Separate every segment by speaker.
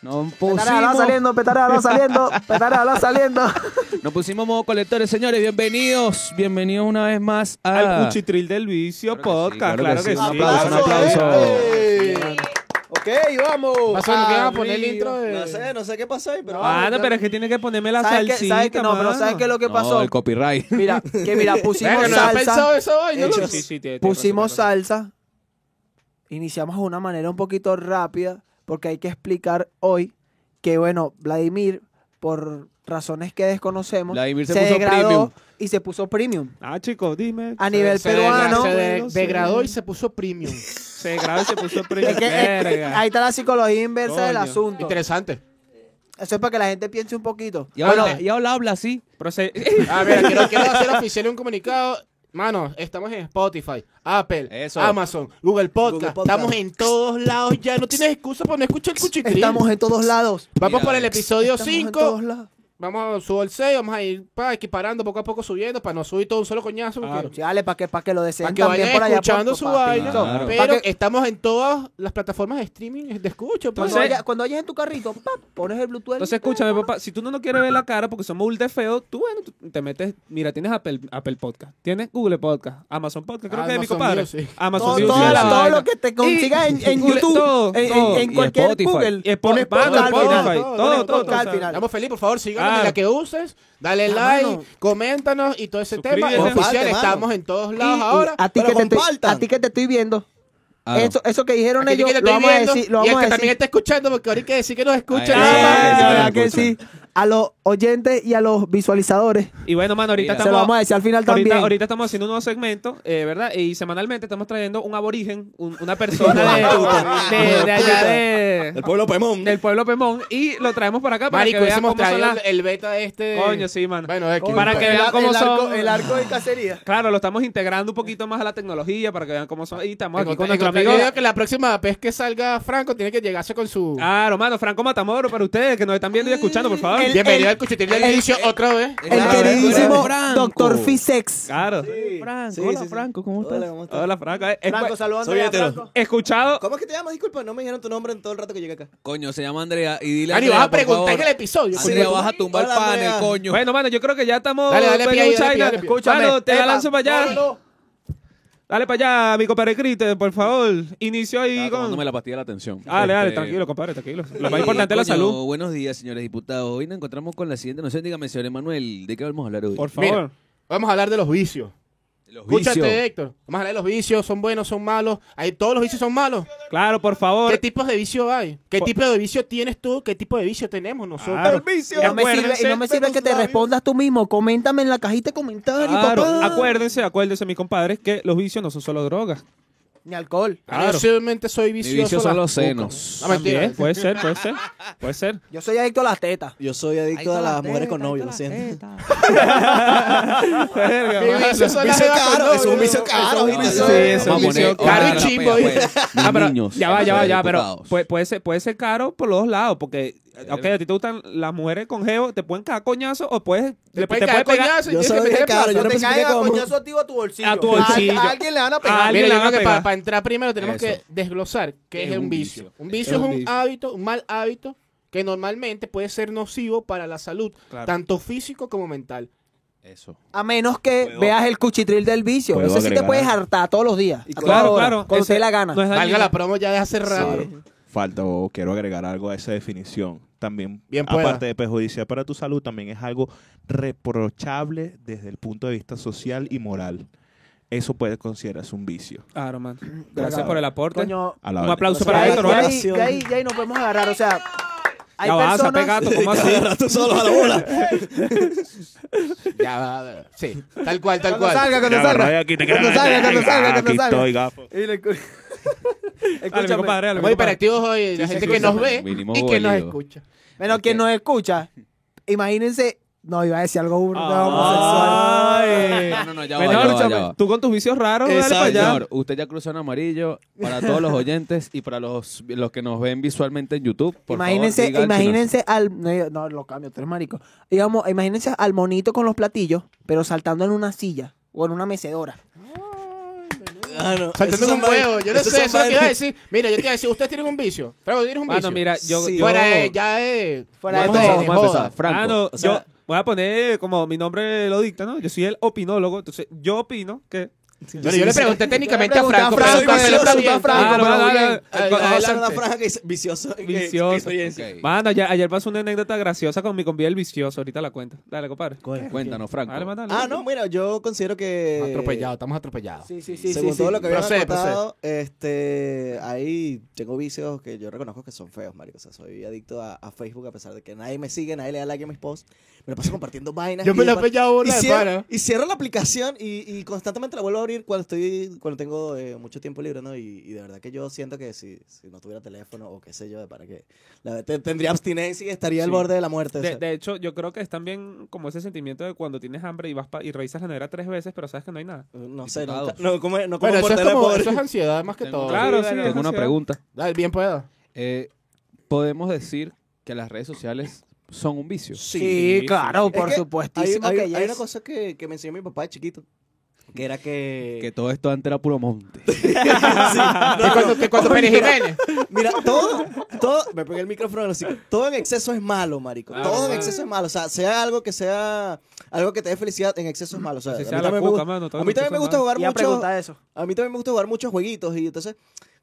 Speaker 1: No
Speaker 2: Petarada va
Speaker 1: pusimos,
Speaker 2: saliendo, petarada va saliendo, petarada va saliendo.
Speaker 1: nos pusimos modo colectores, señores. Bienvenidos, bienvenidos una vez más a...
Speaker 3: Al cuchitril del vicio
Speaker 1: Claro que sí,
Speaker 3: podcast,
Speaker 1: claro
Speaker 3: claro
Speaker 1: que
Speaker 3: que sí.
Speaker 1: sí. Un aplauso, un aplauso.
Speaker 4: ¡Eh! Ok, vamos.
Speaker 5: Pasó, ¿no quieres poner el
Speaker 4: Arriba.
Speaker 5: intro de-
Speaker 4: No sé, no sé qué pasó ahí, pero.
Speaker 3: Ah,
Speaker 4: vamos,
Speaker 3: no,
Speaker 4: ya.
Speaker 3: pero es que tiene que ponerme la
Speaker 2: ¿Sabes qué?
Speaker 3: salsita,
Speaker 2: ¿Sabes qué? No, pero
Speaker 3: mano.
Speaker 2: ¿sabes qué es lo que
Speaker 1: No,
Speaker 2: pasó?
Speaker 1: el copyright.
Speaker 2: Mira, que mira,
Speaker 5: Verga,
Speaker 2: pusimos
Speaker 5: no había pensado
Speaker 2: salsa,
Speaker 5: eso hoy, ¿no?
Speaker 3: Sí,
Speaker 5: Lo-
Speaker 3: sí, sí, tiene- tiene
Speaker 2: pusimos
Speaker 3: razón,
Speaker 2: salsa. Iniciamos de una manera un poquito rápida porque hay que explicar hoy que, bueno, Vladimir, por razones que desconocemos,
Speaker 1: Vladimir se puso premium.
Speaker 2: y se puso premium.
Speaker 3: tiene razón. Ah, chicos, dime.
Speaker 2: A nivel
Speaker 5: se
Speaker 2: peruano,
Speaker 5: degra- Se de-
Speaker 3: Bueno, sí.
Speaker 5: degradó y se puso premium.
Speaker 3: Se grabó y se puso premio.
Speaker 2: es que, eh,
Speaker 3: Verga.
Speaker 2: ahí está la psicología inversa del
Speaker 3: Coño.
Speaker 2: asunto.
Speaker 5: Interesante.
Speaker 2: Eso es para que la gente piense un poquito.
Speaker 1: Y ahora,
Speaker 2: Bueno,
Speaker 1: y ahora habla así.
Speaker 3: Proce-
Speaker 5: A ver, quiero, quiero hacer oficial un comunicado. Mano, estamos en Spotify, Apple,
Speaker 1: Eso.
Speaker 5: Amazon, Google Podcast.
Speaker 4: Google Podcast.
Speaker 5: Estamos en todos lados ya. No tienes excusa para no escuchar el cuchitril.
Speaker 2: estamos en todos lados.
Speaker 5: Vamos
Speaker 1: Mira,
Speaker 5: por el episodio
Speaker 2: Estamos en todos
Speaker 5: 5.
Speaker 2: lados.
Speaker 5: Vamos, subo el 6. Vamos a ir pa, equiparando poco a poco subiendo para no subir todo un solo coñazo. porque-
Speaker 2: Sí, dale, para que, para que lo deseen
Speaker 5: Para que
Speaker 2: también
Speaker 5: vayan
Speaker 2: por allá.
Speaker 5: escuchando
Speaker 2: por-
Speaker 5: su
Speaker 2: por- papi.
Speaker 5: vaina.
Speaker 1: Claro.
Speaker 2: Pa'
Speaker 5: Pero
Speaker 2: que-
Speaker 5: estamos en todas las plataformas de streaming de escucho. pues.
Speaker 2: Cuando, vayas, cuando vayas en tu carrito, pap, pones el Bluetooth.
Speaker 3: Entonces, escúchame, papá. Si tú no nos quieres ver la cara porque somos ultra feos, tú, bueno, tú te metes. Mira, tienes Apple, Apple Podcast, tienes Google Podcast, Amazon Podcast, creo que es mi
Speaker 5: Amazon
Speaker 3: compadre.
Speaker 5: Music.
Speaker 3: Amazon
Speaker 2: todo,
Speaker 3: Music,
Speaker 2: todo-
Speaker 3: la
Speaker 2: todo
Speaker 3: vaina.
Speaker 2: lo que te consigas en, en
Speaker 3: Google-
Speaker 2: YouTube,
Speaker 3: todo,
Speaker 2: en, en-
Speaker 3: todo.
Speaker 2: en
Speaker 3: Y
Speaker 2: cualquier
Speaker 1: Spotify.
Speaker 2: Google,
Speaker 3: Y Spotify,
Speaker 2: podcast al
Speaker 3: Spotify,
Speaker 2: final. Pones
Speaker 3: todo, todo, todo,
Speaker 2: podcast al
Speaker 3: o sea,
Speaker 2: final.
Speaker 5: Vamos, Felipe, por favor, síganos
Speaker 3: Claro.
Speaker 5: en la que uses. Dale
Speaker 2: Ya,
Speaker 5: like,
Speaker 2: mano.
Speaker 5: coméntanos y todo ese tema.
Speaker 3: Suscríbete.
Speaker 5: Oficial,
Speaker 4: Comparte, mano.
Speaker 5: estamos en todos
Speaker 2: Y-
Speaker 5: lados
Speaker 2: y
Speaker 5: ahora.
Speaker 2: a ti
Speaker 4: pero
Speaker 2: que te estoy-
Speaker 4: compartan.
Speaker 2: a ti que te estoy viendo,
Speaker 1: Ah, no.
Speaker 2: eso, eso que dijeron
Speaker 5: Aquí
Speaker 2: ellos,
Speaker 5: que te
Speaker 2: lo
Speaker 5: estoy
Speaker 2: vamos a
Speaker 5: viendo,
Speaker 2: decir. Lo
Speaker 5: y el
Speaker 2: vamos
Speaker 5: que
Speaker 2: a
Speaker 5: también
Speaker 2: decir.
Speaker 5: está escuchando, porque ahora hay que decir que nos
Speaker 1: Ahí
Speaker 5: escucha.
Speaker 2: Ah,
Speaker 1: está.
Speaker 5: Ah,
Speaker 1: Sí, sí,
Speaker 2: ¿verdad
Speaker 1: sí, lo
Speaker 2: que
Speaker 1: escuchan.
Speaker 2: sí? A los oyentes y a los visualizadores.
Speaker 3: Y bueno, mano, ahorita
Speaker 1: Mira.
Speaker 2: se lo
Speaker 3: estamos.
Speaker 2: vamos a decir al final
Speaker 3: Ahorita,
Speaker 2: también.
Speaker 3: ahorita estamos haciendo un nuevo segmento, eh, ¿verdad? Y semanalmente estamos trayendo un aborigen, un- una persona de, de- de allá de-
Speaker 4: El pueblo Pemón.
Speaker 3: del pueblo Pemón y lo traemos para acá para
Speaker 5: Marico,
Speaker 3: que vean
Speaker 5: hubiésemos
Speaker 3: cómo son
Speaker 5: traído
Speaker 3: las...
Speaker 5: el- el beta de este.
Speaker 3: Coño, sí, mano.
Speaker 5: Bueno, pues, X.
Speaker 3: Para que vean cómo son...
Speaker 2: de cacería.
Speaker 3: Claro, lo estamos integrando un poquito más a la tecnología para que vean cómo son. Y estamos aquí
Speaker 5: Encontré-
Speaker 3: con nuestro
Speaker 5: encontré
Speaker 3: amigo...
Speaker 5: video que la próxima vez que salga Franco tiene que llegarse con su.
Speaker 3: Claro, mano, Franco Matamoro para ustedes que nos están viendo y escuchando, por favor.
Speaker 2: El-
Speaker 5: Bienvenido al cuchitril del
Speaker 2: el-
Speaker 5: inicio otra vez.
Speaker 2: El
Speaker 1: Claro,
Speaker 2: queridísimo
Speaker 1: Franco.
Speaker 2: doctor Fisex.
Speaker 3: Claro.
Speaker 1: Franco,
Speaker 4: Sí,
Speaker 1: hola
Speaker 4: sí, sí.
Speaker 1: Franco, ¿cómo estás?
Speaker 4: Hola, ¿cómo estás?
Speaker 3: Hola, Franco. Eh, escu-
Speaker 2: saludando
Speaker 4: Soy
Speaker 2: a
Speaker 4: hetero.
Speaker 2: Franco.
Speaker 3: Escuchado...
Speaker 4: ¿Cómo es que te llamas? Disculpa, no me dijeron tu nombre en todo el rato que llegué acá.
Speaker 1: Coño, se llama Andrea y dile a
Speaker 5: Dani,
Speaker 1: Andrea,
Speaker 5: vas a
Speaker 1: por
Speaker 5: preguntar en
Speaker 1: favor.
Speaker 5: el episodio.
Speaker 1: Andrea,
Speaker 5: coño.
Speaker 1: vas a tumbar
Speaker 4: Hola,
Speaker 1: panel,
Speaker 4: Andrea.
Speaker 1: coño.
Speaker 3: Bueno, mano, yo creo que ya estamos.
Speaker 5: Dale, dale,
Speaker 3: Perú,
Speaker 5: pie ahí, dale,
Speaker 3: China.
Speaker 5: pie, dale, pie.
Speaker 2: Escúchame.
Speaker 3: Mano, te
Speaker 2: Epa,
Speaker 3: la lanzo para allá.
Speaker 2: no, no, no.
Speaker 3: Dale para allá, mi compadre Crite, por favor. Inicio ahí
Speaker 1: Estaba
Speaker 3: con.
Speaker 1: tomándome la pastilla de la atención.
Speaker 3: Dale, dale,
Speaker 1: Este,
Speaker 3: tranquilo, compadre, tranquilo. Lo más
Speaker 1: eh,
Speaker 3: importante es la
Speaker 1: coño,
Speaker 3: salud.
Speaker 1: Buenos días, señores diputados. Hoy nos encontramos con la siguiente noción. Dígame, señor Emanuel, ¿de qué vamos a hablar hoy?
Speaker 3: Por
Speaker 5: Mira,
Speaker 3: favor.
Speaker 5: Vamos a hablar de los vicios.
Speaker 1: Los
Speaker 5: Escúchate,
Speaker 1: vicios.
Speaker 5: Héctor. Vamos a hablar de los vicios. ¿Son buenos? ¿Son malos? Ahí, ¿Todos los vicios son malos?
Speaker 3: Claro, por favor.
Speaker 5: ¿Qué tipos de vicio hay? ¿Qué
Speaker 3: Por-
Speaker 5: tipo de vicio tienes tú? ¿Qué tipo de vicio tenemos nosotros?
Speaker 3: Claro.
Speaker 4: vicio.
Speaker 2: No me sirve, y
Speaker 3: Acuérdense
Speaker 2: no me sirve
Speaker 4: de
Speaker 2: que
Speaker 4: tus
Speaker 2: te
Speaker 4: labios.
Speaker 2: respondas tú mismo. Coméntame en la cajita de comentarios,
Speaker 3: Claro,
Speaker 2: papá.
Speaker 3: acuérdense, acuérdense, mis compadres, que los vicios no son solo drogas.
Speaker 2: Ni alcohol.
Speaker 5: Ah, Yo solamente soy
Speaker 1: Mi
Speaker 5: vicioso.
Speaker 1: vicio
Speaker 5: a
Speaker 1: son
Speaker 5: las
Speaker 1: los
Speaker 5: cucas.
Speaker 1: senos.
Speaker 2: Ah,
Speaker 5: No, mentira.
Speaker 3: También, puede ser, puede ser. Puede ser.
Speaker 2: Yo soy adicto a las tetas.
Speaker 4: Yo soy adicto a las mujeres con novios, lo siento.
Speaker 3: Verga,
Speaker 5: Mi
Speaker 3: mano.
Speaker 5: vicio son las
Speaker 4: Vicio
Speaker 5: jevas con
Speaker 4: caro,
Speaker 5: novio.
Speaker 4: es un vicio caro,
Speaker 5: Es un
Speaker 4: vicio.
Speaker 5: vicio-
Speaker 3: Sí,
Speaker 5: es
Speaker 3: eso
Speaker 5: un
Speaker 3: es un
Speaker 5: vicio
Speaker 3: vicio
Speaker 5: caro y
Speaker 3: caro.
Speaker 5: chimbo. ¿viste?
Speaker 1: pues.
Speaker 3: Ah, pero ya va, ya va, ya, pero pues, puede, puede ser, puede ser caro por los dos lados, porque aunque a ti te gustan las mujeres con geo, te pueden cagar coñazo o puedes,
Speaker 5: Le
Speaker 3: le-
Speaker 5: pueden caer
Speaker 3: puede
Speaker 5: coñazo y
Speaker 4: Yo
Speaker 5: tienes
Speaker 4: soy
Speaker 5: que
Speaker 4: bien
Speaker 5: meterle
Speaker 4: caro, yo
Speaker 5: plata.
Speaker 4: no pensé que como...
Speaker 2: activo a tu bolsillo.
Speaker 3: A tu bolsillo.
Speaker 2: le van a
Speaker 3: A alguien le
Speaker 5: Mira, yo
Speaker 3: van a
Speaker 5: creo que
Speaker 3: pegar.
Speaker 5: para, para entrar primero tenemos
Speaker 1: Eso.
Speaker 5: que desglosar qué es, un vicio. Un vicio es
Speaker 3: un
Speaker 5: un
Speaker 3: vicio.
Speaker 5: hábito, un mal hábito que normalmente puede ser nocivo para la salud,
Speaker 3: Claro.
Speaker 5: tanto físico como mental.
Speaker 1: Eso.
Speaker 2: A menos que veas el cuchitril del vicio.
Speaker 1: Puedo
Speaker 2: Eso sí te
Speaker 1: agregar.
Speaker 2: puedes hartar todos los días. a toda
Speaker 3: Claro,
Speaker 2: hora,
Speaker 3: claro.
Speaker 2: Cuando te
Speaker 3: Ese-
Speaker 2: dé la gana.
Speaker 3: no es dañino.
Speaker 5: Valga la promo ya de hace rato.
Speaker 6: Falta o quiero agregar algo a esa definición. También,
Speaker 5: Bien pueda.
Speaker 6: aparte de perjudicial para tu salud, también es algo reprochable desde el punto de vista social y moral. Eso puede considerarse un vicio.
Speaker 3: Claro, man. Gracias
Speaker 2: Claro.
Speaker 3: por el aporte.
Speaker 2: Coño,
Speaker 6: A la
Speaker 3: Un
Speaker 6: verdad.
Speaker 3: aplauso
Speaker 2: ya
Speaker 3: para
Speaker 2: ahí-
Speaker 3: Héctor,
Speaker 2: ya
Speaker 3: ¿vale?
Speaker 2: ahí- ya ahí- ya ahí nos podemos agarrar. O sea, hay
Speaker 3: Ya vas a
Speaker 2: personas...
Speaker 3: pegato, ¿cómo así?
Speaker 4: tú solo a la bola.
Speaker 5: Ya va, va, va. Sí, tal cual, tal
Speaker 2: Cuando
Speaker 5: cual.
Speaker 2: salga, cuando
Speaker 6: Ya,
Speaker 2: salga.
Speaker 6: verdad, aquí te
Speaker 2: Cuando
Speaker 6: quedas-
Speaker 2: salga, cuando salga,
Speaker 6: Aquí
Speaker 2: cuando
Speaker 6: estoy,
Speaker 2: salga.
Speaker 6: gapo.
Speaker 2: Y le escu-
Speaker 3: Dale, mi
Speaker 2: Escúchame.
Speaker 3: compadre, dale, mi
Speaker 5: Muy
Speaker 3: compadre.
Speaker 5: hiperactivos hoy, la
Speaker 1: Sí,
Speaker 5: gente
Speaker 1: sí,
Speaker 5: que
Speaker 1: sí,
Speaker 5: nos
Speaker 1: sí.
Speaker 5: ve
Speaker 1: Mínimo
Speaker 5: y que nos
Speaker 1: válido.
Speaker 5: escucha.
Speaker 2: Menos quien nos escucha. Imagínense... No, iba a decir algo burdo homosexual.
Speaker 3: Ah, Ay.
Speaker 1: No, no, no, ya va,
Speaker 3: Bueno,
Speaker 1: ya va,
Speaker 3: escúchame,
Speaker 1: ya va.
Speaker 3: Tú con tus vicios raros, dale
Speaker 4: Exacto.
Speaker 3: para allá.
Speaker 1: Señor, usted ya cruzó en amarillo para todos los oyentes y para los, los que nos ven visualmente en YouTube. Por
Speaker 2: imagínense,
Speaker 1: favor, diga al
Speaker 2: imagínense al no, yo- no, lo cambio, tú eres marico. Digamos, imagínense al monito con los platillos, pero saltando en una silla o en una mecedora.
Speaker 1: chino.
Speaker 4: Ah, no. Esos
Speaker 5: Saltando
Speaker 4: son
Speaker 5: un huevo.
Speaker 4: mal-
Speaker 5: Yo no
Speaker 4: esos
Speaker 5: sé,
Speaker 4: son
Speaker 5: eso es lo que iba a
Speaker 4: mal-
Speaker 5: decir. Mira, yo te iba a decir, ustedes tienen un vicio. Franco, ¿tú tienes un vicio?
Speaker 3: Mano, mira, yo.
Speaker 4: Sí.
Speaker 3: yo-
Speaker 5: Fuera de, ya de...
Speaker 2: Fuera de
Speaker 5: Vamos a
Speaker 2: todo.
Speaker 5: decir,
Speaker 1: Vamos a
Speaker 5: joda.
Speaker 1: empezar. Franco.
Speaker 3: Mano,
Speaker 4: o sea-
Speaker 3: Ah, yo voy a poner como mi nombre lo dicta, ¿no? Yo soy el opinólogo, entonces yo opino que.
Speaker 5: Bueno, yo le pregunté técnicamente a
Speaker 2: pregunté a
Speaker 5: Franco,
Speaker 2: Franco,
Speaker 5: pero
Speaker 2: yo
Speaker 5: Franco, pero
Speaker 2: le
Speaker 5: está
Speaker 2: pregunté a
Speaker 5: bien.
Speaker 2: Franco,
Speaker 5: Ah, no,
Speaker 2: pero
Speaker 5: no,
Speaker 2: bien.
Speaker 5: no, no.
Speaker 3: Con-
Speaker 4: Ay, vamos a hablar de una
Speaker 3: adelante.
Speaker 4: franja que dice vicioso. que-
Speaker 3: Vicioso.
Speaker 4: que experiencia.
Speaker 1: Ok.
Speaker 3: Mano, ya- ayer pasó una anécdota graciosa con mi convía el vicioso, ahorita la cuenta. Dale, compadre.
Speaker 1: Cuéntanos, Franco.
Speaker 3: Dale, mano, dale.
Speaker 4: Ah, no, mira, yo considero que.
Speaker 5: Atropellado, estamos atropellados.
Speaker 2: Sí, sí, sí.
Speaker 4: según
Speaker 2: sí,
Speaker 4: todo
Speaker 2: sí.
Speaker 4: lo que había
Speaker 5: Procede,
Speaker 4: contado, este, ahí tengo vicios que yo reconozco que son feos, marico. O sea, soy adicto a, a Facebook a pesar de que nadie me sigue, nadie le da like a mis posts. Me lo paso compartiendo vainas.
Speaker 5: Yo
Speaker 4: y
Speaker 5: me la he
Speaker 4: de-
Speaker 5: pillado
Speaker 4: y
Speaker 5: bola de
Speaker 4: cierro,
Speaker 5: pana.
Speaker 4: y cierro la aplicación y, y constantemente la vuelvo a abrir cuando estoy cuando tengo eh, mucho tiempo libre, ¿no? Y, y de verdad que yo siento que si, si no tuviera teléfono o qué sé yo, de para qué, la verdad te- tendría abstinencia y estaría
Speaker 3: Sí.
Speaker 4: al borde de la muerte. o
Speaker 3: De,
Speaker 4: sea.
Speaker 3: de hecho, yo creo que es también como ese sentimiento de cuando tienes hambre y vas pa- y revisas la nevera tres veces, pero sabes que no hay nada.
Speaker 4: no sé,
Speaker 1: Diputado.
Speaker 4: nunca- no como no como
Speaker 5: Bueno, eso
Speaker 4: por
Speaker 5: es como,
Speaker 4: teléfono.
Speaker 5: eso es ansiedad más que todo.
Speaker 3: Claro, sí, es
Speaker 1: Tengo una
Speaker 3: ansiedad.
Speaker 1: pregunta.
Speaker 5: Dale, Bien puedo.
Speaker 1: Eh, ¿Podemos decir que las redes sociales son un vicio?
Speaker 2: Sí,
Speaker 3: sí.
Speaker 2: claro, por
Speaker 4: que Hay,
Speaker 2: supuestísimo
Speaker 4: hay-
Speaker 2: que
Speaker 4: hay
Speaker 2: yes.
Speaker 4: una cosa que, que me enseñó mi papá de chiquito, que era que...
Speaker 1: Que todo esto antes era puro monte.
Speaker 4: Sí, no,
Speaker 5: Que cuando, que cuando Pérez Jiménez.
Speaker 4: Mira, todo, todo, me pegué el micrófono en el hocico. Todo en exceso es malo, marico.
Speaker 3: Claro,
Speaker 4: todo en
Speaker 3: claro.
Speaker 4: exceso es malo. O sea, sea algo que sea, algo que te dé felicidad, en exceso es malo. O sea,
Speaker 3: Si
Speaker 4: a mí
Speaker 3: sea la
Speaker 4: también me
Speaker 3: cuca,
Speaker 4: gusta,
Speaker 3: mano, todo
Speaker 4: a
Speaker 3: lo
Speaker 4: mí
Speaker 3: que
Speaker 4: también me
Speaker 3: sea
Speaker 4: gusta
Speaker 3: malo.
Speaker 4: jugar
Speaker 2: Iba a
Speaker 4: mucho,
Speaker 2: preguntar eso.
Speaker 4: a mí también me gusta jugar muchos jueguitos y entonces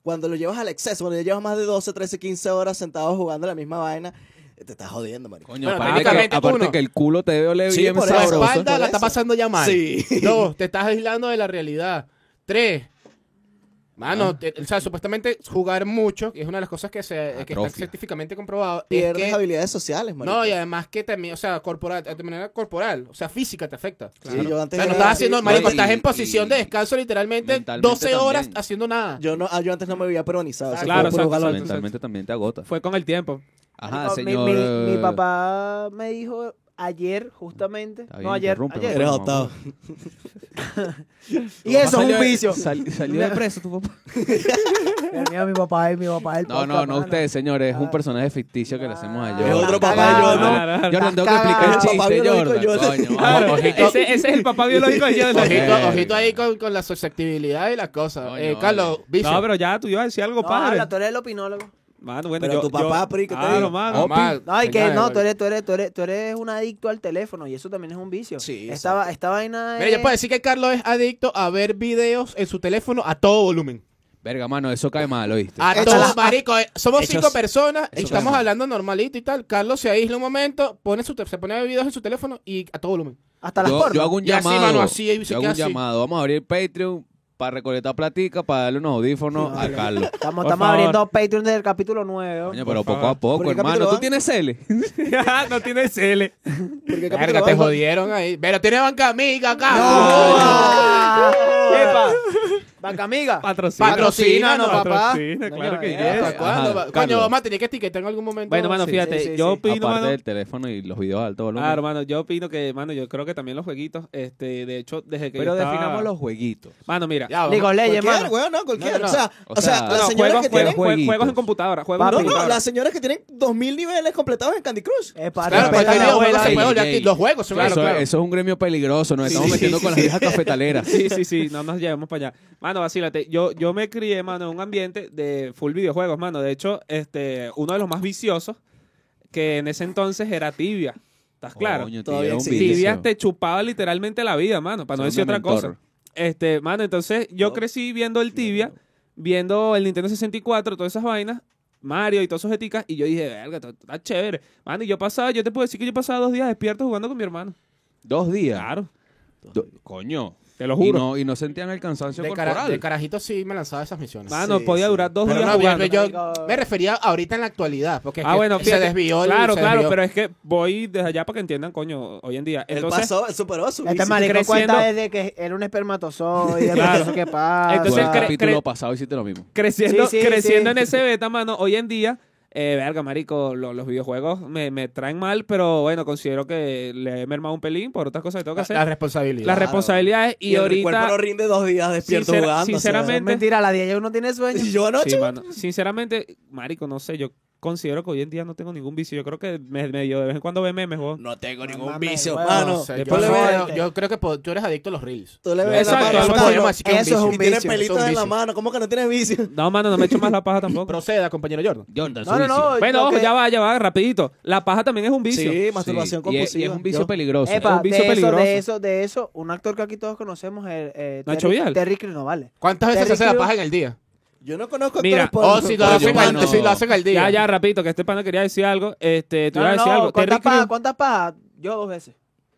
Speaker 4: cuando lo llevas al exceso, cuando ya llevas más de 12, 13, 15 horas sentado jugando la misma vaina, te estás jodiendo, marico.
Speaker 1: Coño,
Speaker 5: Bueno,
Speaker 1: aparte, que,
Speaker 5: técnicamente
Speaker 1: aparte
Speaker 5: uno.
Speaker 1: que el culo te veo le
Speaker 4: Sí,
Speaker 1: bien
Speaker 4: por eso.
Speaker 5: La
Speaker 1: sabroso.
Speaker 5: espalda
Speaker 4: por
Speaker 5: la está
Speaker 4: eso.
Speaker 5: pasando ya mal.
Speaker 4: Sí.
Speaker 5: Dos, te estás aislando de la realidad. Tres. Mano,
Speaker 1: Ah.
Speaker 5: te- o sea, supuestamente jugar mucho, que es una de las cosas que, se, que está
Speaker 1: Atrofia.
Speaker 5: científicamente comprobado. es
Speaker 4: Pierdes
Speaker 5: que-
Speaker 4: habilidades sociales, marico.
Speaker 5: No, y además que también, o sea, corporal, de manera corporal, o sea, física te afecta.
Speaker 4: Sí, yo antes
Speaker 5: O sea, no
Speaker 4: era-
Speaker 5: estás haciendo,
Speaker 1: sí,
Speaker 5: marico,
Speaker 1: no, y-
Speaker 5: estás en posición
Speaker 1: y-
Speaker 5: de descanso literalmente
Speaker 1: mentalmente
Speaker 5: 12 horas
Speaker 1: también.
Speaker 5: haciendo nada.
Speaker 4: Yo no, ah, yo antes no me había peronizado. eso fue
Speaker 3: Claro,
Speaker 4: puro
Speaker 3: exacto,
Speaker 4: galón.
Speaker 3: exacto.
Speaker 1: Mentalmente también te agota.
Speaker 3: Fue con el tiempo.
Speaker 1: Ajá,
Speaker 2: No, mi-
Speaker 1: señor.
Speaker 2: mi,
Speaker 1: eh,
Speaker 2: mi papá me dijo ayer, justamente.
Speaker 1: Está
Speaker 2: no,
Speaker 1: bien,
Speaker 2: ayer.
Speaker 1: interrumpe,
Speaker 2: ayer.
Speaker 4: Eres
Speaker 1: Mamá.
Speaker 4: adoptado.
Speaker 2: Y eso es un vicio.
Speaker 1: Sal- salió de preso tu papá.
Speaker 2: El mío, mi papá es mi papá. El
Speaker 1: No, no, no ustedes, señores. Es un personaje ficticio que le hacemos a
Speaker 4: Es
Speaker 1: Jordan.
Speaker 4: otro papá
Speaker 2: Cagado,
Speaker 4: de Jordan.
Speaker 2: ¿no?
Speaker 1: Jordan, tengo que
Speaker 2: Estás
Speaker 1: explicar el
Speaker 4: cagado. Papá
Speaker 1: chiste,
Speaker 4: biológico
Speaker 1: Jordan.
Speaker 4: Jordan.
Speaker 1: Coño,
Speaker 3: Claro,
Speaker 1: vamos, ojito.
Speaker 3: ese, ese es el papá biológico de Jordan.
Speaker 5: Ojito,
Speaker 1: Verga.
Speaker 5: ojito ahí con, con la susceptibilidad y las cosas.
Speaker 1: Coño,
Speaker 5: Eh,
Speaker 1: vale.
Speaker 5: Carlos, vicio.
Speaker 3: No, pero ya tú ibas a decir algo,
Speaker 2: No,
Speaker 3: padre.
Speaker 2: habla, tú eres el opinólogo.
Speaker 3: Mano, bueno,
Speaker 4: Pero
Speaker 3: yo-
Speaker 4: tu
Speaker 3: yo-
Speaker 4: papá, pri, ¿qué te Oh.
Speaker 3: Claro,
Speaker 4: digo?
Speaker 3: mano.
Speaker 5: No, mal.
Speaker 2: No, y que
Speaker 5: Venga,
Speaker 2: no,
Speaker 5: vale.
Speaker 2: tú eres, tú, eres, tú, eres, tú eres un adicto al teléfono y eso también es un vicio.
Speaker 4: Sí,
Speaker 2: Esta, va- esta vaina
Speaker 5: Mira, yo
Speaker 2: es-
Speaker 5: puedo decir que Carlos es adicto a ver videos en su teléfono a todo volumen.
Speaker 1: Verga, mano, eso cae mal, ¿oíste?
Speaker 5: A
Speaker 4: Hechos.
Speaker 5: todo, marico. eh, Somos
Speaker 4: Hechos.
Speaker 5: cinco personas,
Speaker 4: Hechos.
Speaker 5: estamos hablando normalito y tal. Carlos se aísla un momento, pone su te- se pone a ver videos en su teléfono y a todo volumen.
Speaker 2: hasta las
Speaker 1: yo,
Speaker 2: formas.
Speaker 1: yo hago un
Speaker 5: Y así,
Speaker 1: llamado.
Speaker 5: mano, así, y se
Speaker 1: yo hago
Speaker 5: queda
Speaker 1: un
Speaker 5: así.
Speaker 1: llamado. Vamos a abrir Patreon para recolectar platica, para darle unos audífonos a Carlos.
Speaker 2: Estamos,
Speaker 3: Por
Speaker 2: estamos
Speaker 3: favor.
Speaker 2: abriendo Patreon del capítulo 9. ¿no?
Speaker 1: Coño, pero
Speaker 3: Por
Speaker 1: poco a poco,
Speaker 4: Porque el
Speaker 1: hermano.
Speaker 4: capítulo
Speaker 1: ¿Tú
Speaker 4: va-
Speaker 1: tienes L?
Speaker 3: no tiene L.
Speaker 4: Porque
Speaker 5: Verga, te jodieron ahí. Pero tiene banca amiga acá.
Speaker 2: ¡Ah! ¡Epa! Banca amiga.
Speaker 3: Patrocina.
Speaker 5: Patrocínanos,
Speaker 2: papá.
Speaker 3: Patrocina, claro que
Speaker 2: Coño,
Speaker 3: yes.
Speaker 5: ¿Hasta cuándo?
Speaker 1: Ajá,
Speaker 5: Coño,
Speaker 1: Carlos.
Speaker 5: vamos a tener que etiquetar en algún momento.
Speaker 3: Bueno, mano,
Speaker 2: Sí,
Speaker 3: fíjate,
Speaker 2: sí, sí,
Speaker 3: yo
Speaker 2: sí.
Speaker 3: opino,
Speaker 1: Aparte
Speaker 3: mano.
Speaker 1: del teléfono y los videos de alto volumen.
Speaker 3: Claro, mano, yo opino que, mano, yo creo que también los jueguitos, este, de hecho, desde que
Speaker 1: pero
Speaker 3: yo estaba-
Speaker 1: definamos los jueguitos.
Speaker 3: Mano, mira.
Speaker 5: Ya, vamos.
Speaker 2: League of Legends,
Speaker 4: Cualquiera,
Speaker 2: mano.
Speaker 4: weón, no, cualquiera.
Speaker 5: No, no,
Speaker 4: O sea,
Speaker 1: no.
Speaker 4: o sea,
Speaker 1: No,
Speaker 4: las
Speaker 3: No,
Speaker 4: señoras
Speaker 3: juegos,
Speaker 4: que tienen...
Speaker 3: juegos, juegos,
Speaker 1: jueguitos.
Speaker 3: juegos en computadora, juegos
Speaker 2: Papi,
Speaker 4: No,
Speaker 3: en
Speaker 4: no,
Speaker 2: juegos.
Speaker 3: computadora.
Speaker 4: las señoras que tienen 2000 niveles completados en Candy Crush.
Speaker 2: Eh, para respetar
Speaker 5: Claro, pero
Speaker 2: a la
Speaker 5: el videojuego
Speaker 2: abuela.
Speaker 5: se puede volver
Speaker 1: Ey,
Speaker 5: acti- Los juegos, se
Speaker 1: Claro,
Speaker 5: vuelven-
Speaker 1: eso,
Speaker 5: claro.
Speaker 1: eso es un gremio peligroso. Nos
Speaker 5: Sí,
Speaker 1: estamos
Speaker 5: sí,
Speaker 1: metiendo
Speaker 5: sí,
Speaker 1: con las viejas cafetaleras.
Speaker 3: Sí, sí, sí, no nos llevemos para allá. Mano, vacílate. Yo, yo me crié, mano, en un ambiente de full videojuegos, mano. De hecho, este, uno de los más viciosos, que en ese entonces era tibia. ¿Estás claro?
Speaker 1: Coño,
Speaker 4: Todavía
Speaker 1: era un
Speaker 4: existe.
Speaker 1: vicio.
Speaker 3: Tibia te chupaba literalmente la vida, mano, para no
Speaker 1: Son
Speaker 3: decir
Speaker 1: de
Speaker 3: otra
Speaker 1: mentor.
Speaker 3: cosa. Este, mano, entonces yo
Speaker 4: No.
Speaker 3: crecí viendo el Tibia, viendo el Nintendo 64, todas esas vainas, Mario y todas esas eticas, y yo dije, verga, esto- esto está chévere. Mano, y yo pasaba, yo te puedo decir que yo pasaba dos días despierto jugando con mi hermano.
Speaker 1: Dos días.
Speaker 3: Claro,
Speaker 1: Do- coño.
Speaker 3: Ah, te lo
Speaker 1: Y
Speaker 3: juro.
Speaker 1: no, y no sentían el cansancio
Speaker 5: De, cara-
Speaker 1: corporal.
Speaker 5: de carajito sí me lanzaba esas misiones.
Speaker 3: mano,
Speaker 4: Sí,
Speaker 3: podía
Speaker 4: sí.
Speaker 3: durar dos
Speaker 5: Pero
Speaker 3: días
Speaker 5: no,
Speaker 3: jugando.
Speaker 5: yo, yo
Speaker 2: marico.
Speaker 5: me refería ahorita en la actualidad, porque es
Speaker 3: Ah,
Speaker 5: que
Speaker 3: bueno,
Speaker 5: se
Speaker 3: fíjate.
Speaker 5: desvió. el-
Speaker 3: Claro,
Speaker 5: se
Speaker 3: claro,
Speaker 5: desvió.
Speaker 3: pero es que voy desde allá para que entiendan, coño, hoy en día.
Speaker 4: Él
Speaker 3: Entonces,
Speaker 4: pasó, él superó su
Speaker 2: Este
Speaker 4: bici.
Speaker 2: marico
Speaker 3: creciendo-
Speaker 2: cuenta desde que era un espermatozoide,
Speaker 3: Claro.
Speaker 2: eso que pasa.
Speaker 1: Tú en
Speaker 3: Entonces,
Speaker 1: el
Speaker 3: cre-
Speaker 1: capítulo
Speaker 3: cre-
Speaker 1: pasado hiciste lo mismo.
Speaker 3: creciendo,
Speaker 2: Sí, sí, sí.
Speaker 3: creciendo en ese beta, mano, hoy en día, eh, verga, marico, lo- los videojuegos me, me traen mal, pero bueno, considero que le he mermado un pelín por otras cosas que tengo que
Speaker 5: La,
Speaker 3: hacer.
Speaker 5: la responsabilidad.
Speaker 3: Las responsabilidades y,
Speaker 4: el cuerpo no
Speaker 3: ahorita...
Speaker 4: rinde dos días despierto
Speaker 3: Sincera-
Speaker 4: jugando. o sea.
Speaker 3: sinceramente-
Speaker 2: Mentira, a las 10 ya uno tiene sueño.
Speaker 4: Y yo anoche...
Speaker 3: Sí, mano. Sinceramente, marico, no sé, yo considero que hoy en día no tengo ningún vicio. Yo creo que me, medio de vez en cuando ve memes, weón.
Speaker 4: No tengo
Speaker 2: Mamá,
Speaker 4: ningún
Speaker 2: me
Speaker 4: vicio,
Speaker 2: huevo.
Speaker 5: No
Speaker 4: mano.
Speaker 5: sé, yo,
Speaker 3: después le
Speaker 5: no,
Speaker 2: veo-
Speaker 5: yo creo que po- tú eres adicto a los reels.
Speaker 4: Tú le ves la
Speaker 3: Exacto,
Speaker 4: mano
Speaker 3: eso
Speaker 4: al
Speaker 3: podemos
Speaker 4: Tano
Speaker 5: decir que es un
Speaker 4: eso es
Speaker 5: vicio.
Speaker 4: un
Speaker 5: Y
Speaker 4: Y
Speaker 5: tiene
Speaker 4: tiene
Speaker 5: pelitos
Speaker 4: pelitas
Speaker 5: en
Speaker 4: en
Speaker 5: la
Speaker 4: la mano. ¿Cómo que no tienes vicio?
Speaker 3: No, mano, no me echo más la paja tampoco.
Speaker 5: Proceda, compañero Jordan.
Speaker 1: Jordan, su
Speaker 2: No, no,
Speaker 1: vicio.
Speaker 2: no.
Speaker 3: Bueno,
Speaker 2: lo
Speaker 3: ojo,
Speaker 2: que-
Speaker 3: ya va, ya va, rapidito. La paja también es un vicio.
Speaker 4: Sí, masturbación
Speaker 1: Sí, y es-
Speaker 4: compulsiva.
Speaker 1: Y es un vicio
Speaker 4: Yo-
Speaker 1: peligroso.
Speaker 3: Eh,
Speaker 2: Epa,
Speaker 3: es un vicio
Speaker 2: de eso,
Speaker 3: peligroso.
Speaker 2: de eso, de eso, un actor que aquí todos conocemos es eh,
Speaker 3: Nacho
Speaker 2: Terry,
Speaker 3: Vidal.
Speaker 2: Terry Crinovales.
Speaker 5: ¿Cuántas veces
Speaker 2: Terry
Speaker 5: se hace la
Speaker 2: Crews.
Speaker 5: paja en el día?
Speaker 4: Yo no conozco
Speaker 3: Mira,
Speaker 4: actores
Speaker 5: O si lo
Speaker 1: Oye,
Speaker 5: hacen al-
Speaker 1: bueno.
Speaker 5: si lo hacen
Speaker 3: Ya,
Speaker 5: al día.
Speaker 3: ya, rapidito, que este pana quería decir algo. Este, tú
Speaker 2: No,
Speaker 3: ibas a
Speaker 2: no,
Speaker 3: decir algo.
Speaker 2: ¿Cuántas
Speaker 3: Terry
Speaker 2: pajas?
Speaker 3: Crews
Speaker 2: ¿Cuántas pajas? Yo dos veces.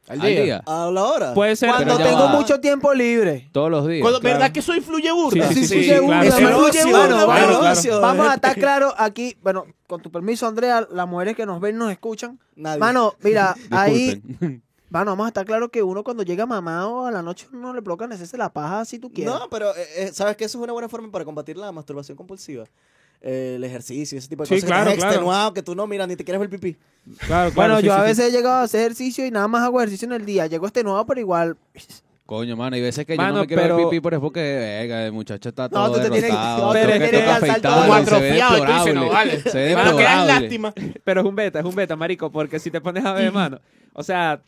Speaker 5: Al
Speaker 1: Al
Speaker 5: día.
Speaker 1: día.
Speaker 4: A la hora.
Speaker 3: puede ser.
Speaker 1: Pero
Speaker 2: Cuando
Speaker 1: ya
Speaker 2: tengo
Speaker 1: va.
Speaker 2: mucho tiempo libre.
Speaker 1: Todos los días.
Speaker 5: Cuando-
Speaker 4: Claro.
Speaker 5: ¿Verdad que eso influye burda?
Speaker 3: Sí, sí, sí,
Speaker 2: sí,
Speaker 3: claro.
Speaker 2: burda,
Speaker 3: Es
Speaker 2: me
Speaker 4: ocio,
Speaker 2: influye
Speaker 4: mano,
Speaker 2: burda,
Speaker 4: mano,
Speaker 2: mano.
Speaker 4: ocio.
Speaker 2: Vamos a estar claros aquí. Bueno, con tu permiso, Andrea, las mujeres que nos ven nos escuchan.
Speaker 4: Nadie.
Speaker 2: Mano, mira, ahí,
Speaker 1: Disculpen.
Speaker 2: mano, vamos a estar claros que uno cuando llega mamado a la noche no le provoca necesita la paja si tú quieres.
Speaker 4: No, pero eh, eh, sabes que eso es una buena forma para combatir la masturbación compulsiva. Eh, el ejercicio, ese tipo de
Speaker 3: Sí,
Speaker 4: cosas. que
Speaker 3: claro,
Speaker 4: estás
Speaker 3: claro.
Speaker 4: extenuado, que tú no miras ni te quieres ver el pipí.
Speaker 3: Claro, claro,
Speaker 2: bueno,
Speaker 3: sí,
Speaker 2: yo
Speaker 3: sí,
Speaker 2: a
Speaker 3: sí.
Speaker 2: veces he llegado a hacer ejercicio y nada más hago ejercicio en el día. Llego este nuevo, pero igual.
Speaker 1: Coño, mano, hay veces que yo
Speaker 3: Mano,
Speaker 1: no me quiero
Speaker 3: pero-
Speaker 1: ver pipí, pero es porque, verga, el muchacho está todo
Speaker 2: No, tú te tienes-
Speaker 1: derrotado,
Speaker 2: no,
Speaker 1: tengo
Speaker 3: te
Speaker 1: que
Speaker 3: tienes
Speaker 1: toca
Speaker 3: que
Speaker 2: alzar
Speaker 1: afeitarlo,
Speaker 5: Como
Speaker 2: todo.
Speaker 1: se ve
Speaker 5: atrofiado, y tú dices, no
Speaker 1: deplorable,
Speaker 5: vale.
Speaker 1: Se ve
Speaker 5: Mano, que es
Speaker 1: deplorable.
Speaker 5: lástima.
Speaker 3: Pero es un beta, es un beta, marico, porque si te pones a ver, mano. O sea,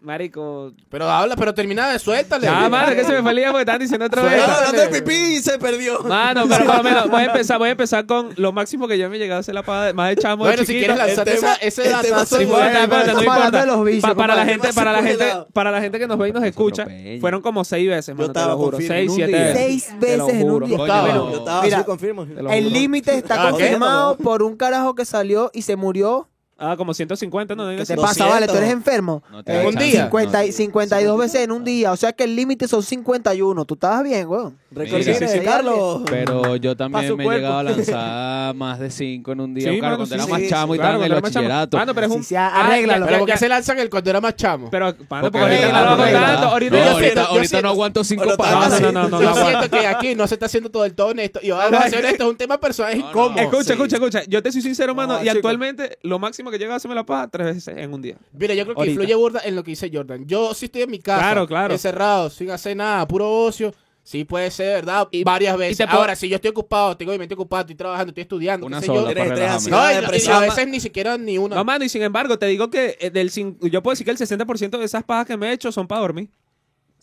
Speaker 3: marico.
Speaker 5: Pero habla, pero termina de suéltale.
Speaker 3: Ah, mano, que se me fue el día porque estaban diciendo otra
Speaker 5: Suena
Speaker 3: vez.
Speaker 5: la-
Speaker 4: hablando del pipí y se perdió.
Speaker 3: Mano, pero por lo menos voy a empezar, voy a empezar con lo máximo que yo me he llegado a hacer la paja de- más de chamo. de
Speaker 5: Bueno, si
Speaker 3: chiquito.
Speaker 5: quieres lanzarte
Speaker 4: el
Speaker 5: esa,
Speaker 4: tema-
Speaker 5: ese
Speaker 4: el
Speaker 5: dato. Sí,
Speaker 4: tema son-
Speaker 5: bueno,
Speaker 3: importa, no importa, no
Speaker 2: Estamos
Speaker 3: importa.
Speaker 2: hablando de los vicios,
Speaker 3: Pa- para la
Speaker 2: compadre.
Speaker 3: gente,
Speaker 4: Más
Speaker 3: para la gente,
Speaker 4: superado.
Speaker 3: para la gente que nos ve y nos escucha,
Speaker 1: atropella.
Speaker 3: fueron como seis veces, mano, te
Speaker 4: estaba
Speaker 3: lo juro,
Speaker 4: confirme,
Speaker 3: seis,
Speaker 1: en un
Speaker 3: siete
Speaker 1: día.
Speaker 3: veces.
Speaker 2: Seis
Speaker 3: Te
Speaker 2: veces
Speaker 3: lo
Speaker 2: en un
Speaker 3: juro.
Speaker 2: día.
Speaker 1: Coño,
Speaker 5: Bueno,
Speaker 4: Yo estaba,
Speaker 2: Mira,
Speaker 4: sí, confirmo.
Speaker 3: te lo juro.
Speaker 2: El límite está
Speaker 5: Ah, ¿qué?
Speaker 2: confirmado por un carajo que salió y se murió.
Speaker 3: Ah, como 150, no, no, no,
Speaker 2: ¿Qué te
Speaker 4: Lo
Speaker 2: pasa, vale?
Speaker 4: siento.
Speaker 2: Tú eres enfermo.
Speaker 1: No te
Speaker 5: Eh,
Speaker 1: da
Speaker 5: un
Speaker 1: chance,
Speaker 5: día.
Speaker 1: no.
Speaker 2: 50 y 52 veces en un día. O sea que el límite son 51. Tú estabas bien, weón.
Speaker 4: Récord
Speaker 1: Mira.
Speaker 4: Guinness,
Speaker 2: Sí, sí,
Speaker 4: Carlos.
Speaker 1: Pero yo
Speaker 2: Pa'
Speaker 1: también
Speaker 2: su
Speaker 1: me he
Speaker 2: cuerpo.
Speaker 1: llegado a lanzar más de cinco en un día.
Speaker 3: Sí,
Speaker 1: claro,
Speaker 3: mano,
Speaker 1: cuando
Speaker 3: sí,
Speaker 1: era
Speaker 4: sí,
Speaker 1: más
Speaker 4: sí,
Speaker 1: chamo y
Speaker 3: claro,
Speaker 1: tal, en
Speaker 3: cuando
Speaker 1: el
Speaker 3: era más chamo.
Speaker 1: bachillerato.
Speaker 3: Mano, pero es
Speaker 2: Sí,
Speaker 3: un.
Speaker 2: sí, arréglalo.
Speaker 3: Ah,
Speaker 5: Pero
Speaker 3: ya-
Speaker 5: ¿por qué
Speaker 3: ya-
Speaker 5: se lanzan el cuando era más chamo?
Speaker 3: Pero, mano, porque
Speaker 1: Porque
Speaker 3: ahorita
Speaker 1: ahorita
Speaker 3: no lo hago
Speaker 1: no arregla.
Speaker 3: tanto. Ahorita
Speaker 1: No,
Speaker 3: yo sé-
Speaker 1: ahorita,
Speaker 4: yo
Speaker 1: ahorita
Speaker 4: siento-
Speaker 1: no aguanto
Speaker 4: o
Speaker 1: cinco
Speaker 4: lo
Speaker 3: No,
Speaker 1: pajas.
Speaker 3: no, no, no, no,
Speaker 5: Ah, yo
Speaker 3: no,
Speaker 5: siento que aquí no se está haciendo todo el todo honesto. Y vamos a hacer esto, es un tema personal, es
Speaker 1: no.
Speaker 5: incómodo.
Speaker 3: Escucha,
Speaker 4: Sí.
Speaker 3: escucha, escucha. Yo te soy sincero, mano.
Speaker 4: No,
Speaker 3: y
Speaker 4: chico.
Speaker 3: actualmente, lo máximo que llega a hacerme la paja, tres veces en un día.
Speaker 5: Mira, yo creo que
Speaker 3: Ahorita.
Speaker 5: influye burda en lo que dice Jordan. Yo sí estoy en mi casa,
Speaker 3: Claro, claro.
Speaker 5: encerrado, sin hacer nada, puro ocio. Sí puede ser, ¿verdad? varias veces.
Speaker 3: te puedo-
Speaker 5: Ahora, si yo estoy ocupado, tengo mi mente ocupada, estoy trabajando, estoy estudiando,
Speaker 1: Una
Speaker 5: qué sé
Speaker 1: sola,
Speaker 5: yo.
Speaker 1: pa'
Speaker 4: Tres, tres,
Speaker 1: relajarme.
Speaker 4: así.
Speaker 5: No, y- y
Speaker 4: Depresión,
Speaker 5: a
Speaker 4: ma-
Speaker 5: veces ni siquiera ni una.
Speaker 3: No, mano, y sin embargo, te digo que eh, del cin- yo puedo decir que el 60% de esas pajas que me he hecho son para dormir.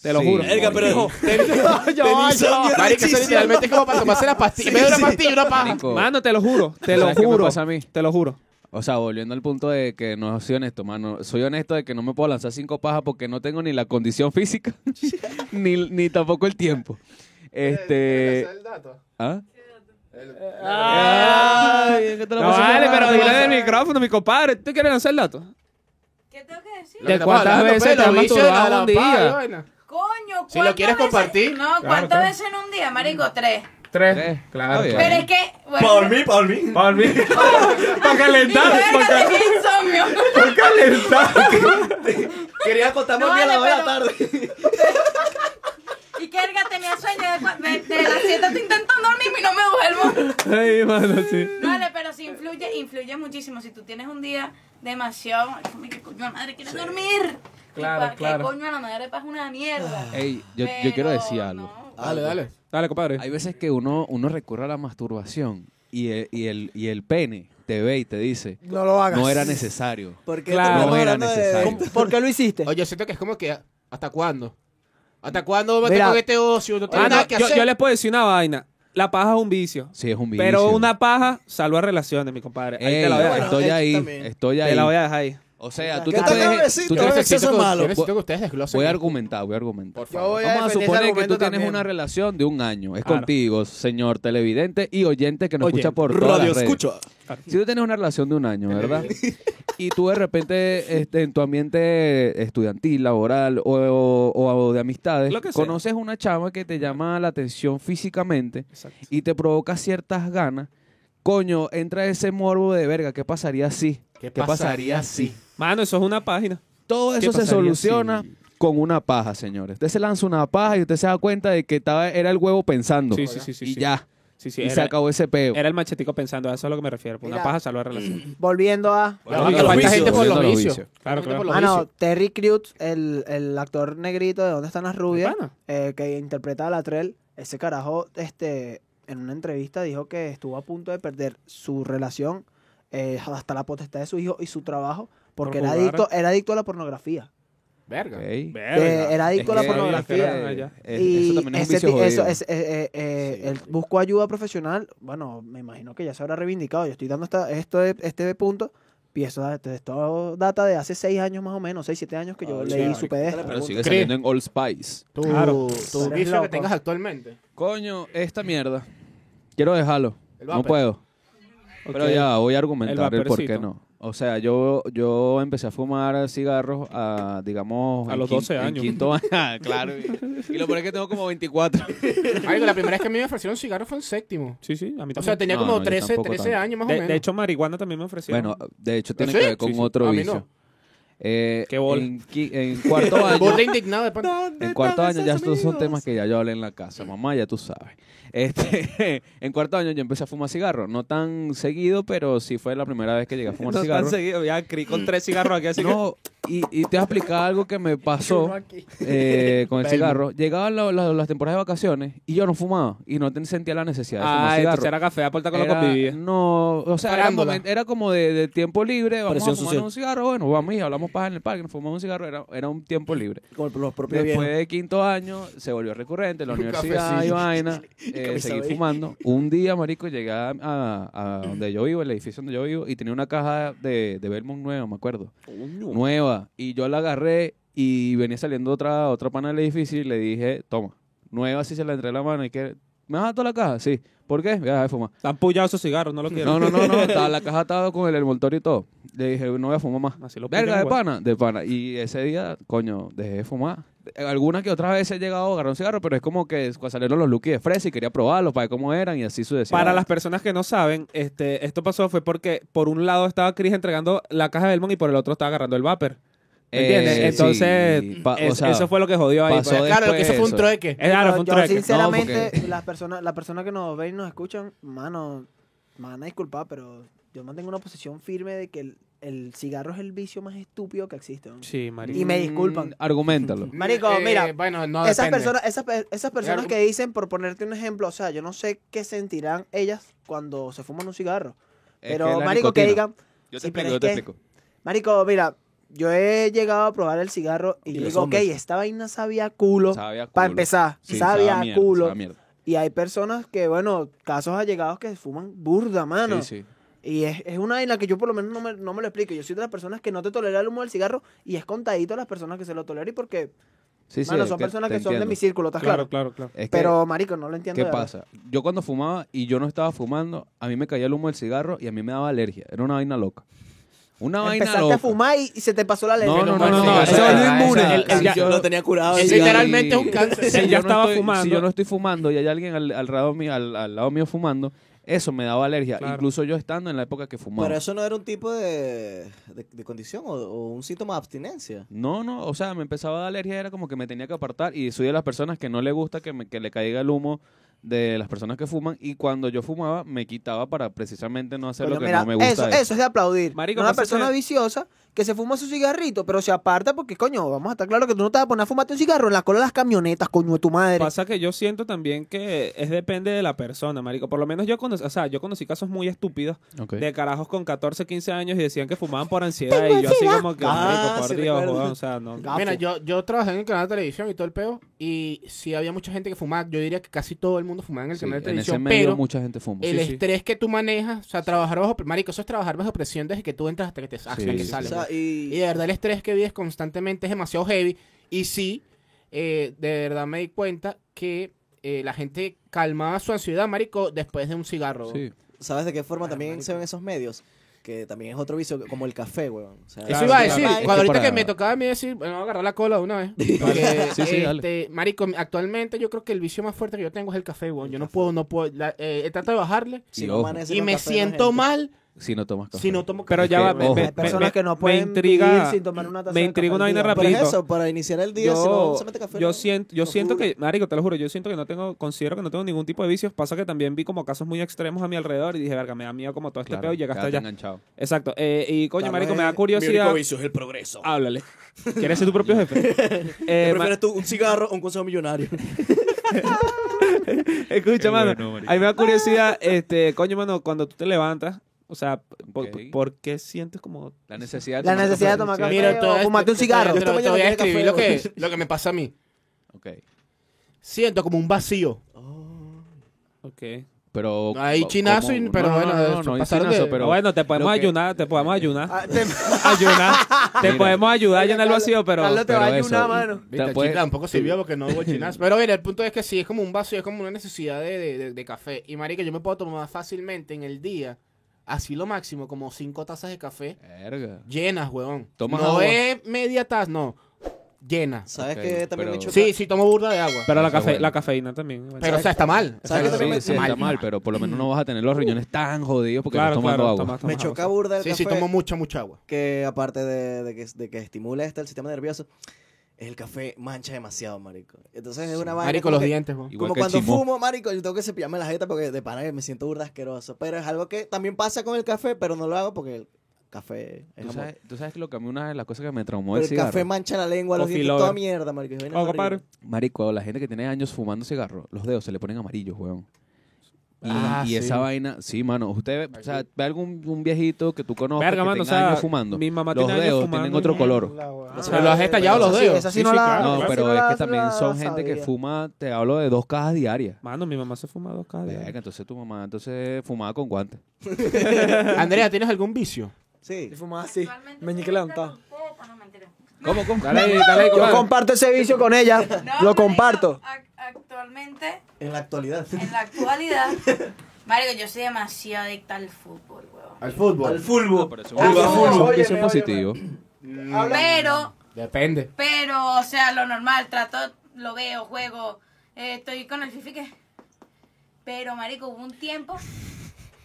Speaker 3: Te lo
Speaker 1: Sí.
Speaker 3: juro.
Speaker 4: Verga, pero
Speaker 1: Hijo,
Speaker 4: Tenía insomnio
Speaker 5: Marica, eso
Speaker 4: rechísimo.
Speaker 5: literalmente es como para tomarse la pastilla.
Speaker 4: Sí,
Speaker 5: en vez de
Speaker 4: sí.
Speaker 5: una pastilla, una paja.
Speaker 1: Marico,
Speaker 3: Mano, te lo juro, te lo
Speaker 1: ¿sabes qué me
Speaker 3: juro.
Speaker 1: pasa a mí?
Speaker 3: Te lo juro.
Speaker 1: O sea, volviendo al punto de que no soy honesto, mano. Soy honesto de que no me puedo lanzar cinco pajas porque no tengo ni la condición física, ni, ni tampoco el tiempo. Este. ¿Ah? Ay, es que te lo
Speaker 3: No
Speaker 1: puse
Speaker 3: vale,
Speaker 1: muy
Speaker 3: pero
Speaker 1: raro,
Speaker 3: dile
Speaker 1: pasa.
Speaker 3: del micrófono, mi compadre. ¿Tú quieres lanzar el dato?
Speaker 7: ¿Qué tengo que decir?
Speaker 5: Lo que
Speaker 3: ¿De
Speaker 5: estamos
Speaker 3: cuántas
Speaker 5: hablando,
Speaker 3: veces
Speaker 5: pues,
Speaker 3: te
Speaker 5: los
Speaker 3: has
Speaker 5: vicios de
Speaker 3: masturbado
Speaker 5: la-
Speaker 3: un
Speaker 5: la paja,
Speaker 3: día?
Speaker 5: vaina.
Speaker 7: Coño,
Speaker 5: Si lo
Speaker 7: ¿cuántas
Speaker 5: quieres
Speaker 7: veces-
Speaker 5: compartir.
Speaker 7: No, ¿cuántas veces en un día, marico? Tres.
Speaker 1: Tres.
Speaker 3: claro.
Speaker 1: Está bien.
Speaker 7: Pero es que... Bueno,
Speaker 4: Por mí, por mí.
Speaker 3: Para mí. Para
Speaker 7: y verga, tenía insomnio.
Speaker 4: Quería contarme
Speaker 7: No,
Speaker 4: a la
Speaker 7: vale,
Speaker 4: hora tarde.
Speaker 7: Y que verga, tenía sueño. De, cua- de, de las siete estoy intentando dormir y no me duermo.
Speaker 3: Ay, mano, sí.
Speaker 7: No, vale, pero sí influye, influye muchísimo. Si tú tienes un día demasiado... ay, coño, ¿Qué coño de la madre quieres dormir?
Speaker 3: Claro,
Speaker 7: Igual que
Speaker 3: claro.
Speaker 7: coño de la madre es una mierda.
Speaker 1: Ey, yo, yo
Speaker 7: Pero
Speaker 1: quiero decir algo.
Speaker 7: no.
Speaker 5: Dale, dale.
Speaker 3: Dale, compadre.
Speaker 1: Hay veces que uno, uno recurre a la masturbación y el, y, el, y el pene te ve y te dice,
Speaker 2: No lo hagas.
Speaker 1: no era necesario.
Speaker 4: Porque
Speaker 3: Claro.
Speaker 4: estamos
Speaker 1: No era
Speaker 4: hablando de-
Speaker 1: necesario.
Speaker 2: ¿Por qué lo hiciste?
Speaker 5: Oye, siento que es como que, ¿hasta cuándo? ¿Hasta cuándo me
Speaker 2: Mira.
Speaker 5: tengo este ocio? No tengo
Speaker 3: Mano,
Speaker 5: nada que
Speaker 3: Ah, yo,
Speaker 5: hacer.
Speaker 3: yo les puedo decir una vaina. La paja es un vicio.
Speaker 1: Sí, es un vicio.
Speaker 3: Pero una paja salva relaciones, mi compadre. Ahí
Speaker 1: Ey,
Speaker 3: te la voy a
Speaker 4: bueno,
Speaker 3: dejar.
Speaker 1: estoy
Speaker 4: eh,
Speaker 1: ahí,
Speaker 4: también.
Speaker 1: estoy ahí.
Speaker 3: Te la voy a dejar ahí.
Speaker 1: O sea,
Speaker 2: ¿Qué
Speaker 1: tú te
Speaker 2: tal,
Speaker 1: puedes...
Speaker 4: cabecito?
Speaker 1: tú
Speaker 5: Yo
Speaker 4: Eso
Speaker 1: tienes-
Speaker 4: es
Speaker 5: necesito, que-
Speaker 4: malo.
Speaker 5: yo necesito que ustedes desglosen.
Speaker 1: voy a
Speaker 5: esto,
Speaker 1: argumentar, voy a argumentar.
Speaker 5: eh. Por favor.
Speaker 1: Vamos a suponer que tú tienes una relación de un año. Es
Speaker 3: Claro.
Speaker 1: contigo, señor televidente y oyente que nos escucha
Speaker 5: Oyente.
Speaker 1: por todas
Speaker 4: Radio
Speaker 1: las redes.
Speaker 4: escucha.
Speaker 1: Si tú tienes una relación de un año, ¿verdad? Y tú de repente este, en tu ambiente estudiantil, laboral o, o- o de amistades,
Speaker 3: Lo que sea.
Speaker 1: conoces una chava que te llama la atención físicamente
Speaker 3: Exacto.
Speaker 1: y te provoca ciertas ganas, coño, entra ese morbo de verga, ¿qué pasaría si?
Speaker 5: ¿Qué pasaría si?
Speaker 3: Mano, eso es una página.
Speaker 1: Todo
Speaker 3: ¿Qué
Speaker 1: eso se
Speaker 3: pasaría
Speaker 1: soluciona
Speaker 3: si?
Speaker 1: con una paja, señores. Usted se lanza una paja y usted se da cuenta de que estaba, era el huevo pensando.
Speaker 3: Sí, sí, sí, sí,
Speaker 1: y
Speaker 3: sí.
Speaker 1: ya.
Speaker 3: Sí, sí,
Speaker 1: y
Speaker 3: era,
Speaker 1: se acabó ese peo.
Speaker 3: era el machetico pensando, a eso es a lo que me refiero. pues, Una
Speaker 2: Mira.
Speaker 3: paja salva relaciones.
Speaker 2: Volviendo a.
Speaker 5: Bueno,
Speaker 3: Los
Speaker 5: que falta
Speaker 4: vicios.
Speaker 5: gente por los
Speaker 1: Volviendo a los
Speaker 5: vicios.
Speaker 1: vicios.
Speaker 3: Claro,
Speaker 5: Gente por
Speaker 3: claro.
Speaker 5: los
Speaker 2: Ah, no,
Speaker 5: vicios.
Speaker 2: Terry Crews, el, el actor negrito de ¿Dónde están las rubias?
Speaker 3: Pana.
Speaker 2: eh, que interpreta a Latrell. Ese carajo, este, en una entrevista dijo que estuvo a punto de perder su relación eh, hasta la potestad de su hijo y su trabajo porque
Speaker 3: Por
Speaker 2: era
Speaker 3: jugar.
Speaker 2: adicto, era adicto a la pornografía.
Speaker 5: Verga.
Speaker 1: Ok.
Speaker 2: Eh, era adicto a
Speaker 1: Es
Speaker 2: la
Speaker 1: que-
Speaker 2: pornografía.
Speaker 3: es que-
Speaker 1: Eh,
Speaker 2: y
Speaker 1: eso también es un
Speaker 2: ese
Speaker 1: vicio
Speaker 2: ti- eso,
Speaker 1: jodido.
Speaker 2: es- eh, eh, eh, él buscó ayuda profesional. Bueno, me imagino que ya se habrá reivindicado. Yo estoy dando esta, esto de- este punto. Y eso da- esto data de hace seis años más o menos, seis, siete años que yo
Speaker 4: Ah,
Speaker 2: leí
Speaker 4: sí,
Speaker 2: su
Speaker 4: ahorita la
Speaker 2: PDF.
Speaker 1: Pero sigue
Speaker 5: Cris.
Speaker 1: saliendo en Old Spice.
Speaker 5: Tu,
Speaker 3: Claro.
Speaker 5: tu
Speaker 2: Eres
Speaker 5: vicio
Speaker 2: loco.
Speaker 5: que tengas actualmente.
Speaker 1: Coño, esta mierda. Quiero dejarlo.
Speaker 5: El
Speaker 1: No
Speaker 5: vapor.
Speaker 1: puedo. Pero
Speaker 3: Ok.
Speaker 1: ya voy a argumentar el,
Speaker 3: El
Speaker 1: por qué
Speaker 3: vaporcito.
Speaker 1: no. O sea, yo, yo empecé a fumar cigarros a, digamos...
Speaker 3: A
Speaker 1: en
Speaker 3: los
Speaker 1: quin-
Speaker 3: 12
Speaker 1: en
Speaker 3: años.
Speaker 1: quinto año. claro. Y lo peor es que tengo como 24.
Speaker 5: Marico, la primera vez que a mí me ofrecieron cigarro fue en séptimo.
Speaker 3: Sí, sí, a mí
Speaker 5: O sea,
Speaker 3: también.
Speaker 5: tenía
Speaker 1: No, no,
Speaker 5: como
Speaker 1: yo
Speaker 5: 13,
Speaker 1: tampoco
Speaker 5: 13
Speaker 1: tanto.
Speaker 5: años más o
Speaker 3: de,
Speaker 5: menos.
Speaker 3: de hecho, marihuana también me ofrecieron.
Speaker 1: Bueno, de hecho tiene
Speaker 5: ¿Sí?
Speaker 1: que ver con
Speaker 5: Sí, sí.
Speaker 1: otro
Speaker 5: A mí
Speaker 1: vicio.
Speaker 5: no.
Speaker 1: Eh,
Speaker 3: Qué bola.
Speaker 1: En, qui- en cuarto año...
Speaker 5: Burda indignado de pana.
Speaker 1: En cuarto año ya estos son temas que ya yo hablé en la casa, mamá, ya tú sabes. Este, en cuarto año yo empecé a fumar cigarro, no tan seguido, pero sí fue la primera vez que llegué a fumar
Speaker 3: no
Speaker 1: cigarro.
Speaker 3: tan seguido. Ya, Cri
Speaker 5: Mm.
Speaker 3: con tres cigarros aquí, así
Speaker 1: No, y, y te voy a explicar algo que me pasó eh, con el cigarro. Llegaban la- la- las temporadas de vacaciones y yo no fumaba y no ten- sentía la necesidad
Speaker 3: que.
Speaker 1: de fumar cigarro.
Speaker 3: Ay, Ah, entonces era café, aporta con lo
Speaker 1: Era-
Speaker 3: convivía.
Speaker 1: No, o sea, era,
Speaker 5: Farándula.
Speaker 1: momen- era como de, de tiempo libre, vamos
Speaker 4: Presión
Speaker 1: a fumar
Speaker 4: social.
Speaker 1: un cigarro, bueno, vamos y hablamos paja en el parque, nos fumamos un cigarro, era, era un tiempo libre.
Speaker 4: Con los propios
Speaker 1: Después
Speaker 4: viejos.
Speaker 1: de quinto año se volvió recurrente, la
Speaker 5: Un
Speaker 1: universidad y
Speaker 5: cafecillo.
Speaker 1: vaina, eh,
Speaker 4: Camisa
Speaker 1: seguí
Speaker 4: beige.
Speaker 1: fumando. Un día, marico, llegué a, a- a donde yo vivo, el edificio donde yo vivo, y tenía una caja de, de Belmont nueva, me acuerdo, nueva, y yo la agarré y venía saliendo otra, otra pana del edificio y le dije, toma, nueva, si se la entré en la mano y que... ¿Me vas a dar toda la caja? Sí. ¿Por qué? Voy a dejar de fumar.
Speaker 3: Están pullados esos cigarros, no los
Speaker 1: No,
Speaker 3: quiero.
Speaker 1: no, no, no. estaba la caja atada con el envoltorio y todo. Le dije, no voy a fumar más.
Speaker 3: Así lo
Speaker 1: Verga, de
Speaker 3: pillan,
Speaker 1: pana, de pana. Y ese día, coño, dejé de fumar. Algunas que otras veces he llegado a agarrar un cigarro, pero es como que cuando salieron los lookies de fresa y quería probarlos para ver cómo eran y así sucesivamente.
Speaker 3: Para las personas que no saben, este, esto pasó fue porque por un lado estaba Chris entregando la caja de Belmont y por el otro estaba agarrando el vapor. ¿Me
Speaker 1: Eh,
Speaker 3: entiendes?
Speaker 1: sí.
Speaker 3: Entonces,
Speaker 1: Pa- o
Speaker 3: es-
Speaker 1: sea,
Speaker 3: eso fue lo que jodió ahí.
Speaker 1: pasó
Speaker 3: pues.
Speaker 5: Claro, lo que eso fue un
Speaker 1: eso.
Speaker 5: trueque.
Speaker 3: Es raro, fue un
Speaker 2: yo,
Speaker 3: trueque.
Speaker 2: sinceramente, las personas las personas que nos ven y nos escuchan, mano, me van a disculpar, pero yo mantengo una posición firme de que el, el cigarro es el vicio más estúpido que existe. ¿no?
Speaker 3: Sí, marico.
Speaker 2: Y me disculpan.
Speaker 1: Mm, arguméntalo.
Speaker 2: Marico, mira,
Speaker 5: Eh, Bueno, no
Speaker 2: esas
Speaker 5: depende.
Speaker 2: personas, esas, pe- esas personas
Speaker 5: algo-
Speaker 2: que dicen, por ponerte un ejemplo, o sea, yo no sé qué sentirán ellas cuando se fuman un cigarro.
Speaker 1: Es
Speaker 2: Pero,
Speaker 1: que la
Speaker 2: marico, que
Speaker 1: nicotina.
Speaker 2: digan,
Speaker 1: Yo te
Speaker 2: sí,
Speaker 1: explico,
Speaker 2: pero
Speaker 1: yo te
Speaker 2: es que-
Speaker 1: explico.
Speaker 2: marico, mira, yo he llegado a probar el cigarro y, yo
Speaker 4: los
Speaker 2: digo, ok,
Speaker 4: hombres.
Speaker 2: esta vaina sabía a culo.
Speaker 1: Sabe a culo.
Speaker 2: Para empezar,
Speaker 1: Sí,
Speaker 2: sabía
Speaker 1: sabe a
Speaker 2: a
Speaker 1: mierda,
Speaker 2: culo.
Speaker 1: sabe a mierda.
Speaker 2: y hay personas que, bueno, casos allegados que fuman burda, mano.
Speaker 1: Sí, sí.
Speaker 2: Y es, es una vaina que yo por lo menos no me, no me lo explico. Yo soy de las personas que no te tolera el humo del cigarro y es contadito las personas que se lo toleran y porque,
Speaker 1: Sí, sí,
Speaker 2: mano,
Speaker 1: es
Speaker 2: son personas
Speaker 1: te
Speaker 2: que son de
Speaker 1: entiendo.
Speaker 2: mi círculo, ¿estás claro?
Speaker 3: Claro, claro, claro.
Speaker 1: Es que-
Speaker 2: Pero, marico, no lo entiendo.
Speaker 1: ¿Qué
Speaker 2: de verdad.
Speaker 1: pasa? Yo cuando fumaba y yo no estaba fumando, a mí me caía el humo del cigarro y a mí me daba alergia. Era una vaina loca. Una vaina
Speaker 2: Empezaste
Speaker 1: loca.
Speaker 2: a fumar y, y se te pasó la alergia.
Speaker 1: No, no, no,
Speaker 5: mal
Speaker 1: no,
Speaker 5: sí,
Speaker 1: no,
Speaker 5: o
Speaker 1: eso
Speaker 5: sea,
Speaker 1: volvió
Speaker 5: esa-
Speaker 1: inmune.
Speaker 5: el-
Speaker 1: Si
Speaker 3: el- ya-
Speaker 1: yo-
Speaker 4: Lo tenía curado.
Speaker 5: Sí,
Speaker 1: si-
Speaker 5: literalmente es un cáncer.
Speaker 1: si
Speaker 3: Él
Speaker 1: yo
Speaker 3: ya
Speaker 1: no
Speaker 3: estaba
Speaker 1: estoy- Si
Speaker 3: fumando.
Speaker 1: yo no estoy fumando y hay alguien al, al lado mío, al, al lado mío fumando, eso me daba alergia.
Speaker 3: Claro.
Speaker 1: Incluso yo estando en la época que fumaba.
Speaker 4: Pero eso no era un tipo de, de, de condición o, o un síntoma de abstinencia.
Speaker 1: No, no, o sea, me empezaba a dar alergia, era como que me tenía que apartar y soy de las personas que no le gusta que, me- que le caiga el humo de las personas que fuman y cuando yo fumaba me quitaba para precisamente no hacer
Speaker 2: Coño,
Speaker 1: lo que
Speaker 2: mira,
Speaker 1: no me gusta.
Speaker 2: eso,
Speaker 1: de-
Speaker 2: eso es de aplaudir.
Speaker 3: Marico,
Speaker 2: una
Speaker 3: pasa
Speaker 2: persona
Speaker 3: que-
Speaker 2: viciosa que se fuma su cigarrito, pero se aparta porque, coño, vamos a estar claro que tú no te vas a poner a fumarte un cigarro en la cola de las camionetas, coño, de tu madre.
Speaker 3: Pasa que yo siento también que es depende de la persona, marico. Por lo menos yo conocí, o sea, yo conocí casos muy estúpidos
Speaker 1: Ok.
Speaker 3: de carajos con 14, 15 años y decían que fumaban por ansiedad y yo así como que,
Speaker 4: Ah,
Speaker 3: marico, por
Speaker 4: sí
Speaker 3: Dios,
Speaker 4: recuerdo.
Speaker 3: joder, o sea, no.
Speaker 1: Ah,
Speaker 2: Gafo.
Speaker 5: Mira, yo, yo trabajé en el canal de televisión y todo el peo. Y sí había mucha gente que fumaba. Yo diría que casi todo el mundo fumaba en el
Speaker 1: Sí,
Speaker 5: canal de
Speaker 1: en ese
Speaker 5: televisión.
Speaker 1: medio
Speaker 5: pero
Speaker 1: mucha gente fuma.
Speaker 5: el
Speaker 1: Sí, sí.
Speaker 5: estrés que tú manejas, o sea, trabajar bajo. Marico, eso es trabajar bajo presión desde que tú entras hasta que te hasta
Speaker 1: Sí,
Speaker 5: que
Speaker 1: sí,
Speaker 4: O
Speaker 5: sales.
Speaker 3: pues.
Speaker 4: sea,
Speaker 5: güey. Y
Speaker 4: y,
Speaker 5: de verdad, el estrés que vives constantemente es demasiado heavy. Y sí, eh, de verdad me di cuenta que eh, la gente calmaba su ansiedad, Marico, después de un cigarro. güey.
Speaker 1: Sí.
Speaker 4: ¿sabes de qué forma también se ven esos medios? Que también es otro vicio, como el café, weón. O sea,
Speaker 5: Eso iba
Speaker 3: claro.
Speaker 5: a decir,
Speaker 1: Es
Speaker 5: cuando
Speaker 1: que
Speaker 5: ahorita
Speaker 1: para-
Speaker 5: que me tocaba a mí decir, bueno, voy a agarrar la cola de una vez. Porque,
Speaker 1: Sí, sí, dale.
Speaker 5: este, marico, actualmente yo creo que el vicio más fuerte que yo tengo es el café, weón. Yo no puedo, no puedo, la- eh, he tratado de bajarle
Speaker 4: si
Speaker 1: Y
Speaker 4: no
Speaker 1: ojo,
Speaker 4: amanece
Speaker 5: y
Speaker 4: con
Speaker 5: me
Speaker 4: café, no
Speaker 5: siento
Speaker 4: gente.
Speaker 5: mal
Speaker 1: Si no tomas café.
Speaker 5: si no tomo
Speaker 3: Pero
Speaker 5: café.
Speaker 3: ya va,
Speaker 1: Ojo.
Speaker 3: me,
Speaker 2: Hay
Speaker 3: me-
Speaker 2: personas
Speaker 3: me-
Speaker 2: que no
Speaker 3: me
Speaker 2: pueden
Speaker 3: intriga,
Speaker 2: vivir sin tomar una taza
Speaker 3: me
Speaker 2: de
Speaker 3: intriga
Speaker 2: café
Speaker 3: una
Speaker 2: al
Speaker 3: vaina
Speaker 2: día.
Speaker 4: Pero es
Speaker 3: rapidito.
Speaker 4: eso, para iniciar el día, si no se
Speaker 3: Yo,
Speaker 4: mete café.
Speaker 3: yo
Speaker 4: no.
Speaker 3: siento, yo
Speaker 4: no
Speaker 3: siento
Speaker 4: fluye.
Speaker 3: que, marico, te lo juro, yo siento que no tengo, considero que no tengo ningún tipo de vicios. Pasa que también vi como casos muy extremos a mi alrededor y dije, verga, me da miedo como todo este
Speaker 1: Claro,
Speaker 3: pedo y llegaste
Speaker 1: quédate
Speaker 3: allá.
Speaker 1: enganchado.
Speaker 3: Exacto. Eh, y coño,
Speaker 4: Tal
Speaker 3: marico,
Speaker 4: vez
Speaker 3: me da curiosidad.
Speaker 4: es el progreso.
Speaker 3: Háblale. ¿Quieres ser tu propio jefe? Eh, ma-
Speaker 4: ¿Prefieres tú un cigarro o un consejo millonario?
Speaker 3: Escucha,
Speaker 6: Qué
Speaker 3: mano.
Speaker 6: bueno, marico.
Speaker 4: Ah.
Speaker 3: ahí me da curiosidad, este, coño, mano, cuando tú te levantas, O sea, ¿por,
Speaker 1: Ok.
Speaker 3: por qué sientes como...
Speaker 1: La necesidad
Speaker 2: La necesidad de tomar
Speaker 1: café.
Speaker 2: café.
Speaker 1: Mira,
Speaker 5: te voy a-
Speaker 2: fumate un
Speaker 5: te- te-
Speaker 2: cigarro.
Speaker 5: Te, te-
Speaker 4: Esta
Speaker 5: te
Speaker 4: mañana
Speaker 5: voy a
Speaker 4: tiene café,
Speaker 5: escribir lo
Speaker 4: güey.
Speaker 5: que, lo que me pasa a mí.
Speaker 1: Ok.
Speaker 5: Siento como un vacío.
Speaker 3: Ok.
Speaker 1: Pero.
Speaker 5: Ahí
Speaker 1: ¿cómo?
Speaker 5: chinazo, y-
Speaker 1: No,
Speaker 5: pero
Speaker 1: no,
Speaker 5: bueno,
Speaker 1: no, no,
Speaker 5: esto
Speaker 1: no, hay
Speaker 5: pasaron
Speaker 1: chinazo,
Speaker 5: de-
Speaker 1: pero.
Speaker 3: Ah, bueno, te podemos
Speaker 1: lo que- Eh,
Speaker 3: ayunar, te podemos ayunar.
Speaker 2: Ah, te-
Speaker 3: ayunar. Te
Speaker 1: Mira.
Speaker 3: podemos ayudar a llenar el vacío, pero...
Speaker 2: Carlos te
Speaker 1: pero
Speaker 2: va a
Speaker 1: eso,
Speaker 2: ayunar, mano.
Speaker 1: te
Speaker 5: Viste, el
Speaker 1: puedes-
Speaker 5: chip tampoco sirvió porque no hubo chinas. Pero mira, el punto es que sí, es como un vaso y es como una necesidad de, de- de- de café. Y marica, yo me puedo tomar fácilmente en el día, así lo máximo, como cinco tazas de café
Speaker 1: Verga.
Speaker 5: llenas, huevón.
Speaker 1: Tomas
Speaker 5: no
Speaker 1: agua.
Speaker 5: es media taza, no. Llenas.
Speaker 4: ¿Sabes
Speaker 1: Ok,
Speaker 4: que también me
Speaker 1: pero-
Speaker 4: choca?
Speaker 5: Sí, sí tomo burda de agua. Pero,
Speaker 3: Pero la,
Speaker 1: Eso es
Speaker 3: cafe-
Speaker 1: bueno.
Speaker 3: la cafeína también. bueno.
Speaker 5: o sea, está mal. O sea,
Speaker 4: ¿Sabes qué
Speaker 1: Sí,
Speaker 4: también me-
Speaker 1: sí, está mal, pero por lo menos no vas a tener los riñones tan jodidos porque
Speaker 3: claro,
Speaker 1: estás tomando
Speaker 3: claro,
Speaker 1: agua.
Speaker 3: tomas-
Speaker 4: Me
Speaker 3: tomas
Speaker 4: choca
Speaker 3: agua.
Speaker 4: burda el
Speaker 5: Sí, sí,
Speaker 4: café,
Speaker 5: tomo mucha, mucha agua.
Speaker 4: que aparte de, de que, de que estimula este el sistema nervioso, el café mancha demasiado, marico. Entonces es una vaina
Speaker 5: Marico,
Speaker 4: como
Speaker 5: los
Speaker 4: que-
Speaker 5: dientes, huevón.
Speaker 1: Igual
Speaker 4: como
Speaker 1: que el
Speaker 4: cuando
Speaker 1: chimó.
Speaker 4: fumo, marico, yo tengo que cepillarme la jeta porque de pana que me siento burda asqueroso. Pero es algo que también pasa con el café, pero no lo hago porque el café es
Speaker 1: ¿Tú
Speaker 4: amor.
Speaker 1: sabes, tú sabes que lo que a mí una de las cosas que me traumó
Speaker 4: Pero
Speaker 1: el
Speaker 4: el
Speaker 1: cigarro.
Speaker 4: café mancha la lengua, los
Speaker 3: Coffee
Speaker 4: dientes,
Speaker 3: lover.
Speaker 4: toda mierda, marico. es vaina
Speaker 3: Oh,
Speaker 4: horrible.
Speaker 3: compadre.
Speaker 1: Marico, la gente que tiene años fumando cigarro, los dedos se le ponen amarillos, weón. Y,
Speaker 5: Ah,
Speaker 1: y
Speaker 5: sí.
Speaker 1: esa vaina, sí, mano. Usted ve, o sea, ve algún un viejito que tú conozcas
Speaker 3: Verga,
Speaker 1: que
Speaker 3: mano, o
Speaker 1: tenga
Speaker 3: sea,
Speaker 1: años fumando.
Speaker 3: mi mamá
Speaker 1: los
Speaker 3: tiene años
Speaker 1: dedos
Speaker 3: fumando
Speaker 1: tienen
Speaker 3: y-
Speaker 1: otro color.
Speaker 4: O sea,
Speaker 5: Pero lo has estallado los
Speaker 2: Esa sí,
Speaker 5: dedos.
Speaker 2: esa sí
Speaker 5: Sí,
Speaker 2: no
Speaker 5: sí,
Speaker 2: la-
Speaker 3: Ah,
Speaker 5: claro.
Speaker 1: No,
Speaker 2: esa
Speaker 1: pero
Speaker 2: no
Speaker 1: es
Speaker 2: la-
Speaker 1: que
Speaker 2: esa no
Speaker 1: también
Speaker 2: la
Speaker 1: son gente que
Speaker 2: sabía.
Speaker 1: fuma, te hablo de dos cajas diarias.
Speaker 3: Mano, mi mamá se fuma dos cada día.
Speaker 1: Verga, entonces tu mamá entonces fumaba con guantes.
Speaker 5: Andrea, ¿tienes algún vicio?
Speaker 4: Sí.
Speaker 2: Y fumaba así,
Speaker 7: Actualmente
Speaker 2: meñique
Speaker 7: soy
Speaker 2: levantado.
Speaker 7: interrumpo, no, mentira.
Speaker 1: ¿Cómo, cómo?
Speaker 3: Dale ahí, dale ahí,
Speaker 2: Yo
Speaker 3: compadre.
Speaker 2: comparto ese vicio con ella.
Speaker 7: No,
Speaker 2: Lo
Speaker 7: marico,
Speaker 2: comparto.
Speaker 7: ac- Actualmente,
Speaker 4: En la actualidad.
Speaker 7: en la actualidad, Marico, yo soy demasiado adicta al fútbol, huevón.
Speaker 5: Al fútbol.
Speaker 4: Al fulbo.
Speaker 2: Oye,
Speaker 1: Eso
Speaker 2: oye,
Speaker 1: es
Speaker 2: oye,
Speaker 1: positivo.
Speaker 7: Pero,
Speaker 5: Depende.
Speaker 7: pero, o sea, lo normal, trato, lo veo, juego, eh, estoy con el fifi que... Pero, marico, hubo un tiempo,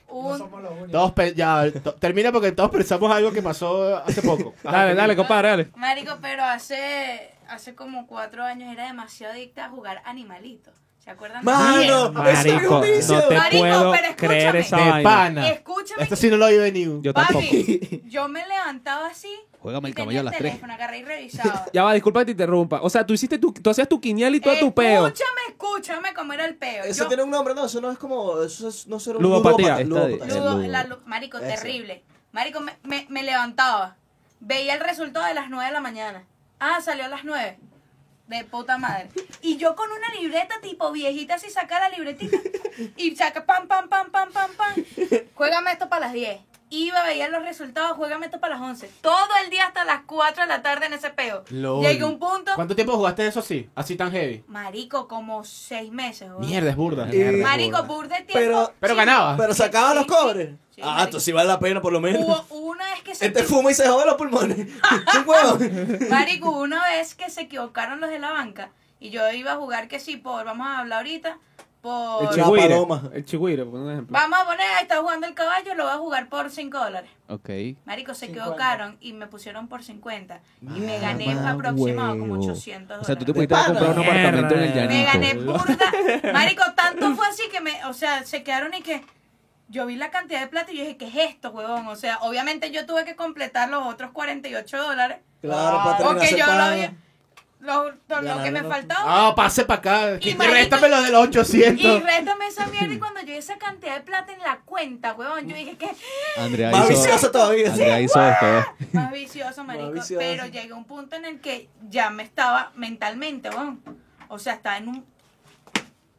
Speaker 7: hubo un...
Speaker 5: Todos pe- ya, to- termina porque todos pensamos algo que pasó hace poco. Ajá,
Speaker 3: Dale, dale,
Speaker 5: termina.
Speaker 3: compadre, dale.
Speaker 7: Marico, pero hace, hace como cuatro años era demasiado adicta a jugar animalito. ¿Se acuerdan? de eso?
Speaker 4: ¡Mano! ¡Eso es
Speaker 3: Marico,
Speaker 4: un vicio!
Speaker 3: no te
Speaker 7: Marico,
Speaker 3: puedo
Speaker 7: pero escúchame.
Speaker 3: creer esa
Speaker 5: De
Speaker 3: vaina.
Speaker 5: pana.
Speaker 7: Escúchame.
Speaker 5: Esto sí no lo oí venir.
Speaker 3: Yo tampoco.
Speaker 7: Papi, yo me levantaba así.
Speaker 1: Juégame
Speaker 7: y
Speaker 1: el
Speaker 7: tenía
Speaker 1: caballo a las
Speaker 7: el
Speaker 1: tres.
Speaker 7: teléfono, agarré y revisaba.
Speaker 3: Ya va, disculpa que te interrumpa. O sea, tú hiciste tu, tú hacías tu quiniela y todo tu peo.
Speaker 7: Escúchame, escúchame cómo era el peo.
Speaker 4: Eso
Speaker 7: Yo-
Speaker 4: tiene un nombre, no, eso no es como. Eso es, no será un
Speaker 3: Ludopatía.
Speaker 4: ludópata,
Speaker 1: Está de-
Speaker 4: ludópata.
Speaker 7: Ludo,
Speaker 1: Ludo.
Speaker 7: la lu- marico,
Speaker 4: Eso.
Speaker 7: terrible. Marico, me, me- me levantaba. Veía el resultado de las 9 de la mañana. Ah, salió a las 9. De puta madre. Y yo con una libreta tipo viejita así saca la libretita. Y saca pam, pam, pam, pam, pam, pam. Juégame esto para las 10. Iba, veía los resultados, juégame esto para las 11. Todo el día hasta las 4 de la tarde en ese peo.
Speaker 5: Lol.
Speaker 7: Llegué a un punto.
Speaker 5: ¿Cuánto tiempo jugaste eso así? Así tan heavy.
Speaker 7: Marico, como 6 meses. weón.
Speaker 5: Mierda, es burda.
Speaker 4: Y-
Speaker 7: Marico, burde tiempo.
Speaker 4: Pero-
Speaker 5: Pero
Speaker 7: Sí.
Speaker 5: ganaba.
Speaker 4: Pero sacaban los
Speaker 7: Sí, sí,
Speaker 4: cobres.
Speaker 7: sí,
Speaker 4: ah,
Speaker 7: marico.
Speaker 4: tú sí vale la pena, por lo menos.
Speaker 7: Hubo hubo una vez que se
Speaker 4: Este fuma y se jode los pulmones. Un huevo.
Speaker 7: Marico, hubo una vez que se equivocaron los de la banca y yo iba a jugar que sí, por, vamos a hablar ahorita,
Speaker 4: El
Speaker 7: por...
Speaker 4: chihuahua.
Speaker 3: chigüire.
Speaker 4: paloma.
Speaker 3: El chigüire, por un ejemplo.
Speaker 7: Vamos a poner, ahí está jugando el caballo, lo voy a jugar por 5 dólares.
Speaker 1: Ok.
Speaker 7: Marico, se equivocaron y me pusieron por 50 y me gané aproximado como 800
Speaker 1: Ah, O
Speaker 7: dólares.
Speaker 1: sea, tú te pudiste
Speaker 4: De
Speaker 1: haber comprado un
Speaker 3: pana.
Speaker 1: apartamento en el
Speaker 3: Mierda.
Speaker 7: Me gané
Speaker 1: llanito.
Speaker 7: burda. Marico, tanto fue así que me, o sea, se quedaron y que yo vi la cantidad de plata y yo dije, ¿qué es esto, huevón? O sea, obviamente yo tuve que completar los otros 48 dólares.
Speaker 4: Claro, para terminar
Speaker 7: Porque yo lo
Speaker 4: separado.
Speaker 7: había, lo, lo que me
Speaker 4: Ganaron.
Speaker 7: faltaba.
Speaker 5: Ah, pase para acá.
Speaker 7: Y
Speaker 5: Y
Speaker 7: marico-
Speaker 5: réstame lo de los
Speaker 7: Y
Speaker 5: 800.
Speaker 7: rétame esa mierda
Speaker 4: Mm.
Speaker 7: y cuando yo vi esa cantidad de plata en la cuenta, huevón, yo dije que
Speaker 1: Andrea
Speaker 4: Más
Speaker 1: hizo,
Speaker 4: vicioso todavía.
Speaker 1: Andrea hizo esto.
Speaker 7: más vicioso, marico.
Speaker 4: vicioso.
Speaker 7: Pero llegué a un punto en el que ya me estaba mentalmente, huevón. O sea, estaba en un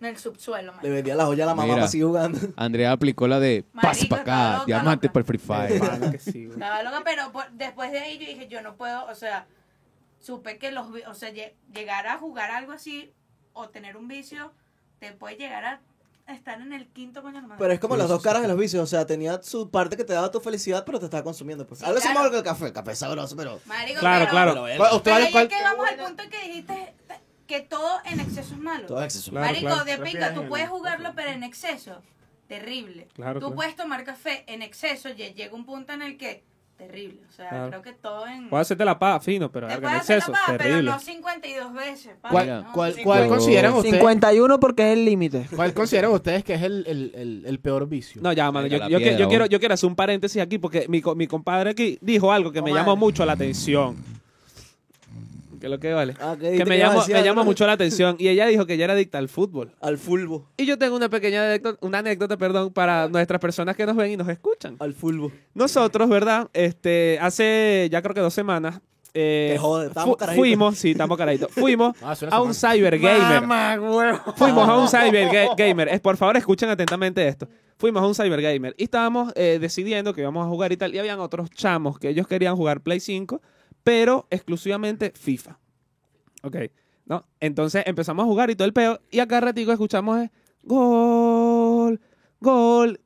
Speaker 7: en el subsuelo,
Speaker 4: Le
Speaker 7: marico.
Speaker 4: vendía la joya a la mamá
Speaker 1: Mira.
Speaker 4: para seguir jugando.
Speaker 1: Andrea aplicó la de pase
Speaker 7: Marico,
Speaker 1: para
Speaker 7: está
Speaker 1: acá,
Speaker 7: loca,
Speaker 1: diamante
Speaker 7: loca.
Speaker 1: para el Free Fire.
Speaker 3: Claro que sí, güey.
Speaker 7: Estaba loca, pero por- después de ahí yo dije, yo no puedo, o sea, supe que los, vi- o sea, lle- llegar a jugar algo así o tener un vicio te puede llegar a estar en el quinto coño de la madre.
Speaker 4: Pero es como las dos caras de los vicios. O sea, tenía su parte que te daba tu felicidad, pero te estaba consumiendo. Pues.
Speaker 7: Sí,
Speaker 4: Algo así
Speaker 7: claro.
Speaker 4: malo que el café. El café es sabroso, pero.
Speaker 7: Marico,
Speaker 3: Claro,
Speaker 7: pero-
Speaker 3: claro.
Speaker 4: Pero
Speaker 5: ¿Cuál-
Speaker 4: bueno,
Speaker 5: usted
Speaker 7: Pero
Speaker 5: vale
Speaker 7: es
Speaker 5: cuál-
Speaker 7: que vamos al punto que dijiste que todo en exceso es malo.
Speaker 4: todo es acceso.
Speaker 3: Claro,
Speaker 7: Marico,
Speaker 3: claro.
Speaker 7: de
Speaker 5: Respiras
Speaker 7: pinga,
Speaker 5: en
Speaker 7: tú
Speaker 5: el-
Speaker 7: puedes jugarlo, pero en exceso, terrible.
Speaker 3: Claro,
Speaker 7: tú
Speaker 3: claro.
Speaker 7: puedes tomar café en exceso, y llega un punto en el que, terrible. O sea,
Speaker 3: Claro.
Speaker 7: creo que todo en...
Speaker 3: Puedo hacerte la paja, fino, pero
Speaker 7: Te
Speaker 3: verga, en
Speaker 7: puedes hacer la
Speaker 3: exceso.
Speaker 7: paja, pero
Speaker 3: Terrible.
Speaker 7: no 52 veces. papi,
Speaker 5: ¿Cuál,
Speaker 1: Mira.
Speaker 7: no,
Speaker 5: cuál,
Speaker 7: sí.
Speaker 5: cuál
Speaker 1: Yo-
Speaker 5: consideran ustedes?
Speaker 2: 51 porque es el límite.
Speaker 5: ¿Cuál consideran ustedes que es el, el- el- el peor vicio?
Speaker 3: No, ya, mano.
Speaker 1: Venga,
Speaker 3: Yo,
Speaker 1: la
Speaker 3: yo que-
Speaker 1: piedra,
Speaker 3: yo quiero,
Speaker 1: vos.
Speaker 3: yo quiero hacer un paréntesis aquí porque mi, co- mi compadre aquí dijo algo que me
Speaker 2: Comadre.
Speaker 3: llamó mucho la atención. que lo que vale.
Speaker 4: Ah,
Speaker 3: Que
Speaker 4: dijiste
Speaker 3: me,
Speaker 4: ibas a
Speaker 3: llamó,
Speaker 4: decir
Speaker 3: me
Speaker 4: algo,
Speaker 3: llama
Speaker 4: ¿no?
Speaker 3: mucho la atención. Y ella dijo que ella era adicta al fútbol.
Speaker 4: Al fulbo.
Speaker 3: Y yo tengo una pequeña anécdota, una anécdota, perdón, para nuestras personas que nos ven y nos escuchan.
Speaker 4: Al fulbo.
Speaker 3: Nosotros, ¿verdad? Este, hace ya creo que dos semanas. eh,
Speaker 4: Te jode, estábamos
Speaker 3: fu-
Speaker 4: carajito.
Speaker 3: fuimos, sí, estamos caraditos. Fuimos
Speaker 5: Ah, hace una
Speaker 3: a un cybergamer. Fuimos a un cybergamer. Es, por favor, escuchen atentamente esto. Fuimos a un cybergamer y estábamos eh, decidiendo que íbamos a jugar y tal. Y habían otros chamos que ellos querían jugar Play 5, pero exclusivamente FIFA. Ok. ¿No? Entonces empezamos a jugar y todo el peo. Y acá ratico escuchamos eh, gol, gol.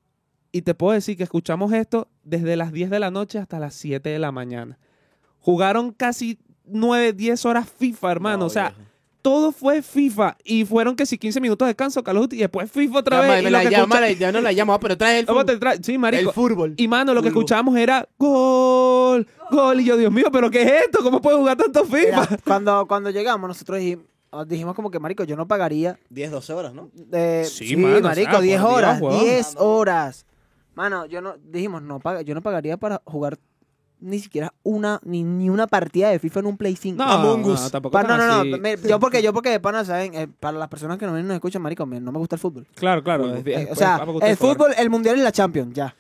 Speaker 3: Y te puedo decir que escuchamos esto desde las 10 de la noche hasta las 7 de la mañana. Jugaron casi 9, 10 horas FIFA, hermano.
Speaker 4: No,
Speaker 3: o sea,
Speaker 4: viejo.
Speaker 3: todo fue FIFA y fueron que si 15 minutos de descanso, Call of Duty, y después FIFA otra vez. y
Speaker 5: la
Speaker 3: lo que
Speaker 5: llama,
Speaker 3: escucha-
Speaker 5: la- ya no la llamaba, pero trae el
Speaker 3: Vamos a
Speaker 5: fútbol.
Speaker 3: te tra- Sí,
Speaker 5: El
Speaker 3: marico.
Speaker 5: fútbol.
Speaker 3: Y mano, lo que
Speaker 4: Fulbo.
Speaker 3: escuchábamos era gol, gol. Y yo, Dios mío, ¿pero qué es esto? ¿Cómo puede jugar tanto
Speaker 2: Mira,
Speaker 3: FIFA?
Speaker 2: cuando, cuando llegamos, nosotros dijim- dijimos, como que, marico, yo no pagaría.
Speaker 4: 10, 12 horas, ¿no?
Speaker 2: eh,
Speaker 3: Sí,
Speaker 2: sí,
Speaker 3: mano, o sea,
Speaker 2: marico,
Speaker 3: por
Speaker 2: 10
Speaker 3: Dios,
Speaker 2: horas.
Speaker 3: huevón.
Speaker 2: 10 horas. Mano, yo no, dijimos, no paga, yo no pagaría para jugar ni siquiera una, ni, ni una partida de FIFA en un Play 5.
Speaker 3: Among Us. no, tampoco
Speaker 2: Pa-
Speaker 3: tan
Speaker 2: no, no,
Speaker 3: así.
Speaker 2: no, me- yo porque, yo porque de pana, ¿saben? Eh, para las personas que no ven y nos escuchan, marico, me- no me gusta el fútbol.
Speaker 3: Claro, claro.
Speaker 2: Eh,
Speaker 3: desde-
Speaker 2: o
Speaker 3: después,
Speaker 2: sea,
Speaker 3: pues, vamos con
Speaker 2: el
Speaker 3: usted, por favor.
Speaker 2: fútbol, el mundial y la Champions, ya.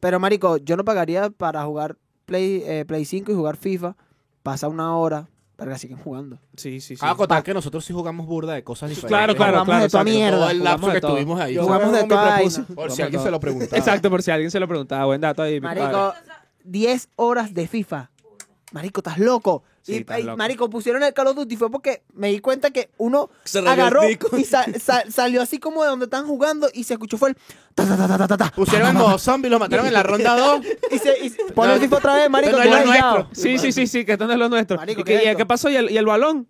Speaker 2: Pero, marico, yo no pagaría para jugar Play, eh, Play 5 y jugar FIFA. Pasa una hora, para que siguen jugando.
Speaker 3: Sí, sí, sí.
Speaker 5: Cabe acotar Ah, que nosotros sí jugamos burda de cosas diferentes.
Speaker 3: Ah, Claro, claro,
Speaker 2: Hablamos
Speaker 3: claro.
Speaker 2: de toda
Speaker 3: exacto.
Speaker 2: mierda.
Speaker 5: Todo el lapso
Speaker 3: Hablamos de
Speaker 5: que
Speaker 3: todo.
Speaker 5: estuvimos ahí.
Speaker 2: Jugamos de toda vaina.
Speaker 5: Por si alguien se lo preguntaba.
Speaker 3: Exacto, por si alguien se lo preguntaba. Buen dato ahí. mi
Speaker 2: Marico,
Speaker 3: padre.
Speaker 2: 10 horas de FIFA. Marico, estás loco.
Speaker 3: Sí,
Speaker 2: y,
Speaker 3: estás
Speaker 2: y,
Speaker 3: loco.
Speaker 2: Marico, pusieron el Call of Duty. Fue porque me di cuenta que uno
Speaker 4: Se rayó el
Speaker 2: agarró
Speaker 4: disco.
Speaker 2: y sa- sa- salió así como de donde están jugando y se escuchó fue el... ta, ta, ta, ta, ta, ta, ta.
Speaker 5: Pusieron en modo zombie, lo mataron en la ronda 2.
Speaker 2: Y se, y se- pone el
Speaker 5: No,
Speaker 2: FIFA otra vez, marico.
Speaker 5: no es lo
Speaker 2: todo aislado.
Speaker 5: nuestro.
Speaker 3: Sí, sí, sí, sí, que esto no es lo nuestro.
Speaker 2: Marico,
Speaker 3: ¿Y qué,
Speaker 2: ¿qué es
Speaker 3: y
Speaker 2: esto?
Speaker 3: qué pasó? ¿Y el, y el balón?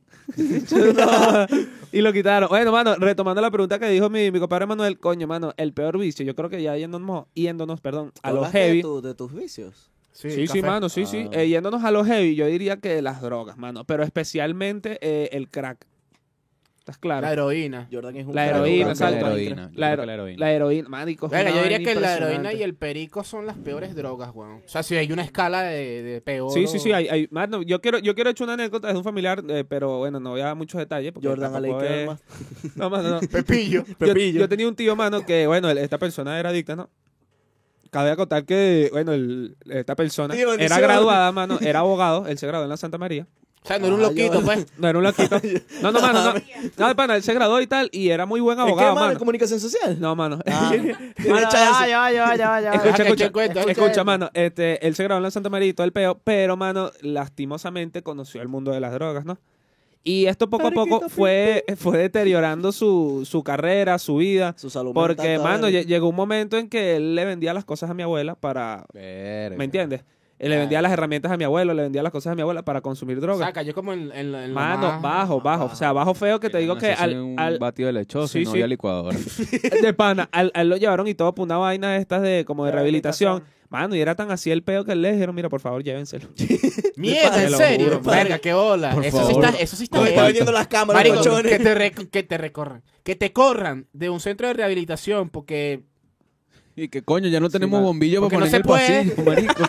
Speaker 3: No. y lo quitaron. Bueno, mano, retomando la pregunta que dijo mi, mi compadre Manuel, coño, mano, el peor vicio, yo creo que ya yéndonos, yéndonos perdón, a los
Speaker 4: Hablaste de
Speaker 3: heavy.
Speaker 4: tu- de tus vicios.
Speaker 3: Sí, sí, mano, sí, sí. Eh, yéndonos a los heavy, yo diría que las drogas, mano, pero especialmente eh, el crack. ¿Estás
Speaker 5: La
Speaker 3: claro?
Speaker 5: heroína.
Speaker 4: Jordan es un
Speaker 3: La
Speaker 4: crack.
Speaker 3: heroína,
Speaker 1: creo que
Speaker 3: exacto.
Speaker 1: la heroína, yo
Speaker 3: La,
Speaker 1: creo que
Speaker 3: hero-
Speaker 1: la heroína.
Speaker 3: la heroína, marico. es una
Speaker 5: Verga, yo diría
Speaker 3: vaina
Speaker 5: que la heroína
Speaker 3: impresionante.
Speaker 5: y el perico son las peores drogas, weón. O sea, si hay una escala de, de peor.
Speaker 3: Sí, sí, sí.
Speaker 5: o-
Speaker 3: Hay, hay- mano, yo quiero, yo quiero echar una anécdota de un familiar, eh, pero bueno, no voy a dar muchos detalles. Porque
Speaker 4: Jordan
Speaker 3: tampoco
Speaker 4: Alei
Speaker 3: es-
Speaker 4: Kermas.
Speaker 3: No, mano, no.
Speaker 5: Pepillo.
Speaker 3: Yo- Yo, tenía un tío, mano, que, bueno, él- esta persona era adicta, ¿no? Cabe acotar que, bueno, el- esta persona
Speaker 4: Tío,
Speaker 3: era
Speaker 4: bendición.
Speaker 3: graduada, mano, era abogado, él se graduó en la Santa María.
Speaker 5: O sea, no era un
Speaker 4: Ah,
Speaker 5: loquito,
Speaker 4: yo-
Speaker 5: pues.
Speaker 3: No era un loquito. No, no, mano, no. No, de pana, él se graduó y tal, y era muy buen
Speaker 4: ¿En
Speaker 3: abogado,
Speaker 4: qué, mano? ¿En
Speaker 3: mano.
Speaker 4: comunicación social?
Speaker 3: No, mano.
Speaker 4: Ah.
Speaker 2: Mano,
Speaker 4: Tiene
Speaker 2: ya,
Speaker 4: chance.
Speaker 2: ah, ya, ya, ya, ya.
Speaker 5: Deja
Speaker 3: Escucha,
Speaker 5: que
Speaker 3: escucha,
Speaker 5: eche cuento,
Speaker 3: escucha,
Speaker 5: escucha.
Speaker 3: mano. Este, él se graduó en la Santa María y todo el peo, pero, mano, lastimosamente conoció el mundo de las drogas, ¿no? Y esto poco a poco fue, eh, fue deteriorando su, su carrera, su vida.
Speaker 4: Su salud
Speaker 3: Porque,
Speaker 4: mental,
Speaker 3: mano,
Speaker 4: tal.
Speaker 3: lle- llegó un momento en que él le vendía las cosas a mi abuela para.
Speaker 1: Verga.
Speaker 3: ¿Me entiendes? Él le vendía las herramientas a mi abuelo, le vendía las cosas a mi abuela para consumir
Speaker 5: O sea,
Speaker 3: droga.
Speaker 5: cayó como en, en, en lo
Speaker 3: Mano,
Speaker 5: más-
Speaker 3: bajo, bajo. O sea, bajo feo que te digo que
Speaker 1: Hacerse
Speaker 3: al,
Speaker 1: un
Speaker 3: al-
Speaker 1: batido de lechoso
Speaker 3: Sí,
Speaker 1: y no
Speaker 3: sí.
Speaker 1: había licuadora.
Speaker 3: de pana, al, al lo llevaron y todo por una vaina de estas de como de rehabilitación. Mano, y era tan así el peo que le dijeron, mira, por favor, llévenselo.
Speaker 5: Mierda,
Speaker 3: Te
Speaker 5: en
Speaker 3: lo
Speaker 5: serio.
Speaker 3: juro, man.
Speaker 5: Verga, qué bola.
Speaker 1: Por
Speaker 5: Eso sí
Speaker 1: favor.
Speaker 5: está, eso sí está
Speaker 4: Nos
Speaker 5: bien.
Speaker 4: está vendiendo las cámaras,
Speaker 5: Marico,
Speaker 4: machones.
Speaker 5: que te, re- que te recorran. Que te corran de un centro de rehabilitación porque
Speaker 1: y que coño, ya no tenemos
Speaker 3: mano.
Speaker 1: bombillo
Speaker 5: Porque
Speaker 1: para
Speaker 5: no
Speaker 1: poner
Speaker 5: se
Speaker 1: en el pasillo, marico.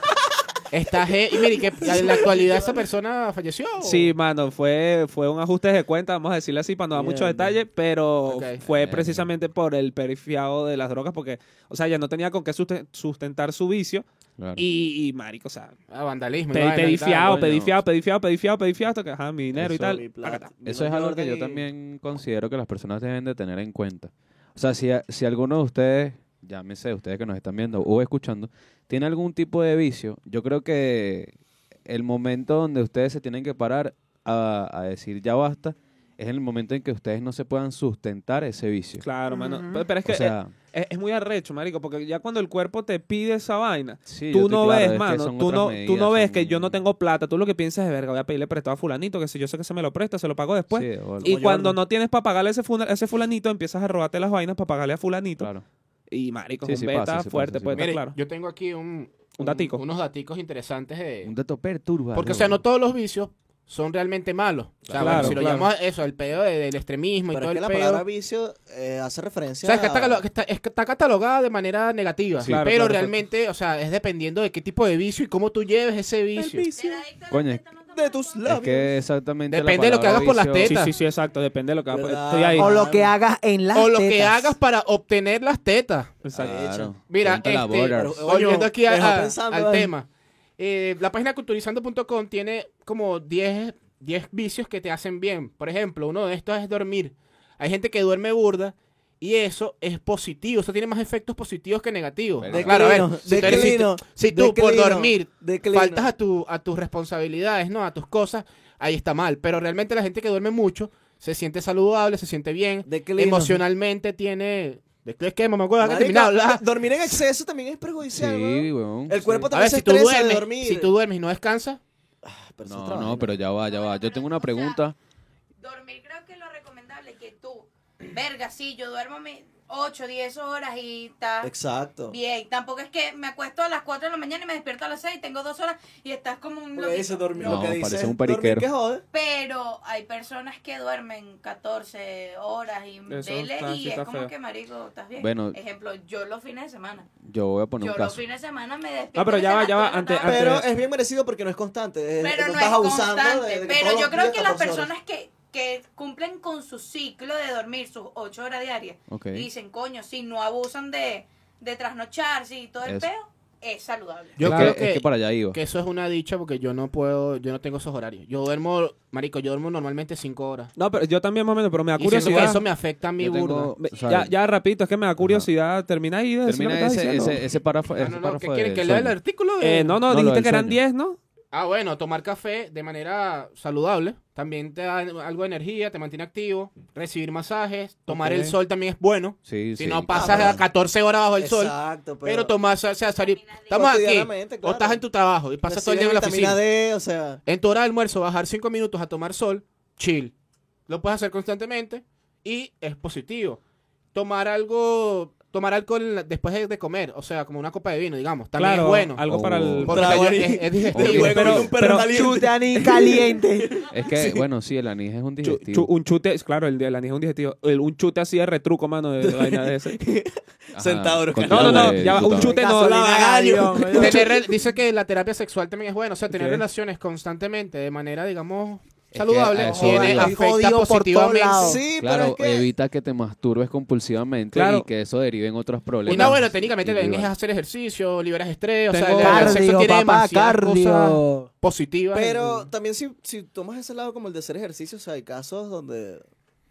Speaker 5: está... je- eh, Y mire, que en la actualidad esa persona falleció.
Speaker 3: Sí, mano, fue, fue un ajuste de cuenta, vamos a decirle así, para no dar mucho
Speaker 4: Mierda.
Speaker 3: detalle, pero
Speaker 5: Ok.
Speaker 3: fue
Speaker 1: Verga.
Speaker 3: precisamente por el perifiado de las drogas, porque, o sea, ya no tenía con qué susten- sustentar su vicio.
Speaker 1: Claro.
Speaker 3: Y, y, marico, o sea,
Speaker 5: Ah, vandalismo. y
Speaker 3: Pedí,
Speaker 5: vaina y
Speaker 3: pedí
Speaker 5: tal,
Speaker 3: fiado,
Speaker 5: bueno.
Speaker 3: pedí fiado, pedí fiado, pedí fiado, pedí fiado, hasta que ajá, mi dinero y
Speaker 1: Eso,
Speaker 3: tal.
Speaker 4: Mi plata.
Speaker 1: Eso es
Speaker 4: Vino
Speaker 1: algo que
Speaker 4: Jordan
Speaker 1: yo
Speaker 4: y-
Speaker 1: también considero que las personas deben de tener en cuenta. O sea, si, a- si alguno de ustedes, llámese ustedes que nos están viendo o escuchando, tiene algún tipo de vicio, yo creo que el momento donde ustedes se tienen que parar a, a decir ya basta es el momento en que ustedes no se puedan sustentar ese vicio.
Speaker 3: Claro, mano.
Speaker 2: Ujú.
Speaker 3: Pero- Pero es que eh,
Speaker 1: o sea,
Speaker 3: es, es muy arrecho, marico, porque ya cuando el cuerpo te pide esa vaina,
Speaker 1: sí, yo
Speaker 3: tú
Speaker 1: estoy
Speaker 3: no
Speaker 1: claro, es
Speaker 3: ves,
Speaker 1: que
Speaker 3: mano,
Speaker 1: son
Speaker 3: tú
Speaker 1: otras
Speaker 3: no, tú
Speaker 1: medidas,
Speaker 3: no ves
Speaker 1: son-
Speaker 3: que yo no tengo plata, tú lo que piensas es, verga, voy a pedirle prestado a fulanito, que si yo sé que se me lo presta, se lo pago después.
Speaker 1: sí, o algo,
Speaker 3: Y
Speaker 4: Como
Speaker 3: cuando
Speaker 4: Jordan.
Speaker 3: no tienes para pagarle a ese, funa- a ese fulanito, empiezas a robarte las vainas para pagarle a fulanito.
Speaker 1: claro.
Speaker 3: Y marico,
Speaker 1: Sí,
Speaker 3: es un
Speaker 1: sí
Speaker 3: beta
Speaker 1: pasa, sí pasa,
Speaker 3: fuerte,
Speaker 1: sí
Speaker 3: pues,
Speaker 1: pasa.
Speaker 3: está
Speaker 5: Mire,
Speaker 3: claro.
Speaker 5: yo tengo aquí un...
Speaker 3: Un datico.
Speaker 5: unos daticos interesantes de...
Speaker 1: Un dato perturbador.
Speaker 5: Porque, o sea, no todos los vicios son realmente malos. O sea,
Speaker 3: Claro,
Speaker 5: bueno, si lo
Speaker 3: claro.
Speaker 5: llamamos a eso, el pedo de- del extremismo y
Speaker 4: Pero
Speaker 5: todo
Speaker 4: es que
Speaker 5: el
Speaker 4: la
Speaker 5: pedo.
Speaker 4: palabra vicio eh, hace referencia
Speaker 5: ¿Sabes que
Speaker 4: a-
Speaker 5: está, calo- que está- es que está catalogada de manera negativa?
Speaker 3: Sí, claro,
Speaker 5: pero
Speaker 3: claro,
Speaker 5: realmente, o sea, es dependiendo de qué tipo de vicio y cómo tú lleves ese vicio.
Speaker 7: Ser adicto a la
Speaker 1: Coño,
Speaker 7: fiesta no está
Speaker 4: de tus
Speaker 1: Es
Speaker 4: labios.
Speaker 1: que exactamente. la
Speaker 5: Depende de lo que hagas
Speaker 1: palabra
Speaker 5: por las
Speaker 1: vicio-
Speaker 5: tetas.
Speaker 3: Sí, sí, sí, exacto. Depende de lo que hagas.
Speaker 4: ¿Verdad?
Speaker 3: Estoy ahí.
Speaker 2: O lo que hagas en las
Speaker 5: O lo que
Speaker 2: tetas.
Speaker 5: hagas para obtener las tetas.
Speaker 3: Exacto.
Speaker 1: Claro.
Speaker 5: Mira,
Speaker 1: Ponte la
Speaker 5: este,
Speaker 1: border.
Speaker 4: Pero-
Speaker 5: volviendo aquí a-
Speaker 4: me dejó
Speaker 5: a-
Speaker 4: pensando,
Speaker 5: al
Speaker 4: vale.
Speaker 5: tema. Eh, la página culturizando.com tiene como 10, 10 vicios que te hacen bien. Por ejemplo, uno de estos es dormir. Hay gente que duerme burda y eso es positivo. Eso tiene más efectos positivos que negativos.
Speaker 1: Pero-
Speaker 5: claro, a ver,
Speaker 4: Declino,
Speaker 5: si tú, eres- si
Speaker 4: declino,
Speaker 5: tú- si tú por
Speaker 4: declino,
Speaker 5: dormir
Speaker 4: declino.
Speaker 5: faltas a, tu, a tus responsabilidades, ¿no? A tus cosas, ahí está mal. Pero realmente la gente que duerme mucho se siente saludable, se siente bien.
Speaker 4: Declino.
Speaker 5: Emocionalmente tiene... ¿De qué, mamá? hueva, que
Speaker 4: Marico,
Speaker 5: terminaba de hablar.
Speaker 4: Dormir en exceso también es perjudicial.
Speaker 1: Sí,
Speaker 4: weón.
Speaker 1: weón.
Speaker 4: El cuerpo
Speaker 5: A
Speaker 4: también
Speaker 5: ver,
Speaker 4: se
Speaker 5: si tú
Speaker 4: estresa de
Speaker 5: duermes,
Speaker 4: dormir.
Speaker 5: si tú duermes y no descansas,
Speaker 4: Pero eso es
Speaker 1: No,
Speaker 4: otra
Speaker 1: no,
Speaker 4: vaina.
Speaker 1: pero ya va, ya va. Yo tengo una pregunta.
Speaker 7: Dormir creo que lo recomendable es que tú, verga, sí, yo duermo 8, 10 horas y está
Speaker 4: Exacto.
Speaker 7: bien. Tampoco es que me acuesto a las 4 de la mañana y me despierto a las 6, tengo 2 horas y estás como un...
Speaker 4: Lo que dice
Speaker 7: loquito.
Speaker 4: dormir.
Speaker 1: No,
Speaker 4: lo que dice
Speaker 1: parece
Speaker 4: es
Speaker 1: un periquero.
Speaker 4: dormir que jode.
Speaker 7: Pero hay personas que duermen 14 horas y
Speaker 3: Eso
Speaker 7: dele,
Speaker 3: está-
Speaker 7: y
Speaker 3: sí
Speaker 7: es
Speaker 3: está
Speaker 7: como
Speaker 3: feo.
Speaker 7: que marico, estás bien.
Speaker 1: Bueno.
Speaker 7: Ejemplo, yo los fines de semana.
Speaker 1: Yo voy a poner
Speaker 7: Yo
Speaker 1: un
Speaker 7: los
Speaker 1: caso.
Speaker 7: fines de semana me despierto.
Speaker 3: No, Ah, pero
Speaker 7: y
Speaker 3: ya
Speaker 7: se
Speaker 3: va,
Speaker 7: me
Speaker 3: ya va,
Speaker 7: antoja
Speaker 3: antes-
Speaker 5: Ah,
Speaker 7: nada.
Speaker 3: antes-
Speaker 4: Pero es bien merecido porque no es constante. es-
Speaker 7: Pero
Speaker 4: no,
Speaker 7: no
Speaker 4: estás
Speaker 7: es
Speaker 4: abusando de-
Speaker 7: constante.
Speaker 4: de que todos
Speaker 7: pero yo
Speaker 4: los
Speaker 7: creo
Speaker 4: días
Speaker 7: que las
Speaker 4: 14 horas.
Speaker 7: personas que, que cumplen con su ciclo de dormir sus 8 horas diarias
Speaker 1: Ok.
Speaker 7: y dicen, coño, si no abusan de, de trasnocharse y todo el
Speaker 1: Eso.
Speaker 7: peo, es saludable.
Speaker 5: yo
Speaker 1: Es
Speaker 5: creo
Speaker 1: que-
Speaker 5: que,
Speaker 1: es que para allá iba.
Speaker 5: que eso es una dicha porque yo no puedo, yo no tengo esos horarios. Yo duermo, marico, yo duermo normalmente 5 horas.
Speaker 3: No, pero yo también más o menos, pero me da
Speaker 5: Y siento que
Speaker 3: curiosidad.
Speaker 5: eso me afecta a mi
Speaker 1: Yo tengo-
Speaker 5: burda.
Speaker 3: Me-
Speaker 1: o sea,
Speaker 3: ya, ya, rapidito, es que me da curiosidad. Termina ahí de decir lo que
Speaker 1: Termina
Speaker 3: estás
Speaker 1: ese,
Speaker 3: diciendo.
Speaker 1: ese, ese párrafo.
Speaker 5: No,
Speaker 1: ese
Speaker 5: no, no,
Speaker 1: párrafo
Speaker 5: ¿qué quieren?
Speaker 1: de
Speaker 5: ¿Que lea el
Speaker 1: sueño.
Speaker 5: artículo? de-
Speaker 3: Eh, no, no,
Speaker 1: No, lo
Speaker 3: dijiste
Speaker 1: del
Speaker 3: que eran
Speaker 1: sueño.
Speaker 3: 10, ¿no?
Speaker 5: Ah, bueno, tomar café de manera saludable también te da algo de energía, te mantiene activo. Recibir masajes, tomar
Speaker 3: Ok.
Speaker 5: el sol también es bueno.
Speaker 1: Sí,
Speaker 5: Si
Speaker 1: sí.
Speaker 5: no pasas
Speaker 4: Ah,
Speaker 5: a 14 horas bajo el sol,
Speaker 4: Exacto,
Speaker 5: pero, tomar, o sea, salir. Estamos aquí,
Speaker 4: Cotidianamente,
Speaker 5: o
Speaker 4: claro.
Speaker 5: estás en tu trabajo y pasas todo el día en la
Speaker 4: Recibe
Speaker 5: oficina.
Speaker 4: vitamina D, o sea,
Speaker 5: En tu hora de almuerzo, bajar 5 minutos a tomar sol, chill. Lo puedes hacer constantemente y es positivo. Tomar algo, tomar alcohol en la- después de, de comer, o sea, como una copa de vino, digamos, también
Speaker 3: claro,
Speaker 5: es bueno.
Speaker 3: algo
Speaker 1: Oh.
Speaker 3: para el.
Speaker 5: Porque
Speaker 4: Trago
Speaker 5: yo-
Speaker 4: ahí.
Speaker 5: es- es digestivo.
Speaker 1: Oye,
Speaker 4: Luego
Speaker 3: pero-
Speaker 4: viene un perro
Speaker 3: pero-
Speaker 4: caliente.
Speaker 2: Chute ani caliente.
Speaker 1: Es que, bueno, sí, el anís es un
Speaker 3: chu-
Speaker 1: digestivo.
Speaker 3: chu- un chute, es claro, el de la es un digestivo. El- un chute así de retruco, mano, de, de vaina de ese.
Speaker 1: Ajá,
Speaker 4: Centauro,
Speaker 1: con
Speaker 3: No, no, no,
Speaker 1: eh,
Speaker 3: ya va, un
Speaker 1: Yuta.
Speaker 3: chute no.
Speaker 2: Gasolina,
Speaker 4: gallo.
Speaker 2: gallo.
Speaker 5: Tener rel- dice que la terapia sexual también es buena, o sea, tener
Speaker 3: Ok.
Speaker 5: relaciones constantemente de manera, digamos,
Speaker 1: que a
Speaker 5: saludable,
Speaker 1: eso
Speaker 5: tiene,
Speaker 1: iba.
Speaker 5: afecta
Speaker 2: Jodido por todos lados.
Speaker 5: positivamente.
Speaker 4: Sí,
Speaker 1: Claro,
Speaker 4: pero es que...
Speaker 1: evita que te masturbes compulsivamente
Speaker 3: Claro.
Speaker 1: y que eso derive en otros problemas.
Speaker 5: Y no, bueno, técnicamente también es
Speaker 1: individuales.
Speaker 5: hacer ejercicio, liberas estrés, o sea,
Speaker 3: Tengo-
Speaker 5: el, el sexo
Speaker 2: Cardio,
Speaker 5: tiene
Speaker 2: papá,
Speaker 5: demasiadas cosas
Speaker 2: cardio.
Speaker 5: positivas.
Speaker 4: Pero
Speaker 5: en-
Speaker 4: también si, si tomas ese lado como el de hacer ejercicio, o sea, hay casos donde,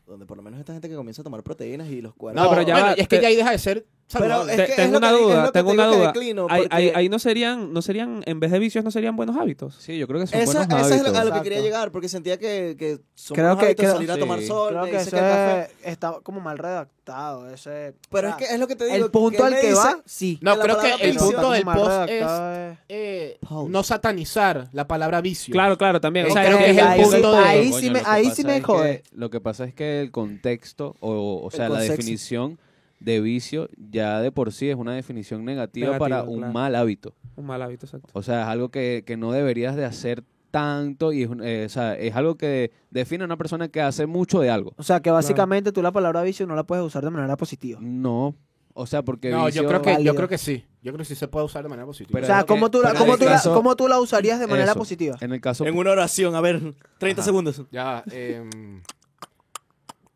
Speaker 4: donde por lo menos esta gente que comienza a tomar proteínas y los cuerpos...
Speaker 3: No, pero ya
Speaker 5: Bueno,
Speaker 3: va,
Speaker 5: y es que
Speaker 3: te-
Speaker 5: ya ahí deja de ser saludable.
Speaker 4: Es
Speaker 3: Te-
Speaker 4: que es
Speaker 3: tengo
Speaker 4: lo que
Speaker 3: una
Speaker 4: di- es lo
Speaker 3: duda,
Speaker 4: que
Speaker 3: tengo
Speaker 4: te
Speaker 3: una
Speaker 4: digo que
Speaker 3: duda.
Speaker 4: declino,
Speaker 3: Ahí- ahí-
Speaker 4: porque-
Speaker 3: Ahí no serían, no serían, en vez de vicios, no serían buenos hábitos.
Speaker 1: Sí, yo creo que son
Speaker 4: Esa,
Speaker 1: buenos
Speaker 4: esa es
Speaker 1: hábitos.
Speaker 4: a lo que
Speaker 2: Exacto.
Speaker 4: quería llegar, porque sentía que, que son
Speaker 2: Creo
Speaker 4: buenos
Speaker 2: que-
Speaker 4: hábitos
Speaker 2: creo-
Speaker 4: salir a tomar
Speaker 1: sí.
Speaker 4: sol,
Speaker 2: Creo
Speaker 4: me
Speaker 2: que
Speaker 4: dice
Speaker 2: eso
Speaker 4: que el café...
Speaker 2: es- está como mal redactado. Ese,
Speaker 4: Pero
Speaker 2: o sea,
Speaker 4: es que es lo que te digo.
Speaker 2: el punto
Speaker 4: él
Speaker 2: al
Speaker 4: me
Speaker 2: que
Speaker 4: dice-
Speaker 2: va, sí.
Speaker 5: No,
Speaker 4: la
Speaker 5: creo que
Speaker 4: palabra
Speaker 5: el
Speaker 4: vicio
Speaker 5: punto
Speaker 4: está
Speaker 5: del
Speaker 2: mal
Speaker 5: post es
Speaker 2: redactado, eh.
Speaker 5: eh,
Speaker 4: Post.
Speaker 5: no satanizar la palabra vicio.
Speaker 3: Claro, claro, también. O
Speaker 5: Yo
Speaker 3: sea,
Speaker 5: creo
Speaker 3: es-
Speaker 5: que es el
Speaker 2: ahí, sí-
Speaker 5: punto de-
Speaker 2: ahí
Speaker 1: Coño,
Speaker 2: sí
Speaker 1: lo
Speaker 2: me,
Speaker 1: que
Speaker 2: ahí
Speaker 1: pasa
Speaker 2: sí me
Speaker 1: es que-
Speaker 2: jode.
Speaker 1: lo que pasa es que el contexto, o, o sea, la
Speaker 4: contexto.
Speaker 1: definición de vicio ya de por sí es una definición negativa
Speaker 3: Negativo,
Speaker 1: para un
Speaker 3: claro.
Speaker 1: mal hábito.
Speaker 3: Un mal hábito, exacto.
Speaker 1: O sea, es algo que, que no deberías de hacer tanto y es, un- eh, o sea, es algo que define a una persona que hace mucho de algo.
Speaker 2: O sea, que básicamente tú la palabra vicio no la puedes usar de manera positiva.
Speaker 1: No, o sea, porque
Speaker 5: No,
Speaker 1: vicio-
Speaker 5: yo creo que yo
Speaker 2: válido.
Speaker 5: creo que sí. Yo creo que sí se puede usar de manera positiva.
Speaker 1: Pero
Speaker 2: o sea,
Speaker 1: es que-
Speaker 2: ¿cómo tú, la,
Speaker 1: pero en
Speaker 2: cómo
Speaker 1: el
Speaker 2: tú la-
Speaker 1: caso-
Speaker 2: cómo tú la usarías de manera
Speaker 1: Eso.
Speaker 2: positiva?
Speaker 1: En el caso
Speaker 4: En una oración, a ver, 30
Speaker 1: Ajá.
Speaker 4: segundos.
Speaker 5: Ya, em,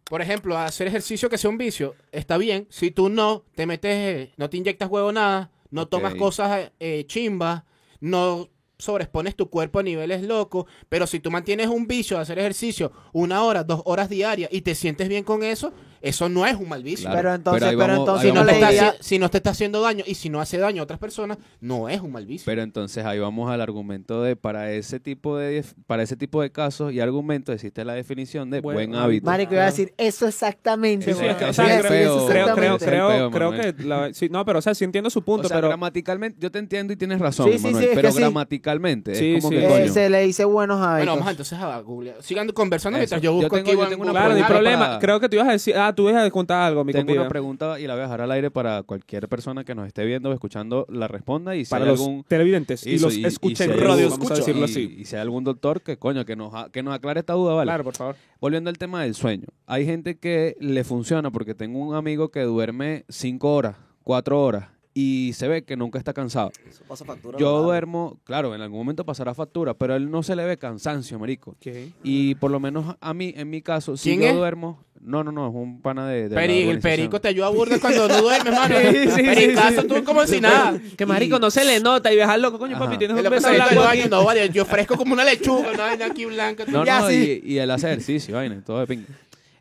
Speaker 5: por ejemplo, hacer ejercicio que sea un vicio está bien. Si tú no te metes, eh, no te inyectas huevo nada, no
Speaker 1: Ok.
Speaker 5: tomas cosas eh, chimbas, no sobreexpones tu cuerpo a niveles locos. Pero si tú mantienes un vicio de hacer ejercicio una hora, dos horas diarias y te sientes bien con eso, eso no es un mal vicio.
Speaker 1: Claro,
Speaker 2: Pero entonces-
Speaker 1: ahí
Speaker 2: pero
Speaker 1: vamos-
Speaker 2: entonces
Speaker 1: ahí
Speaker 5: Si no,
Speaker 1: vamos
Speaker 5: te
Speaker 2: le
Speaker 1: con-
Speaker 5: está,
Speaker 2: diría-
Speaker 5: haci- si no te está haciendo daño y si no hace daño a otras personas, no es un mal vicio.
Speaker 1: Pero entonces ahí vamos al argumento de para ese tipo de para ese tipo de casos y argumentos existe la definición de
Speaker 3: Buen-
Speaker 1: buen, hábito.
Speaker 2: Marico, iba a decir eso exactamente.
Speaker 1: este Sí,
Speaker 3: Sí,
Speaker 2: güey.
Speaker 3: es que, o
Speaker 1: Ese
Speaker 3: sea,
Speaker 1: es el
Speaker 2: Eso
Speaker 3: creo,
Speaker 1: feo,
Speaker 3: creo, creo,
Speaker 1: ese es el
Speaker 3: creo,
Speaker 1: feo,
Speaker 3: creo
Speaker 1: Manuel.
Speaker 3: que la- sí, no, pero o sea, sí entiendo su
Speaker 1: O
Speaker 3: punto,
Speaker 1: sea,
Speaker 3: pero
Speaker 1: gramaticalmente yo te entiendo y tienes razón,
Speaker 2: Sí, sí, sí,
Speaker 1: Emanuel,
Speaker 2: es
Speaker 1: pero
Speaker 2: que sí.
Speaker 1: gramaticalmente
Speaker 3: Sí,
Speaker 1: es como
Speaker 3: sí.
Speaker 1: que
Speaker 2: Eh,
Speaker 1: coño.
Speaker 2: se le dice buenos hábitos.
Speaker 5: Bueno, vamos entonces a googlear. Sigan conversando
Speaker 1: Eso.
Speaker 5: mientras yo
Speaker 1: Yo
Speaker 5: busco
Speaker 1: tengo-
Speaker 5: aquí
Speaker 1: yo
Speaker 5: en
Speaker 1: tengo una
Speaker 5: Google.
Speaker 3: claro, ni
Speaker 1: pregunta
Speaker 3: problema.
Speaker 1: para-
Speaker 3: Creo que tú ibas a decir, ah, tú ibas a contar algo, mi
Speaker 1: Tengo
Speaker 3: compi.
Speaker 1: una pregunta y la voy a dejar al aire para cualquier persona que nos esté viendo o escuchando la responda y si
Speaker 3: para
Speaker 1: hay
Speaker 3: los
Speaker 1: algún
Speaker 3: televidentes y
Speaker 1: Eso,
Speaker 3: los escuchen
Speaker 1: si hay-
Speaker 4: radio
Speaker 3: vamos
Speaker 4: escucha.
Speaker 3: a decirlo
Speaker 1: y-
Speaker 3: así.
Speaker 1: Y, si hay algún doctor que coño que nos ha- que nos aclare esta duda, vale.
Speaker 3: Claro, por favor.
Speaker 1: Volviendo al tema del sueño, hay gente que le funciona porque tengo un amigo que duerme cinco horas, cuatro horas y se ve que nunca está cansado.
Speaker 4: Eso pasa factura.
Speaker 1: Yo
Speaker 4: ¿verdad?
Speaker 1: duermo, claro, en algún momento pasará factura, pero a él no se le ve cansancio, marico.
Speaker 3: ¿Qué?
Speaker 1: Y por lo menos a mí, en mi caso, si
Speaker 5: ¿Quién
Speaker 1: yo
Speaker 5: es?
Speaker 1: duermo, no, no, no, es un pana de, de la
Speaker 5: Peri- el
Speaker 1: urbanización.
Speaker 5: perico te ayuda a burda cuando no duermes, mano. Pericazo, tú como si nada.
Speaker 3: Que marico, no se le nota y ves al loco, coño,
Speaker 1: Ajá.
Speaker 3: papi, tienes
Speaker 5: El
Speaker 3: un
Speaker 5: loco
Speaker 3: beso
Speaker 5: se mete al
Speaker 3: blanco
Speaker 5: baño,
Speaker 3: aquí.
Speaker 5: no, vale, yo ofrezco como una lechuga, una vaina aquí blanca. tú-
Speaker 1: No,
Speaker 5: Ya,
Speaker 1: no,
Speaker 5: sí.
Speaker 1: y, y el hacer ejercicio, vaina, todo de pinga.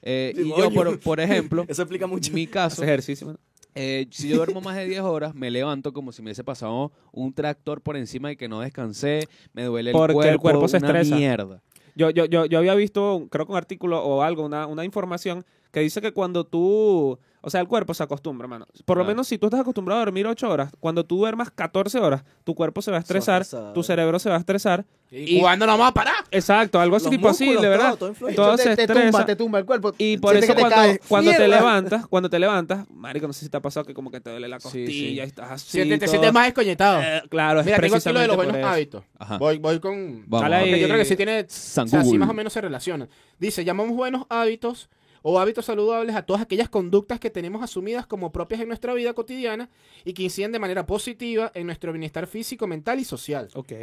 Speaker 1: Eh, y
Speaker 4: Coño.
Speaker 1: yo, por, por ejemplo,
Speaker 4: Eso explica mucho.
Speaker 1: mi caso,
Speaker 3: Hace ejercicio. mano.
Speaker 1: eh, si yo duermo más de 10 horas, me levanto como si me hubiese pasado un tractor por encima y que no descansé, me duele el
Speaker 3: Porque el
Speaker 1: cuerpo,
Speaker 3: cuerpo se
Speaker 1: una
Speaker 3: estresa.
Speaker 1: mierda.
Speaker 3: Yo, yo, yo, yo había visto, un- creo que un artículo o algo, una, una información que dice que cuando tú. O sea, el cuerpo se acostumbra, hermano. Por lo
Speaker 1: Claro.
Speaker 3: menos si tú estás acostumbrado a dormir 8 horas, cuando tú duermas 14 horas, tu cuerpo se va a estresar,
Speaker 4: estresado.
Speaker 3: tu cerebro se va a estresar.
Speaker 5: ¿Y cuándo no vamos a parar?
Speaker 3: Exacto, algo así
Speaker 4: Los
Speaker 3: tipo así,
Speaker 4: músculos,
Speaker 3: de verdad.
Speaker 4: todo, todo influye.
Speaker 3: Todo
Speaker 8: te,
Speaker 3: se
Speaker 8: te
Speaker 3: estresa.
Speaker 8: tumba, te tumba el cuerpo.
Speaker 3: Y por
Speaker 8: Sientes
Speaker 3: eso
Speaker 8: que te
Speaker 3: cuando,
Speaker 8: caes.
Speaker 3: cuando te
Speaker 8: Mierda.
Speaker 3: levantas, cuando te levantas, marico, no sé si te ha pasado que como que te duele la costilla y estás así.
Speaker 5: Siente- te
Speaker 3: todo-
Speaker 5: sientes más descoñetado.
Speaker 3: Eh, claro, es
Speaker 5: Mira, tengo aquí lo
Speaker 3: precisamente
Speaker 5: de los
Speaker 3: por
Speaker 5: buenos
Speaker 3: eso.
Speaker 5: hábitos.
Speaker 1: Ajá.
Speaker 5: Voy, voy con.
Speaker 1: Vamos
Speaker 3: Dale
Speaker 1: a
Speaker 5: Porque
Speaker 1: ver.
Speaker 5: yo
Speaker 3: ahí.
Speaker 5: creo que sí tiene.
Speaker 1: San
Speaker 5: o sea,
Speaker 1: Ah.
Speaker 5: sí
Speaker 1: Google.
Speaker 5: más o menos se relacionan. Dice, llamamos buenos hábitos o hábitos saludables a todas aquellas conductas que tenemos asumidas como propias en nuestra vida cotidiana y que inciden de manera positiva en nuestro bienestar físico, mental y social.
Speaker 3: Ok.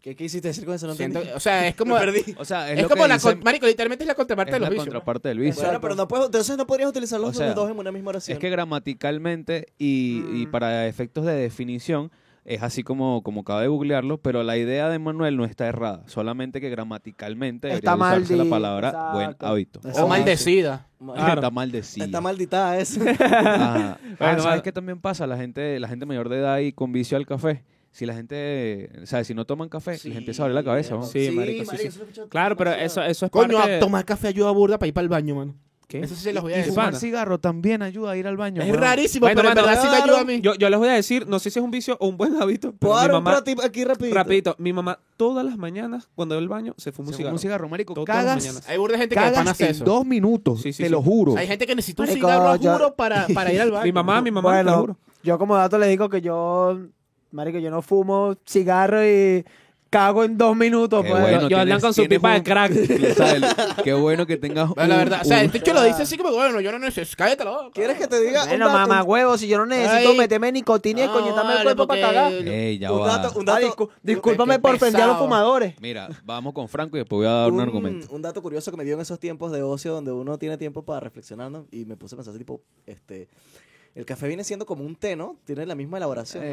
Speaker 4: ¿Qué, qué hiciste decir con eso? No
Speaker 5: Siento-
Speaker 4: entiendo.
Speaker 5: o sea, es como...
Speaker 4: Me perdí.
Speaker 1: O sea, es,
Speaker 5: Es
Speaker 1: lo que
Speaker 5: como la...
Speaker 1: dice-
Speaker 5: con- Marico, literalmente es la contraparte de
Speaker 1: es
Speaker 5: los
Speaker 1: la
Speaker 5: vicios.
Speaker 1: contraparte del vicio.
Speaker 4: Bueno, pero no puedo, entonces no podrías utilizar los
Speaker 1: O sea,
Speaker 4: dos en una misma oración.
Speaker 1: Es que gramaticalmente y, y
Speaker 5: Mm.
Speaker 1: para efectos de definición es así como, como acaba de googlearlo, pero la idea de Manuel no está errada, solamente que gramaticalmente
Speaker 2: Está
Speaker 1: debería usarse
Speaker 2: mal
Speaker 1: la
Speaker 2: di-
Speaker 1: palabra
Speaker 2: exacto.
Speaker 1: buen hábito.
Speaker 2: Exacto.
Speaker 5: O maldecida.
Speaker 4: Mal-
Speaker 1: Está mal decir.
Speaker 4: Está maldita esa.
Speaker 1: Ajá. Ah,
Speaker 3: Bueno,
Speaker 1: ¿Sabes
Speaker 3: vale.
Speaker 1: qué también pasa? La gente, la gente mayor de edad y con vicio al café. Si la gente, o sea, si no toman café,
Speaker 4: Sí,
Speaker 1: les empieza a abrir la cabeza. ¿no?
Speaker 3: Sí, marico, sí, sí.
Speaker 4: eso lo he escuchado
Speaker 3: Claro, pero eso,
Speaker 4: demasiado.
Speaker 3: eso es
Speaker 5: Coño,
Speaker 3: parte...
Speaker 5: a tomar café ayuda burda para ir para el baño, mano.
Speaker 3: ¿Qué?
Speaker 5: Eso sí se los voy a
Speaker 1: Y
Speaker 5: decir.
Speaker 1: fumar
Speaker 5: mano.
Speaker 1: cigarro también ayuda a ir al baño.
Speaker 5: Es
Speaker 1: weón.
Speaker 5: rarísimo,
Speaker 3: Bueno,
Speaker 5: pero en
Speaker 3: bueno,
Speaker 5: verdad sí me ayuda a mí.
Speaker 3: Yo, yo les voy a decir, no sé si es un vicio o un buen hábito, pero
Speaker 4: ¿Puedo
Speaker 3: mi
Speaker 4: dar un
Speaker 3: mamá...
Speaker 4: pro tip aquí rapidito?
Speaker 3: Rapidito, mi mamá todas las mañanas cuando va al baño se fuma
Speaker 1: Se
Speaker 3: un
Speaker 1: fuma
Speaker 3: cigarro.
Speaker 1: Un cigarro, marico.
Speaker 3: Todas las
Speaker 1: cagas,
Speaker 3: mañanas.
Speaker 5: Hay burda de gente que de
Speaker 1: cagas
Speaker 5: pana hace
Speaker 1: en
Speaker 5: eso.
Speaker 1: dos minutos,
Speaker 3: Sí, sí,
Speaker 1: te
Speaker 3: sí.
Speaker 1: lo juro.
Speaker 5: Hay gente que necesita un
Speaker 2: Marico,
Speaker 5: cigarro,
Speaker 2: yo-
Speaker 5: juro, para, para ir al baño.
Speaker 3: Mi mamá, mi mamá, te lo
Speaker 2: Bueno,
Speaker 3: juro.
Speaker 2: yo como dato les digo que yo, marico, yo no fumo cigarro y cago en dos minutos.
Speaker 1: Qué
Speaker 2: pues.
Speaker 1: bueno,
Speaker 3: yo andan
Speaker 1: tienes-
Speaker 3: con su
Speaker 1: tienes
Speaker 3: pipa de
Speaker 1: un-
Speaker 3: crack.
Speaker 1: O sea, el- qué bueno que tengas
Speaker 5: Bueno, la
Speaker 1: un-
Speaker 5: verdad, o sea, este
Speaker 1: un-
Speaker 5: el techo lo dice así como, bueno, yo no necesito, cállate la boca.
Speaker 4: ¿Quieres que te diga un
Speaker 2: Bueno,
Speaker 4: dato?
Speaker 2: mamá huevo, si yo no necesito
Speaker 5: Ay.
Speaker 2: meterme nicotina y
Speaker 5: No,
Speaker 2: coñetarme el
Speaker 5: vale,
Speaker 2: cuerpo
Speaker 5: porque-
Speaker 2: para cagar.
Speaker 1: Ey, ya
Speaker 4: un
Speaker 1: va.
Speaker 4: dato, un
Speaker 2: Ah,
Speaker 4: dato,
Speaker 2: discu- discúlpame
Speaker 5: qué
Speaker 2: por ofender a los
Speaker 5: pesado.
Speaker 2: fumadores.
Speaker 1: Mira, vamos con Franco y después voy a dar un, argumento.
Speaker 4: un dato curioso que me dio en esos tiempos de ocio donde uno tiene tiempo para reflexionar ¿no? y me puse a pensar tipo, este, el café viene siendo como un té, ¿no? Tiene la misma elaboración.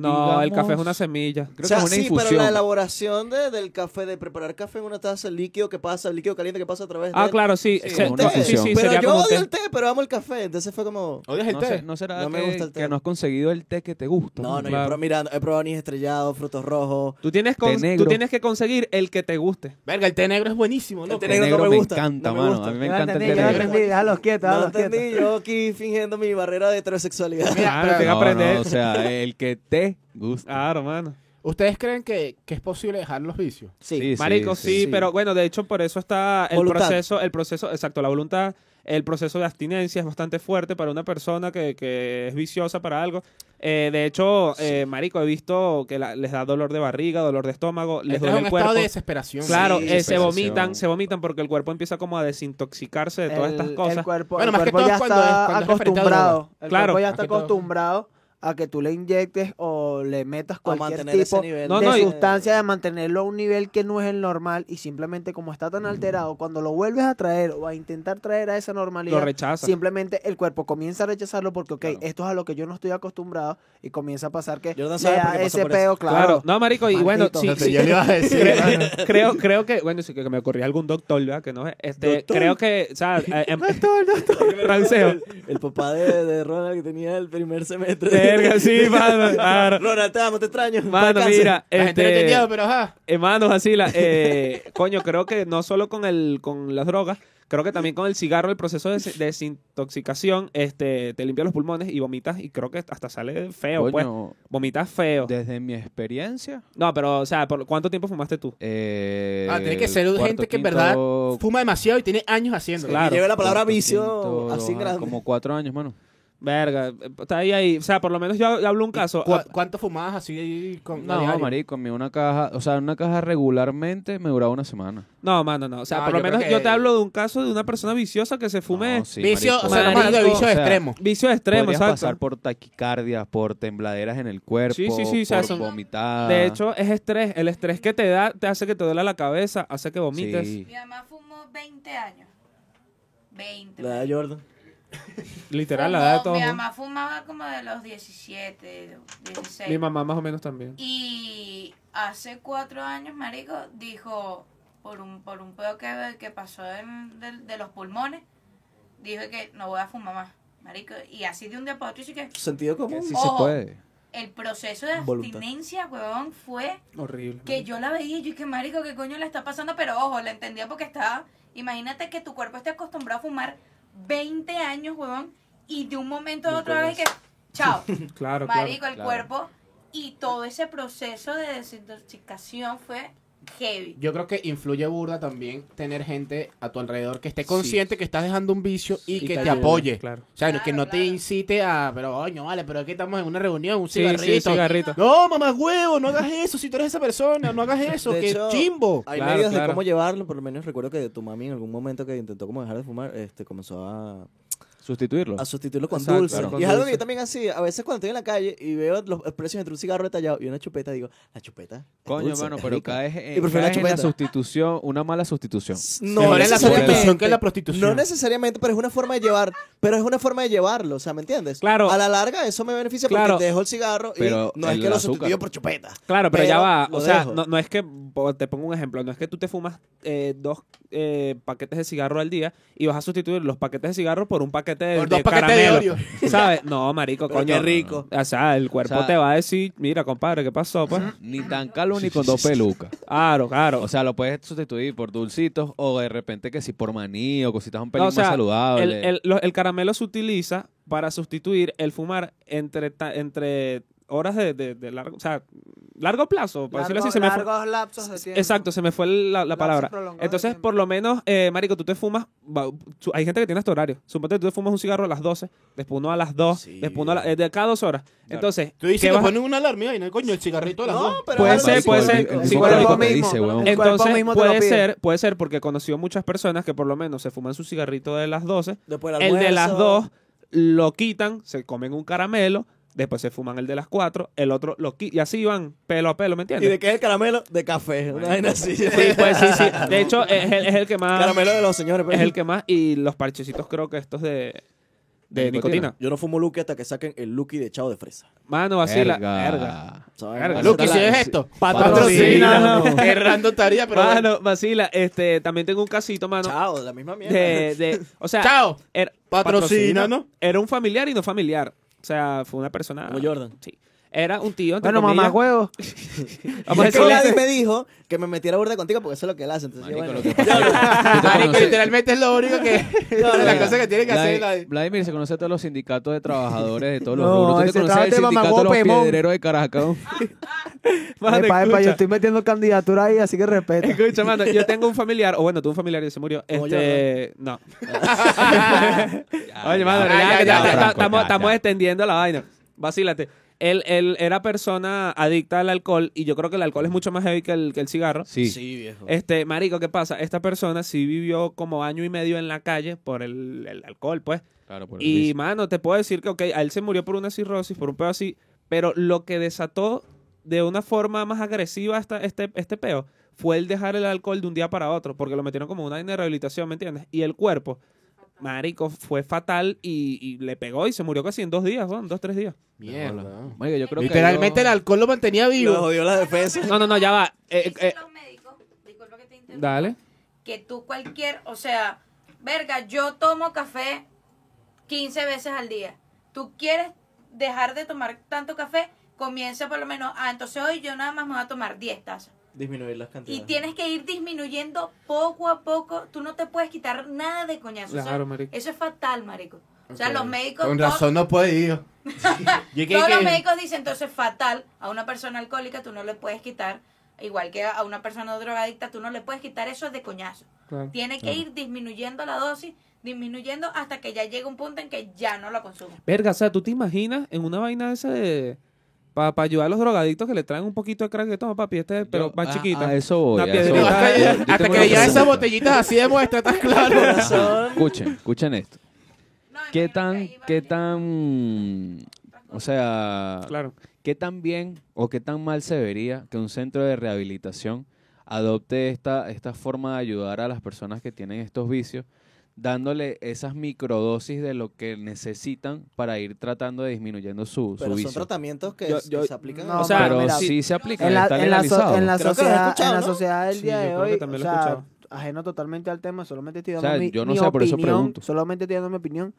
Speaker 3: No, el café es una semilla.
Speaker 1: Eh,
Speaker 3: Ah,
Speaker 1: Creo
Speaker 4: o sea,
Speaker 1: que es una
Speaker 4: sí, pero la
Speaker 1: infusión.
Speaker 4: elaboración de- del café, de preparar café en una taza, el líquido que pasa, el líquido caliente que pasa a través
Speaker 3: Ah,
Speaker 4: del-
Speaker 3: claro, sí.
Speaker 1: Sí,
Speaker 3: se-
Speaker 1: como una
Speaker 3: sí, sí,
Speaker 1: infusión.
Speaker 3: sí,
Speaker 4: pero
Speaker 3: sería
Speaker 4: yo
Speaker 3: como un
Speaker 4: odio
Speaker 3: té.
Speaker 4: el té, pero amo el café. Entonces fue como...
Speaker 5: ¿Odias el
Speaker 1: No,
Speaker 5: té?
Speaker 1: sé- no será
Speaker 4: No me
Speaker 1: que,
Speaker 4: gusta el té.
Speaker 1: que no has conseguido el té que te gusta.
Speaker 5: Mm,
Speaker 4: No, no, yo
Speaker 3: Claro.
Speaker 4: pro- mira, he probado anís estrellado, frutos rojos.
Speaker 3: Tú tienes, con-
Speaker 1: Té negro.
Speaker 3: tú tienes que conseguir el que te guste.
Speaker 5: Verga, el té negro es buenísimo, ¿no?
Speaker 4: té
Speaker 1: El
Speaker 4: negro no me
Speaker 1: Este
Speaker 4: gusta,
Speaker 1: encanta,
Speaker 4: no me
Speaker 1: mano.
Speaker 4: gusta.
Speaker 1: A mí me
Speaker 2: Yo no
Speaker 1: encanta el
Speaker 2: entendí,
Speaker 1: té
Speaker 2: yo no
Speaker 1: negro.
Speaker 2: entendí, déjalos quietos,
Speaker 4: No lo
Speaker 2: déjalos quietos.
Speaker 4: entendí, yo aquí fingiendo mi barrera de heterosexualidad.
Speaker 3: Claro, tengo
Speaker 5: pero-
Speaker 3: que
Speaker 1: No,
Speaker 3: aprender.
Speaker 1: no, o sea, el que te gusta.
Speaker 3: Claro, mano.
Speaker 5: ¿Ustedes creen que, que es posible dejar los vicios?
Speaker 1: Sí, sí,
Speaker 3: Marico, sí,
Speaker 1: sí.
Speaker 3: pero bueno, de hecho por eso está el
Speaker 4: Voluntad.
Speaker 3: proceso, el proceso, exacto, la voluntad, el proceso de abstinencia es bastante fuerte para una persona que, que es viciosa para algo. Eh, de hecho, eh, marico, he visto que la- les da dolor de barriga, dolor de estómago, les
Speaker 5: Es
Speaker 3: duele
Speaker 5: un
Speaker 3: el
Speaker 5: estado
Speaker 3: cuerpo.
Speaker 5: de desesperación.
Speaker 3: Claro,
Speaker 4: Sí,
Speaker 3: eh, se
Speaker 1: desesperación.
Speaker 3: vomitan, se vomitan porque el cuerpo empieza como a desintoxicarse de todas
Speaker 2: el,
Speaker 3: estas
Speaker 2: El
Speaker 3: cosas.
Speaker 2: cuerpo,
Speaker 5: Bueno,
Speaker 2: el
Speaker 5: más que
Speaker 2: cuerpo
Speaker 5: todo
Speaker 2: ya
Speaker 5: cuando
Speaker 2: está
Speaker 5: es- cuando es referente a
Speaker 2: acostumbrado. El
Speaker 3: Claro,
Speaker 2: cuerpo ya
Speaker 3: más
Speaker 2: está
Speaker 3: que todo.
Speaker 2: acostumbrado a que tú le inyectes o le metas cualquier
Speaker 4: mantener ese
Speaker 2: tipo
Speaker 4: nivel
Speaker 3: No,
Speaker 2: de
Speaker 3: no, y-
Speaker 2: sustancia, de mantenerlo a un nivel que no es el normal y simplemente como está tan alterado, cuando lo vuelves a traer o a intentar traer a esa
Speaker 3: Lo
Speaker 2: normalidad,
Speaker 3: rechaza.
Speaker 2: simplemente el cuerpo comienza a rechazarlo porque, ok, esto es a lo que yo no estoy acostumbrado y comienza a pasar que
Speaker 4: Jordan
Speaker 2: le
Speaker 4: sabe por
Speaker 2: da
Speaker 4: qué pasó
Speaker 2: ese
Speaker 4: por eso.
Speaker 2: peo,
Speaker 3: Claro.
Speaker 2: claro.
Speaker 3: No, marico, y bueno,
Speaker 2: Maldito.
Speaker 3: sí, sí,
Speaker 5: yo le iba a decir.
Speaker 3: creo, creo, creo que, bueno, sí que que me ocurría algún doctor, ¿verdad? Que no, es- este, creo que, o sea, eh, em- Ranceo.
Speaker 4: El papá de, de Ronald que tenía el primer semestre.
Speaker 3: Verga, sí, mano, claro.
Speaker 4: Ronald, te amo, te extraño.
Speaker 3: Mano,
Speaker 4: Descansa.
Speaker 3: mira,
Speaker 5: La gente no
Speaker 3: este,
Speaker 5: entendía, pero ajá.
Speaker 3: Hermanos, así la, eh, coño, creo que no solo con el, con las drogas, creo que también con el cigarro, el proceso de des- desintoxicación, este, te limpia los pulmones y vomitas, y creo que hasta sale feo, pues.
Speaker 1: Coño,
Speaker 3: Vomitas feo.
Speaker 1: desde mi experiencia.
Speaker 3: No, pero, o sea, ¿por ¿cuánto tiempo fumaste tú?
Speaker 1: eh,
Speaker 5: Ah, tiene que ser
Speaker 1: cuarto,
Speaker 5: gente que en
Speaker 1: quinto,
Speaker 5: verdad fuma demasiado y tiene años haciéndolo.
Speaker 3: Claro.
Speaker 4: Y lleve la palabra
Speaker 1: cuarto,
Speaker 4: vicio
Speaker 1: quinto,
Speaker 4: así
Speaker 1: ajá,
Speaker 4: grande.
Speaker 1: Como cuatro años, mano.
Speaker 3: Verga, está ahí, ahí. O sea, por lo menos yo hablo un caso. ah,
Speaker 5: ¿Cu- ¿Cuánto fumabas así con a
Speaker 1: No,
Speaker 5: diario?
Speaker 1: marico, a mí una caja, o sea, una caja regularmente me duraba una semana.
Speaker 3: No, mano, no. O sea,
Speaker 1: Ah,
Speaker 3: por
Speaker 5: No,
Speaker 3: lo
Speaker 5: yo creo
Speaker 3: menos
Speaker 5: que-
Speaker 3: yo te hablo de un caso de una persona viciosa que se fume
Speaker 1: No, sí,
Speaker 5: Vicio,
Speaker 1: marico.
Speaker 5: o sea, estamos hablando de
Speaker 3: Marico,
Speaker 5: vicio
Speaker 1: o sea,
Speaker 5: extremo.
Speaker 3: vicio extremo,
Speaker 1: Podrías
Speaker 3: exacto.
Speaker 1: pasar por taquicardias, por tembladeras en el cuerpo,
Speaker 3: Sí, sí, sí, o sea,
Speaker 1: por
Speaker 3: son-
Speaker 1: vomitar.
Speaker 3: De hecho, es estrés. El estrés que te da te hace que te duela la cabeza, hace que vomites.
Speaker 1: Sí.
Speaker 7: Mi mamá fumó 20 años. 20.
Speaker 4: La de Jordan.
Speaker 3: Literal, la edad de
Speaker 7: Fumó-
Speaker 3: todos.
Speaker 7: Mi
Speaker 3: ¿no?
Speaker 7: mamá fumaba como de los 17, 16.
Speaker 3: Mi mamá más o menos también.
Speaker 7: Y hace cuatro años, marico, dijo, por un, por un pedo que, que pasó en- de, de los pulmones, dijo que no voy a fumar más, marico. Y así de un día para otro, y que
Speaker 4: Sentido común.
Speaker 1: Que sí
Speaker 7: Ojo.
Speaker 1: se puede.
Speaker 7: el proceso de
Speaker 4: Voluntad.
Speaker 7: abstinencia, huevón, fue
Speaker 3: Horrible.
Speaker 7: que yo la veía y yo, que marico, qué coño le está pasando, pero ojo, la entendía porque estaba, imagínate que tu cuerpo esté acostumbrado a fumar 20 años, huevón, y de un momento a otro, vez que, chao.
Speaker 3: Claro,
Speaker 7: Marico,
Speaker 3: claro.
Speaker 7: el cuerpo y todo ese proceso de desintoxicación fue heavy.
Speaker 5: Yo creo que influye burda también tener gente a tu alrededor que esté consciente que estás dejando un vicio y, que te,
Speaker 3: ayude,
Speaker 5: apoye.
Speaker 3: Claro.
Speaker 5: O sea,
Speaker 7: Claro,
Speaker 5: que no te
Speaker 7: claro.
Speaker 5: incite a, pero oye, vale, pero aquí estamos en una reunión, un
Speaker 3: Sí, sí,
Speaker 5: cigarrito.
Speaker 3: cigarrito.
Speaker 5: No, mamá huevo, no hagas eso si tú eres esa persona, no hagas eso,
Speaker 4: De
Speaker 5: que
Speaker 4: hecho,
Speaker 5: chimbo.
Speaker 4: Hay
Speaker 3: Claro,
Speaker 4: medios
Speaker 3: claro.
Speaker 4: de cómo llevarlo, por lo menos recuerdo que tu mami en algún momento que intentó como dejar de fumar, este, comenzó a,
Speaker 1: Sustituirlo.
Speaker 4: a sustituirlo con
Speaker 3: Exacto,
Speaker 4: dulce.
Speaker 3: claro. con
Speaker 4: Y es algo
Speaker 3: dulce.
Speaker 4: que yo también así, a veces cuando estoy en la calle y veo los precios entre un cigarro detallado y una chupeta, digo, la chupeta. es
Speaker 1: Coño,
Speaker 4: dulce,
Speaker 1: mano,
Speaker 4: es
Speaker 1: pero
Speaker 4: rica".
Speaker 1: caes,
Speaker 4: Y
Speaker 1: en,
Speaker 4: prefiero la
Speaker 1: caes en la
Speaker 4: chupeta.
Speaker 1: sustitución, una mala sustitución.
Speaker 4: No
Speaker 5: Mejor es la
Speaker 4: necesariamente.
Speaker 5: prostitución que es la prostitución.
Speaker 4: No necesariamente, pero es una forma de llevar, pero es una forma de llevarlo, o sea, ¿me entiendes?
Speaker 3: Claro.
Speaker 4: A la larga eso me beneficia
Speaker 3: Claro.
Speaker 4: porque te dejo el cigarro y
Speaker 1: Pero
Speaker 4: no es
Speaker 1: el
Speaker 4: que lo
Speaker 1: azúcar.
Speaker 4: sustituyo por chupeta.
Speaker 3: Claro, pero, ya
Speaker 4: Pero
Speaker 3: va.
Speaker 4: lo
Speaker 3: O sea,
Speaker 4: dejo.
Speaker 3: no, no es que, po- te pongo un ejemplo, no es que tú te fumas eh, dos eh, paquetes de cigarro al día y vas a sustituir los paquetes de cigarro por un paquete de,
Speaker 5: Por dos
Speaker 3: de
Speaker 5: paquetes de
Speaker 3: caramelo.
Speaker 5: Oreo.
Speaker 3: ¿Sabes? No, marico,
Speaker 4: Pero
Speaker 3: coño.
Speaker 4: qué rico.
Speaker 3: O sea, el cuerpo
Speaker 1: O sea-
Speaker 3: te va a decir, mira, compadre, ¿qué pasó? Pues,
Speaker 1: Ni tan calo ni con dos pelucas.
Speaker 3: claro, claro.
Speaker 1: O sea, lo puedes sustituir por dulcitos o de repente que si por maní o cositas un pelín
Speaker 3: No, o sea,
Speaker 1: más
Speaker 2: Ah,
Speaker 3: el,
Speaker 1: saludables.
Speaker 3: el- lo- el caramelo se utiliza para sustituir el fumar entre, ta- entre horas de, de- de largo, o sea, largo plazo, por decirlo así, se me fue-
Speaker 2: largos lapsos de tiempo.
Speaker 3: Exacto, se me fue la, la
Speaker 2: Lapsos
Speaker 3: palabra.
Speaker 2: prolongados de
Speaker 3: Entonces,
Speaker 2: tiempo.
Speaker 3: por lo menos, eh, Marico, tú te fumas. va, su- Hay gente que tiene este horario. Suponte que tú te fumas un cigarro a las 12, después uno a las 2,
Speaker 4: Sí.
Speaker 3: después uno a la- eh, de cada dos horas. Entonces,
Speaker 5: Tú dices
Speaker 3: ¿qué
Speaker 5: que
Speaker 3: vas a-
Speaker 2: pues,
Speaker 5: ponen una alarma y vaina, coño, el cigarrito a las dos.
Speaker 1: Pues,
Speaker 4: pero
Speaker 3: Puede
Speaker 4: es algo
Speaker 3: ser, puede
Speaker 4: psicológico.
Speaker 3: ser.
Speaker 1: El, el
Speaker 3: sí,
Speaker 1: psicólogo
Speaker 3: cuerpo
Speaker 1: te
Speaker 2: mismo.
Speaker 1: dice, weón.
Speaker 2: El cuerpo
Speaker 3: entonces
Speaker 2: mismo te lo
Speaker 3: puede
Speaker 2: pide.
Speaker 3: ser, puede ser porque he conocido muchas personas que por lo menos se fuman su cigarrito de las 12,
Speaker 4: Después del
Speaker 3: el de las
Speaker 4: almuerzo.
Speaker 3: 2 lo quitan, se comen un caramelo, después se fuman el de las 4, el otro lo quitan y así van pelo a pelo, ¿me
Speaker 4: ¿Y
Speaker 3: entiendes?
Speaker 4: de qué es el caramelo? De café. Una vaina así.
Speaker 3: Sí, pues sí, sí. De hecho, es el, es el que más.
Speaker 4: Caramelo pues. de los señores.
Speaker 3: Es el que más. Y los parchecitos, creo que estos de. De,
Speaker 1: ¿De
Speaker 3: nicotina.
Speaker 1: nicotina?
Speaker 4: Yo no fumo Lucky hasta que saquen el Lucky de chao de fresa.
Speaker 3: Mano, así la.
Speaker 1: Verga.
Speaker 3: Verga.
Speaker 4: ¿sabes?
Speaker 3: Verga,
Speaker 4: Esa
Speaker 5: Lucky,
Speaker 4: era
Speaker 5: si
Speaker 4: la-
Speaker 5: es esto,
Speaker 3: Patrocina.
Speaker 5: patrocina. Qué random estaría, pero bueno.
Speaker 3: Mano, vacila. Este, también tengo un casito, mano.
Speaker 4: Chao, la misma mierda.
Speaker 3: De, de, o sea,
Speaker 5: Chao.
Speaker 3: era,
Speaker 5: Patrocina, ¿no?
Speaker 3: Era un familiar y no familiar. O sea, fue una persona.
Speaker 4: Como Jordan.
Speaker 3: Sí. Era un tío. entre
Speaker 2: Bueno,
Speaker 3: comillas.
Speaker 2: mamá huevo.
Speaker 4: Y
Speaker 3: Vamos a
Speaker 4: es que Gladys
Speaker 3: decirle.
Speaker 4: me dijo que me metiera burda contigo porque eso es lo que él hace. Entonces, yo,
Speaker 1: Marico,
Speaker 4: bueno,
Speaker 1: lo que pasa es que-
Speaker 5: Marico,
Speaker 1: Tú te conoces-
Speaker 5: literalmente es lo único que.
Speaker 4: no,
Speaker 5: la
Speaker 4: no.
Speaker 5: cosa que tiene que hacer. la-
Speaker 1: Vladi- Vladimir se conoce a todos los sindicatos de trabajadores de todos los
Speaker 2: No,
Speaker 1: rubros. Tú
Speaker 2: ese
Speaker 1: te conoces
Speaker 2: estaba
Speaker 1: el
Speaker 2: de
Speaker 1: sindicato
Speaker 2: mamagüevo
Speaker 1: de los
Speaker 2: Pemón.
Speaker 1: piedreros de Caracas.
Speaker 3: Mano,
Speaker 2: Epa, epa, yo
Speaker 3: escucha.
Speaker 2: estoy metiendo candidatura ahí, así que respeta.
Speaker 3: Escucha, mano, yo tengo un familiar, o bueno, tuve un familiar y se murió.
Speaker 4: Como
Speaker 3: Este, no. Oye, mano,
Speaker 5: ya,
Speaker 3: ya,
Speaker 5: ya,
Speaker 3: que
Speaker 5: ya,
Speaker 3: ta- ta-
Speaker 1: Franco,
Speaker 3: estamos
Speaker 1: ya,
Speaker 3: estamos
Speaker 1: ya.
Speaker 3: extendiendo la vaina. Vacílate. Él, él era persona adicta al alcohol y yo creo que el alcohol es mucho más heavy que el, que el cigarro.
Speaker 1: Sí.
Speaker 4: Sí,
Speaker 5: eh,
Speaker 4: viejo.
Speaker 3: Este, marico, ¿qué pasa? Esta persona sí vivió como año y medio en la calle por el, el alcohol, pues.
Speaker 1: Claro, por el
Speaker 3: Y,
Speaker 1: vicio.
Speaker 3: mano, te puedo decir que, ok, a él se murió por una cirrosis, por un peo así, pero lo que desató de una forma más agresiva esta, este, este peo fue el dejar el alcohol de un día para otro, porque lo metieron como una vaina de rehabilitación, ¿me entiendes? Y el cuerpo, marico, fue fatal y, y le pegó y se murió casi en dos días, weón, dos, tres días.
Speaker 5: Mierda.
Speaker 1: Marico, yo creo que
Speaker 5: Literalmente el
Speaker 1: yo-
Speaker 5: alcohol lo mantenía
Speaker 4: Lo
Speaker 5: vivo.
Speaker 4: jodió la defensa.
Speaker 3: No, no, no, ya va. Eh,
Speaker 7: Dicen
Speaker 3: eh,
Speaker 7: los médicos, disculpa que te interrumpa,
Speaker 3: dale.
Speaker 7: que tú cualquier, o sea, verga, yo tomo café 15 veces al día. Tú quieres dejar de tomar tanto café, comienza por lo menos, ah, entonces hoy yo nada más me voy a tomar 10 tazas.
Speaker 4: Disminuir las cantidades.
Speaker 7: Y tienes que ir disminuyendo poco a poco. Tú no te puedes quitar nada de coñazo. O sea,
Speaker 3: Claro, marico.
Speaker 7: Eso es fatal, marico. O sea, los médicos.
Speaker 5: Con
Speaker 7: todos-
Speaker 5: razón no puede ir.
Speaker 7: Todos los médicos dicen, entonces, fatal. A una persona alcohólica tú no le puedes quitar Igual que a una persona drogadicta, tú no le puedes quitar eso de coñazo.
Speaker 5: Claro.
Speaker 7: Tiene que ir disminuyendo la dosis, disminuyendo hasta que ya llega un punto en que ya no la consumo.
Speaker 3: Verga, o sea, ¿tú te imaginas en una vaina esa de... Para ayudar a los drogadictos que le traen un poquito de crack que toma papi, este, pero
Speaker 1: Yo-
Speaker 3: más
Speaker 1: a-
Speaker 3: chiquita.
Speaker 1: A eso voy.
Speaker 3: Una
Speaker 1: a eso
Speaker 3: piedrita.
Speaker 1: voy.
Speaker 3: Yo
Speaker 5: Hasta,
Speaker 1: Yo
Speaker 5: que-
Speaker 1: tengo
Speaker 5: hasta
Speaker 1: una
Speaker 5: que ya
Speaker 1: pregunta.
Speaker 5: esas botellitas así de muestra, ¿estás claro?
Speaker 1: Escuchen, escuchen esto.
Speaker 7: No,
Speaker 1: ¿Qué
Speaker 7: imagino que
Speaker 1: tan,
Speaker 7: ahí va
Speaker 1: qué
Speaker 7: a-
Speaker 1: tan, o sea,
Speaker 3: Claro.
Speaker 1: qué tan bien o qué tan mal se vería que un centro de rehabilitación adopte esta, esta forma de ayudar a las personas que tienen estos vicios, dándole esas microdosis de lo que necesitan para ir tratando de disminuyendo su, su
Speaker 4: Pero son
Speaker 1: vicio?
Speaker 4: tratamientos que
Speaker 3: Yo-
Speaker 4: s-
Speaker 3: yo-
Speaker 4: se aplican.
Speaker 2: no,
Speaker 3: O sea,
Speaker 1: pero
Speaker 2: mira,
Speaker 1: sí se aplica,
Speaker 2: en la,
Speaker 1: está
Speaker 2: en la so-
Speaker 1: legalizado.
Speaker 2: en la
Speaker 4: Creo que lo has
Speaker 2: sociedad,
Speaker 4: escuchado,
Speaker 2: en la
Speaker 4: ¿no?
Speaker 2: sociedad del
Speaker 3: Sí,
Speaker 2: día
Speaker 3: yo
Speaker 2: de
Speaker 3: creo que
Speaker 2: hoy,
Speaker 3: también
Speaker 2: o
Speaker 3: lo he
Speaker 2: sea,
Speaker 3: escuchado.
Speaker 2: ajeno totalmente al tema, solamente estoy
Speaker 1: O
Speaker 2: dando
Speaker 1: sea,
Speaker 2: mi,
Speaker 1: yo no
Speaker 2: mi
Speaker 1: sé, por eso
Speaker 2: opinión,
Speaker 1: pregunto.
Speaker 2: solamente estoy dando mi opinión.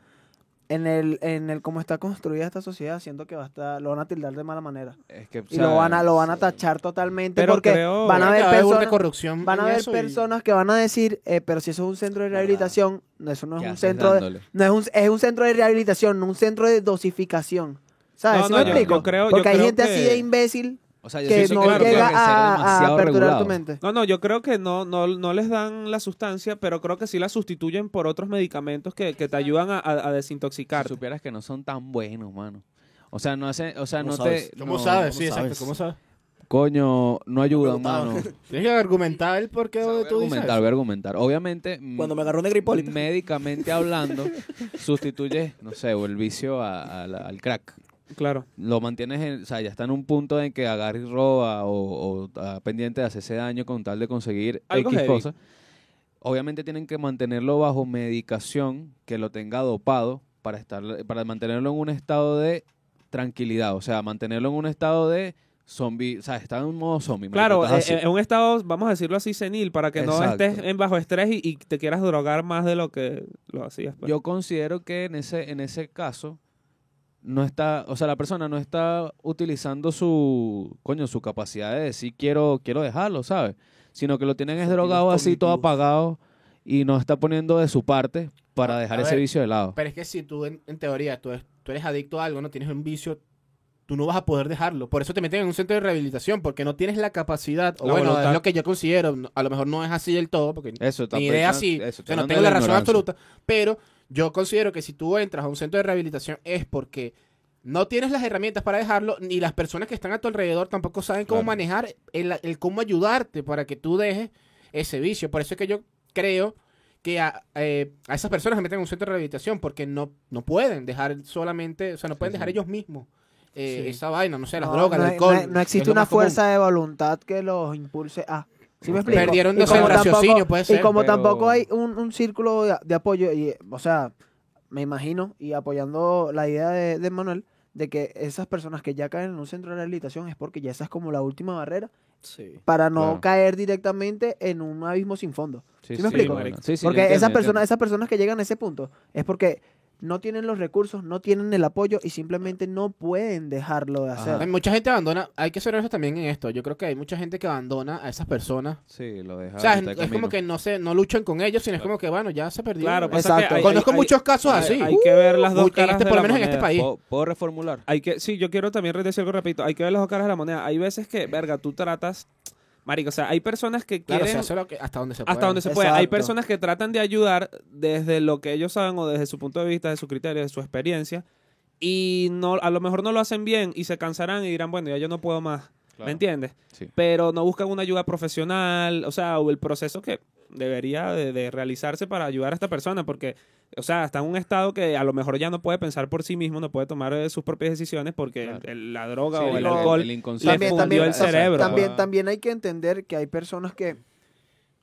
Speaker 2: En el, en el cómo está construida esta sociedad, siento que va a estar, lo van a tildar de mala manera.
Speaker 1: Es que, o
Speaker 2: Y
Speaker 1: sea,
Speaker 2: lo van a, lo van a tachar totalmente
Speaker 3: Pero
Speaker 2: porque
Speaker 3: creo-
Speaker 2: van a
Speaker 5: Creo
Speaker 2: haber
Speaker 5: que va burda de
Speaker 2: personas,
Speaker 5: corrupción
Speaker 2: van a
Speaker 5: en
Speaker 2: haber
Speaker 5: eso y-
Speaker 2: personas que van a decir, eh, pero si eso es un centro de
Speaker 4: Verdad.
Speaker 2: rehabilitación, no, eso no
Speaker 1: ¿qué
Speaker 2: es un
Speaker 1: haces
Speaker 2: centro de,
Speaker 1: dándole?
Speaker 2: no es un, es un centro de rehabilitación, no un centro de dosificación. ¿Sabes?
Speaker 3: No,
Speaker 2: ¿Sí
Speaker 3: no,
Speaker 2: me
Speaker 1: yo-
Speaker 2: Ah, explico?
Speaker 1: yo
Speaker 3: creo- yo
Speaker 2: porque hay
Speaker 3: creo
Speaker 2: gente así
Speaker 3: que-
Speaker 2: de imbécil
Speaker 1: O sea, yo
Speaker 2: que
Speaker 1: sí
Speaker 2: no
Speaker 1: creo que tiene
Speaker 2: llega
Speaker 1: que ser
Speaker 2: a, a
Speaker 1: demasiado
Speaker 2: aperturar
Speaker 1: regulado.
Speaker 2: tu mente.
Speaker 3: No, no, yo creo que no, no, no les dan la sustancia, pero creo que sí la sustituyen por otros medicamentos que, que te ayudan a, a- a
Speaker 1: Si
Speaker 3: desintoxicarte.
Speaker 1: supieras que no son tan buenos, mano. O sea, no hace, o sea, no
Speaker 4: ¿Cómo sabes?
Speaker 1: te
Speaker 5: ¿Cómo
Speaker 1: no,
Speaker 5: sabes? Sí,
Speaker 4: ¿cómo
Speaker 5: exacto,
Speaker 4: sabes?
Speaker 5: ¿cómo sabes?
Speaker 1: Coño, no ayudan, mano.
Speaker 4: preguntaba.
Speaker 5: Tienes que argumentar el porqué
Speaker 1: O sea,
Speaker 5: de
Speaker 1: voy a
Speaker 5: tú dices.
Speaker 1: argumentar, voy a argumentar. Obviamente, mm,
Speaker 4: Cuando me agarró Negripólito.
Speaker 1: médicamente hablando, sustituyes, no sé, o el vicio a- a la- al crack.
Speaker 3: Claro.
Speaker 1: Lo mantienes, en- o sea, ya está en un punto en que agarra y roba o, o está pendiente de hacerse daño con tal de conseguir
Speaker 3: Algo
Speaker 1: X
Speaker 3: heavy.
Speaker 1: cosas. Obviamente tienen que mantenerlo bajo medicación que lo tenga dopado para, estar, para mantenerlo en un estado de tranquilidad, o sea, mantenerlo en un estado de zombie, o sea, está en un modo zombie. marico,
Speaker 3: Claro,
Speaker 1: estás así.
Speaker 3: eh, eh, en un estado, vamos a decirlo así, senil, para que no
Speaker 1: Exacto.
Speaker 3: estés en bajo estrés y, y te quieras drogar más de lo que lo hacías. pues.
Speaker 1: Yo considero que en ese, en ese caso no está, o sea, la persona no está utilizando su, coño, su capacidad de decir quiero, quiero dejarlo, ¿sabes? Sino que lo tienen es drogado así, todo
Speaker 4: cognitivos.
Speaker 1: apagado y no está poniendo de su parte para dejar
Speaker 5: a
Speaker 1: ese
Speaker 5: ver,
Speaker 1: vicio de lado.
Speaker 5: Pero es que si tú, en, en teoría, tú, es- tú eres adicto a algo, no tienes un vicio, tú no vas a poder dejarlo. Por eso te meten en un centro de rehabilitación, porque no tienes la capacidad. O
Speaker 3: La
Speaker 5: bueno,
Speaker 3: voluntad.
Speaker 5: es lo que yo considero. no- A lo mejor no es así del todo, porque
Speaker 1: Eso está
Speaker 5: ni idea
Speaker 1: pensando-
Speaker 5: si.
Speaker 1: eso,
Speaker 5: o sea, no
Speaker 1: hablando
Speaker 5: tengo
Speaker 1: de
Speaker 5: la razón
Speaker 1: ignorancia.
Speaker 5: absoluta. Pero yo considero que si tú entras a un centro de rehabilitación es porque no tienes las herramientas para dejarlo, ni las personas que están a tu alrededor tampoco saben cómo
Speaker 1: Claro.
Speaker 5: manejar, el, el cómo ayudarte para que tú dejes ese vicio. Por eso es que yo creo que a, eh, a esas personas se meten en un centro de rehabilitación porque no, no pueden dejar solamente, o sea, no pueden dejar ellos mismos eh,
Speaker 4: Sí.
Speaker 5: esa vaina, no sé, las
Speaker 2: No,
Speaker 5: drogas,
Speaker 2: no,
Speaker 5: el
Speaker 2: hay-
Speaker 5: alcohol.
Speaker 2: no hay- No,
Speaker 5: que es
Speaker 2: existe
Speaker 5: lo
Speaker 2: una
Speaker 5: más común.
Speaker 2: fuerza de voluntad que los impulse a. ¿Sí me explico?
Speaker 5: Perdieron
Speaker 2: Y
Speaker 5: no sé,
Speaker 2: como
Speaker 5: el raciocinio,
Speaker 2: tampoco-
Speaker 5: puede ser,
Speaker 2: Y como
Speaker 1: pero-
Speaker 2: tampoco hay un, un círculo de, de apoyo, y, o sea, me imagino, y apoyando la idea de, de Manuel, de que esas personas que ya caen en un centro de rehabilitación es porque ya esa es como la última barrera
Speaker 4: Sí.
Speaker 2: para no
Speaker 1: Claro.
Speaker 2: caer directamente en un abismo sin fondo.
Speaker 1: Sí,
Speaker 2: ¿Sí me explico?
Speaker 1: marico. Sí, sí, yo
Speaker 2: porque
Speaker 1: entiendo,
Speaker 2: esas,
Speaker 1: yo
Speaker 2: personas,
Speaker 1: entiendo.
Speaker 2: esas personas que llegan a ese punto es porque no tienen los recursos, no tienen el apoyo y simplemente no pueden dejarlo de hacer.
Speaker 1: Ajá.
Speaker 5: Hay mucha gente abandona, hay que ser honestos también en esto. Yo creo que hay mucha gente que abandona a esas personas.
Speaker 1: Sí, lo deja
Speaker 5: o sea,
Speaker 1: a
Speaker 5: es,
Speaker 1: mitad Ah, de
Speaker 5: es
Speaker 1: camino.
Speaker 5: como que no se, no luchan con ellos, sino es como que, bueno, ya se perdió.
Speaker 3: claro,
Speaker 5: pues,
Speaker 3: pasa que
Speaker 2: Exacto.
Speaker 3: hay-
Speaker 5: Conozco
Speaker 3: hay-
Speaker 5: muchos casos
Speaker 3: hay-
Speaker 5: así. Uh,
Speaker 3: Hay que ver las dos
Speaker 5: Uy, en
Speaker 3: caras
Speaker 5: este-
Speaker 3: de
Speaker 5: por
Speaker 3: la
Speaker 5: lo menos en este
Speaker 3: moneda.
Speaker 5: país.
Speaker 1: ¿Puedo, puedo reformular?
Speaker 3: Hay que, sí, yo quiero también decir algo rapidito. Hay que ver las dos caras de la moneda. Hay veces que, verga, tú tratas... Marico, o sea, hay personas que
Speaker 5: Claro, se
Speaker 3: quieren...
Speaker 5: hace lo que- hasta donde se puede.
Speaker 3: hasta
Speaker 1: pues,
Speaker 3: donde se pueda.
Speaker 2: Exacto.
Speaker 3: Hay personas que tratan de ayudar desde lo que ellos saben o desde su punto de vista, de su criterio, de su experiencia. Y no, a lo mejor no lo hacen bien y se cansarán y dirán, bueno, ya yo no puedo más. ¿Me entiendes?
Speaker 1: Sí.
Speaker 3: Pero no buscan una ayuda profesional, o sea, o el proceso que debería de, de realizarse para ayudar a esta persona, porque, o sea, está en un estado que a lo mejor ya no puede pensar por sí mismo, no puede tomar eh, sus propias decisiones porque el- el- la droga
Speaker 1: Sí,
Speaker 3: o el,
Speaker 1: el-
Speaker 3: alcohol
Speaker 1: el
Speaker 3: le
Speaker 1: inconsciente.
Speaker 3: también, fundió el
Speaker 2: o sea,
Speaker 3: cerebro.
Speaker 2: También, también hay que entender que hay personas que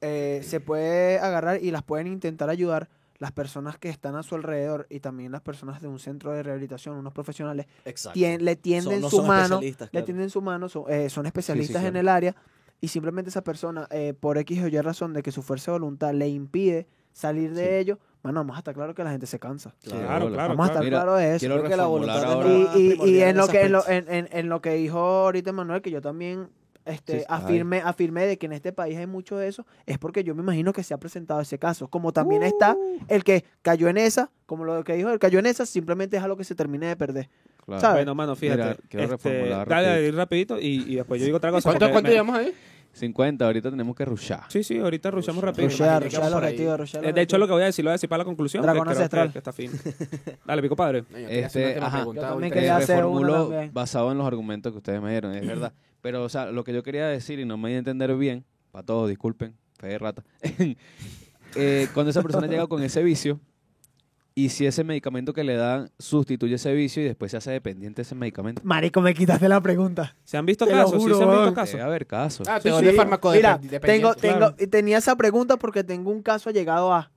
Speaker 2: eh, se puede agarrar y las pueden intentar ayudar las personas que están a su alrededor y también las personas de un centro de rehabilitación, unos profesionales,
Speaker 4: Exacto.
Speaker 2: tien- le tienden
Speaker 4: Son- no
Speaker 2: su
Speaker 4: son
Speaker 2: mano,
Speaker 4: especialistas,
Speaker 2: le
Speaker 4: claro.
Speaker 2: tienden su mano, son, eh, son especialistas en
Speaker 1: claro.
Speaker 2: el área y simplemente esa persona, eh, por X o Y razón de que su fuerza de voluntad le impide salir de
Speaker 1: Sí.
Speaker 2: ello, mano, vamos a estar claro que la gente se cansa.
Speaker 3: Claro,
Speaker 1: Sí,
Speaker 3: claro,
Speaker 2: Vamos a
Speaker 3: Ah, claro.
Speaker 2: estar
Speaker 1: Mira,
Speaker 2: claro de eso.
Speaker 1: Quiero
Speaker 4: Creo que la
Speaker 1: reformular
Speaker 4: voluntad
Speaker 1: ahora.
Speaker 4: de
Speaker 2: Y,
Speaker 4: Ah,
Speaker 2: y- y
Speaker 4: primordial
Speaker 2: en,
Speaker 4: en
Speaker 2: lo
Speaker 4: ese
Speaker 2: que, en, lo, en,
Speaker 4: aspecto.
Speaker 2: en- en lo que dijo ahorita Manuel, que yo también este,
Speaker 1: Sí, ay.
Speaker 2: afirme, afirme de que en este país hay mucho de eso, es porque yo me imagino que se ha presentado ese caso. Como también está el que cayó en esa, como lo que dijo, el cayó en esa, simplemente es algo que se termine de perder.
Speaker 1: Claro.
Speaker 2: ¿sabes?
Speaker 3: Bueno, mano, fíjate.
Speaker 1: Mira, quiero
Speaker 3: este,
Speaker 1: reformular rapidito.
Speaker 3: dale, dale, rapidito y, y después yo digo otra cosa.
Speaker 5: ¿Cuánto,
Speaker 3: porque
Speaker 5: cuánto
Speaker 3: me-
Speaker 5: llevamos ahí?
Speaker 1: 50, ahorita tenemos que rushar.
Speaker 3: Sí, sí, ahorita rushamos rápido.
Speaker 2: Rushar,
Speaker 5: Imagínate que
Speaker 2: rushar el
Speaker 5: vamos por ahí.
Speaker 2: objetivo, rushar el
Speaker 3: Eh, De hecho,
Speaker 2: objetivo.
Speaker 3: lo que voy a decir, lo voy a decir para la conclusión. que
Speaker 2: Dragón
Speaker 3: creo
Speaker 2: ancestral.
Speaker 3: que- que está fino. Dale, pico padre.
Speaker 5: No, yo quería
Speaker 1: Este,
Speaker 5: hacer una tema
Speaker 1: ajá.
Speaker 5: pregunta
Speaker 2: Yo
Speaker 5: ahorita.
Speaker 2: también
Speaker 1: Eh,
Speaker 2: quería hacer uno
Speaker 1: reformulo
Speaker 2: también.
Speaker 1: basado en los argumentos que ustedes me dieron, es verdad. Pero, o sea, lo que yo quería decir y no me di a entender bien, para todos, disculpen, fe de rata. Eh, cuando esa persona llega con ese vicio y si ese medicamento que le dan sustituye ese vicio y después se hace dependiente de ese medicamento.
Speaker 2: Marico, me quitaste la pregunta.
Speaker 3: ¿Se han visto
Speaker 2: Te lo
Speaker 3: casos? Sí,
Speaker 2: juro,
Speaker 3: se han visto
Speaker 2: weón.
Speaker 3: casos.
Speaker 1: Debe haber casos.
Speaker 5: Ah,
Speaker 2: Sí,
Speaker 5: teoría
Speaker 2: sí. Mira,
Speaker 5: farmacodependiente.
Speaker 2: tengo,
Speaker 5: Claro.
Speaker 2: tengo, y tenía esa pregunta porque tengo un caso llegado a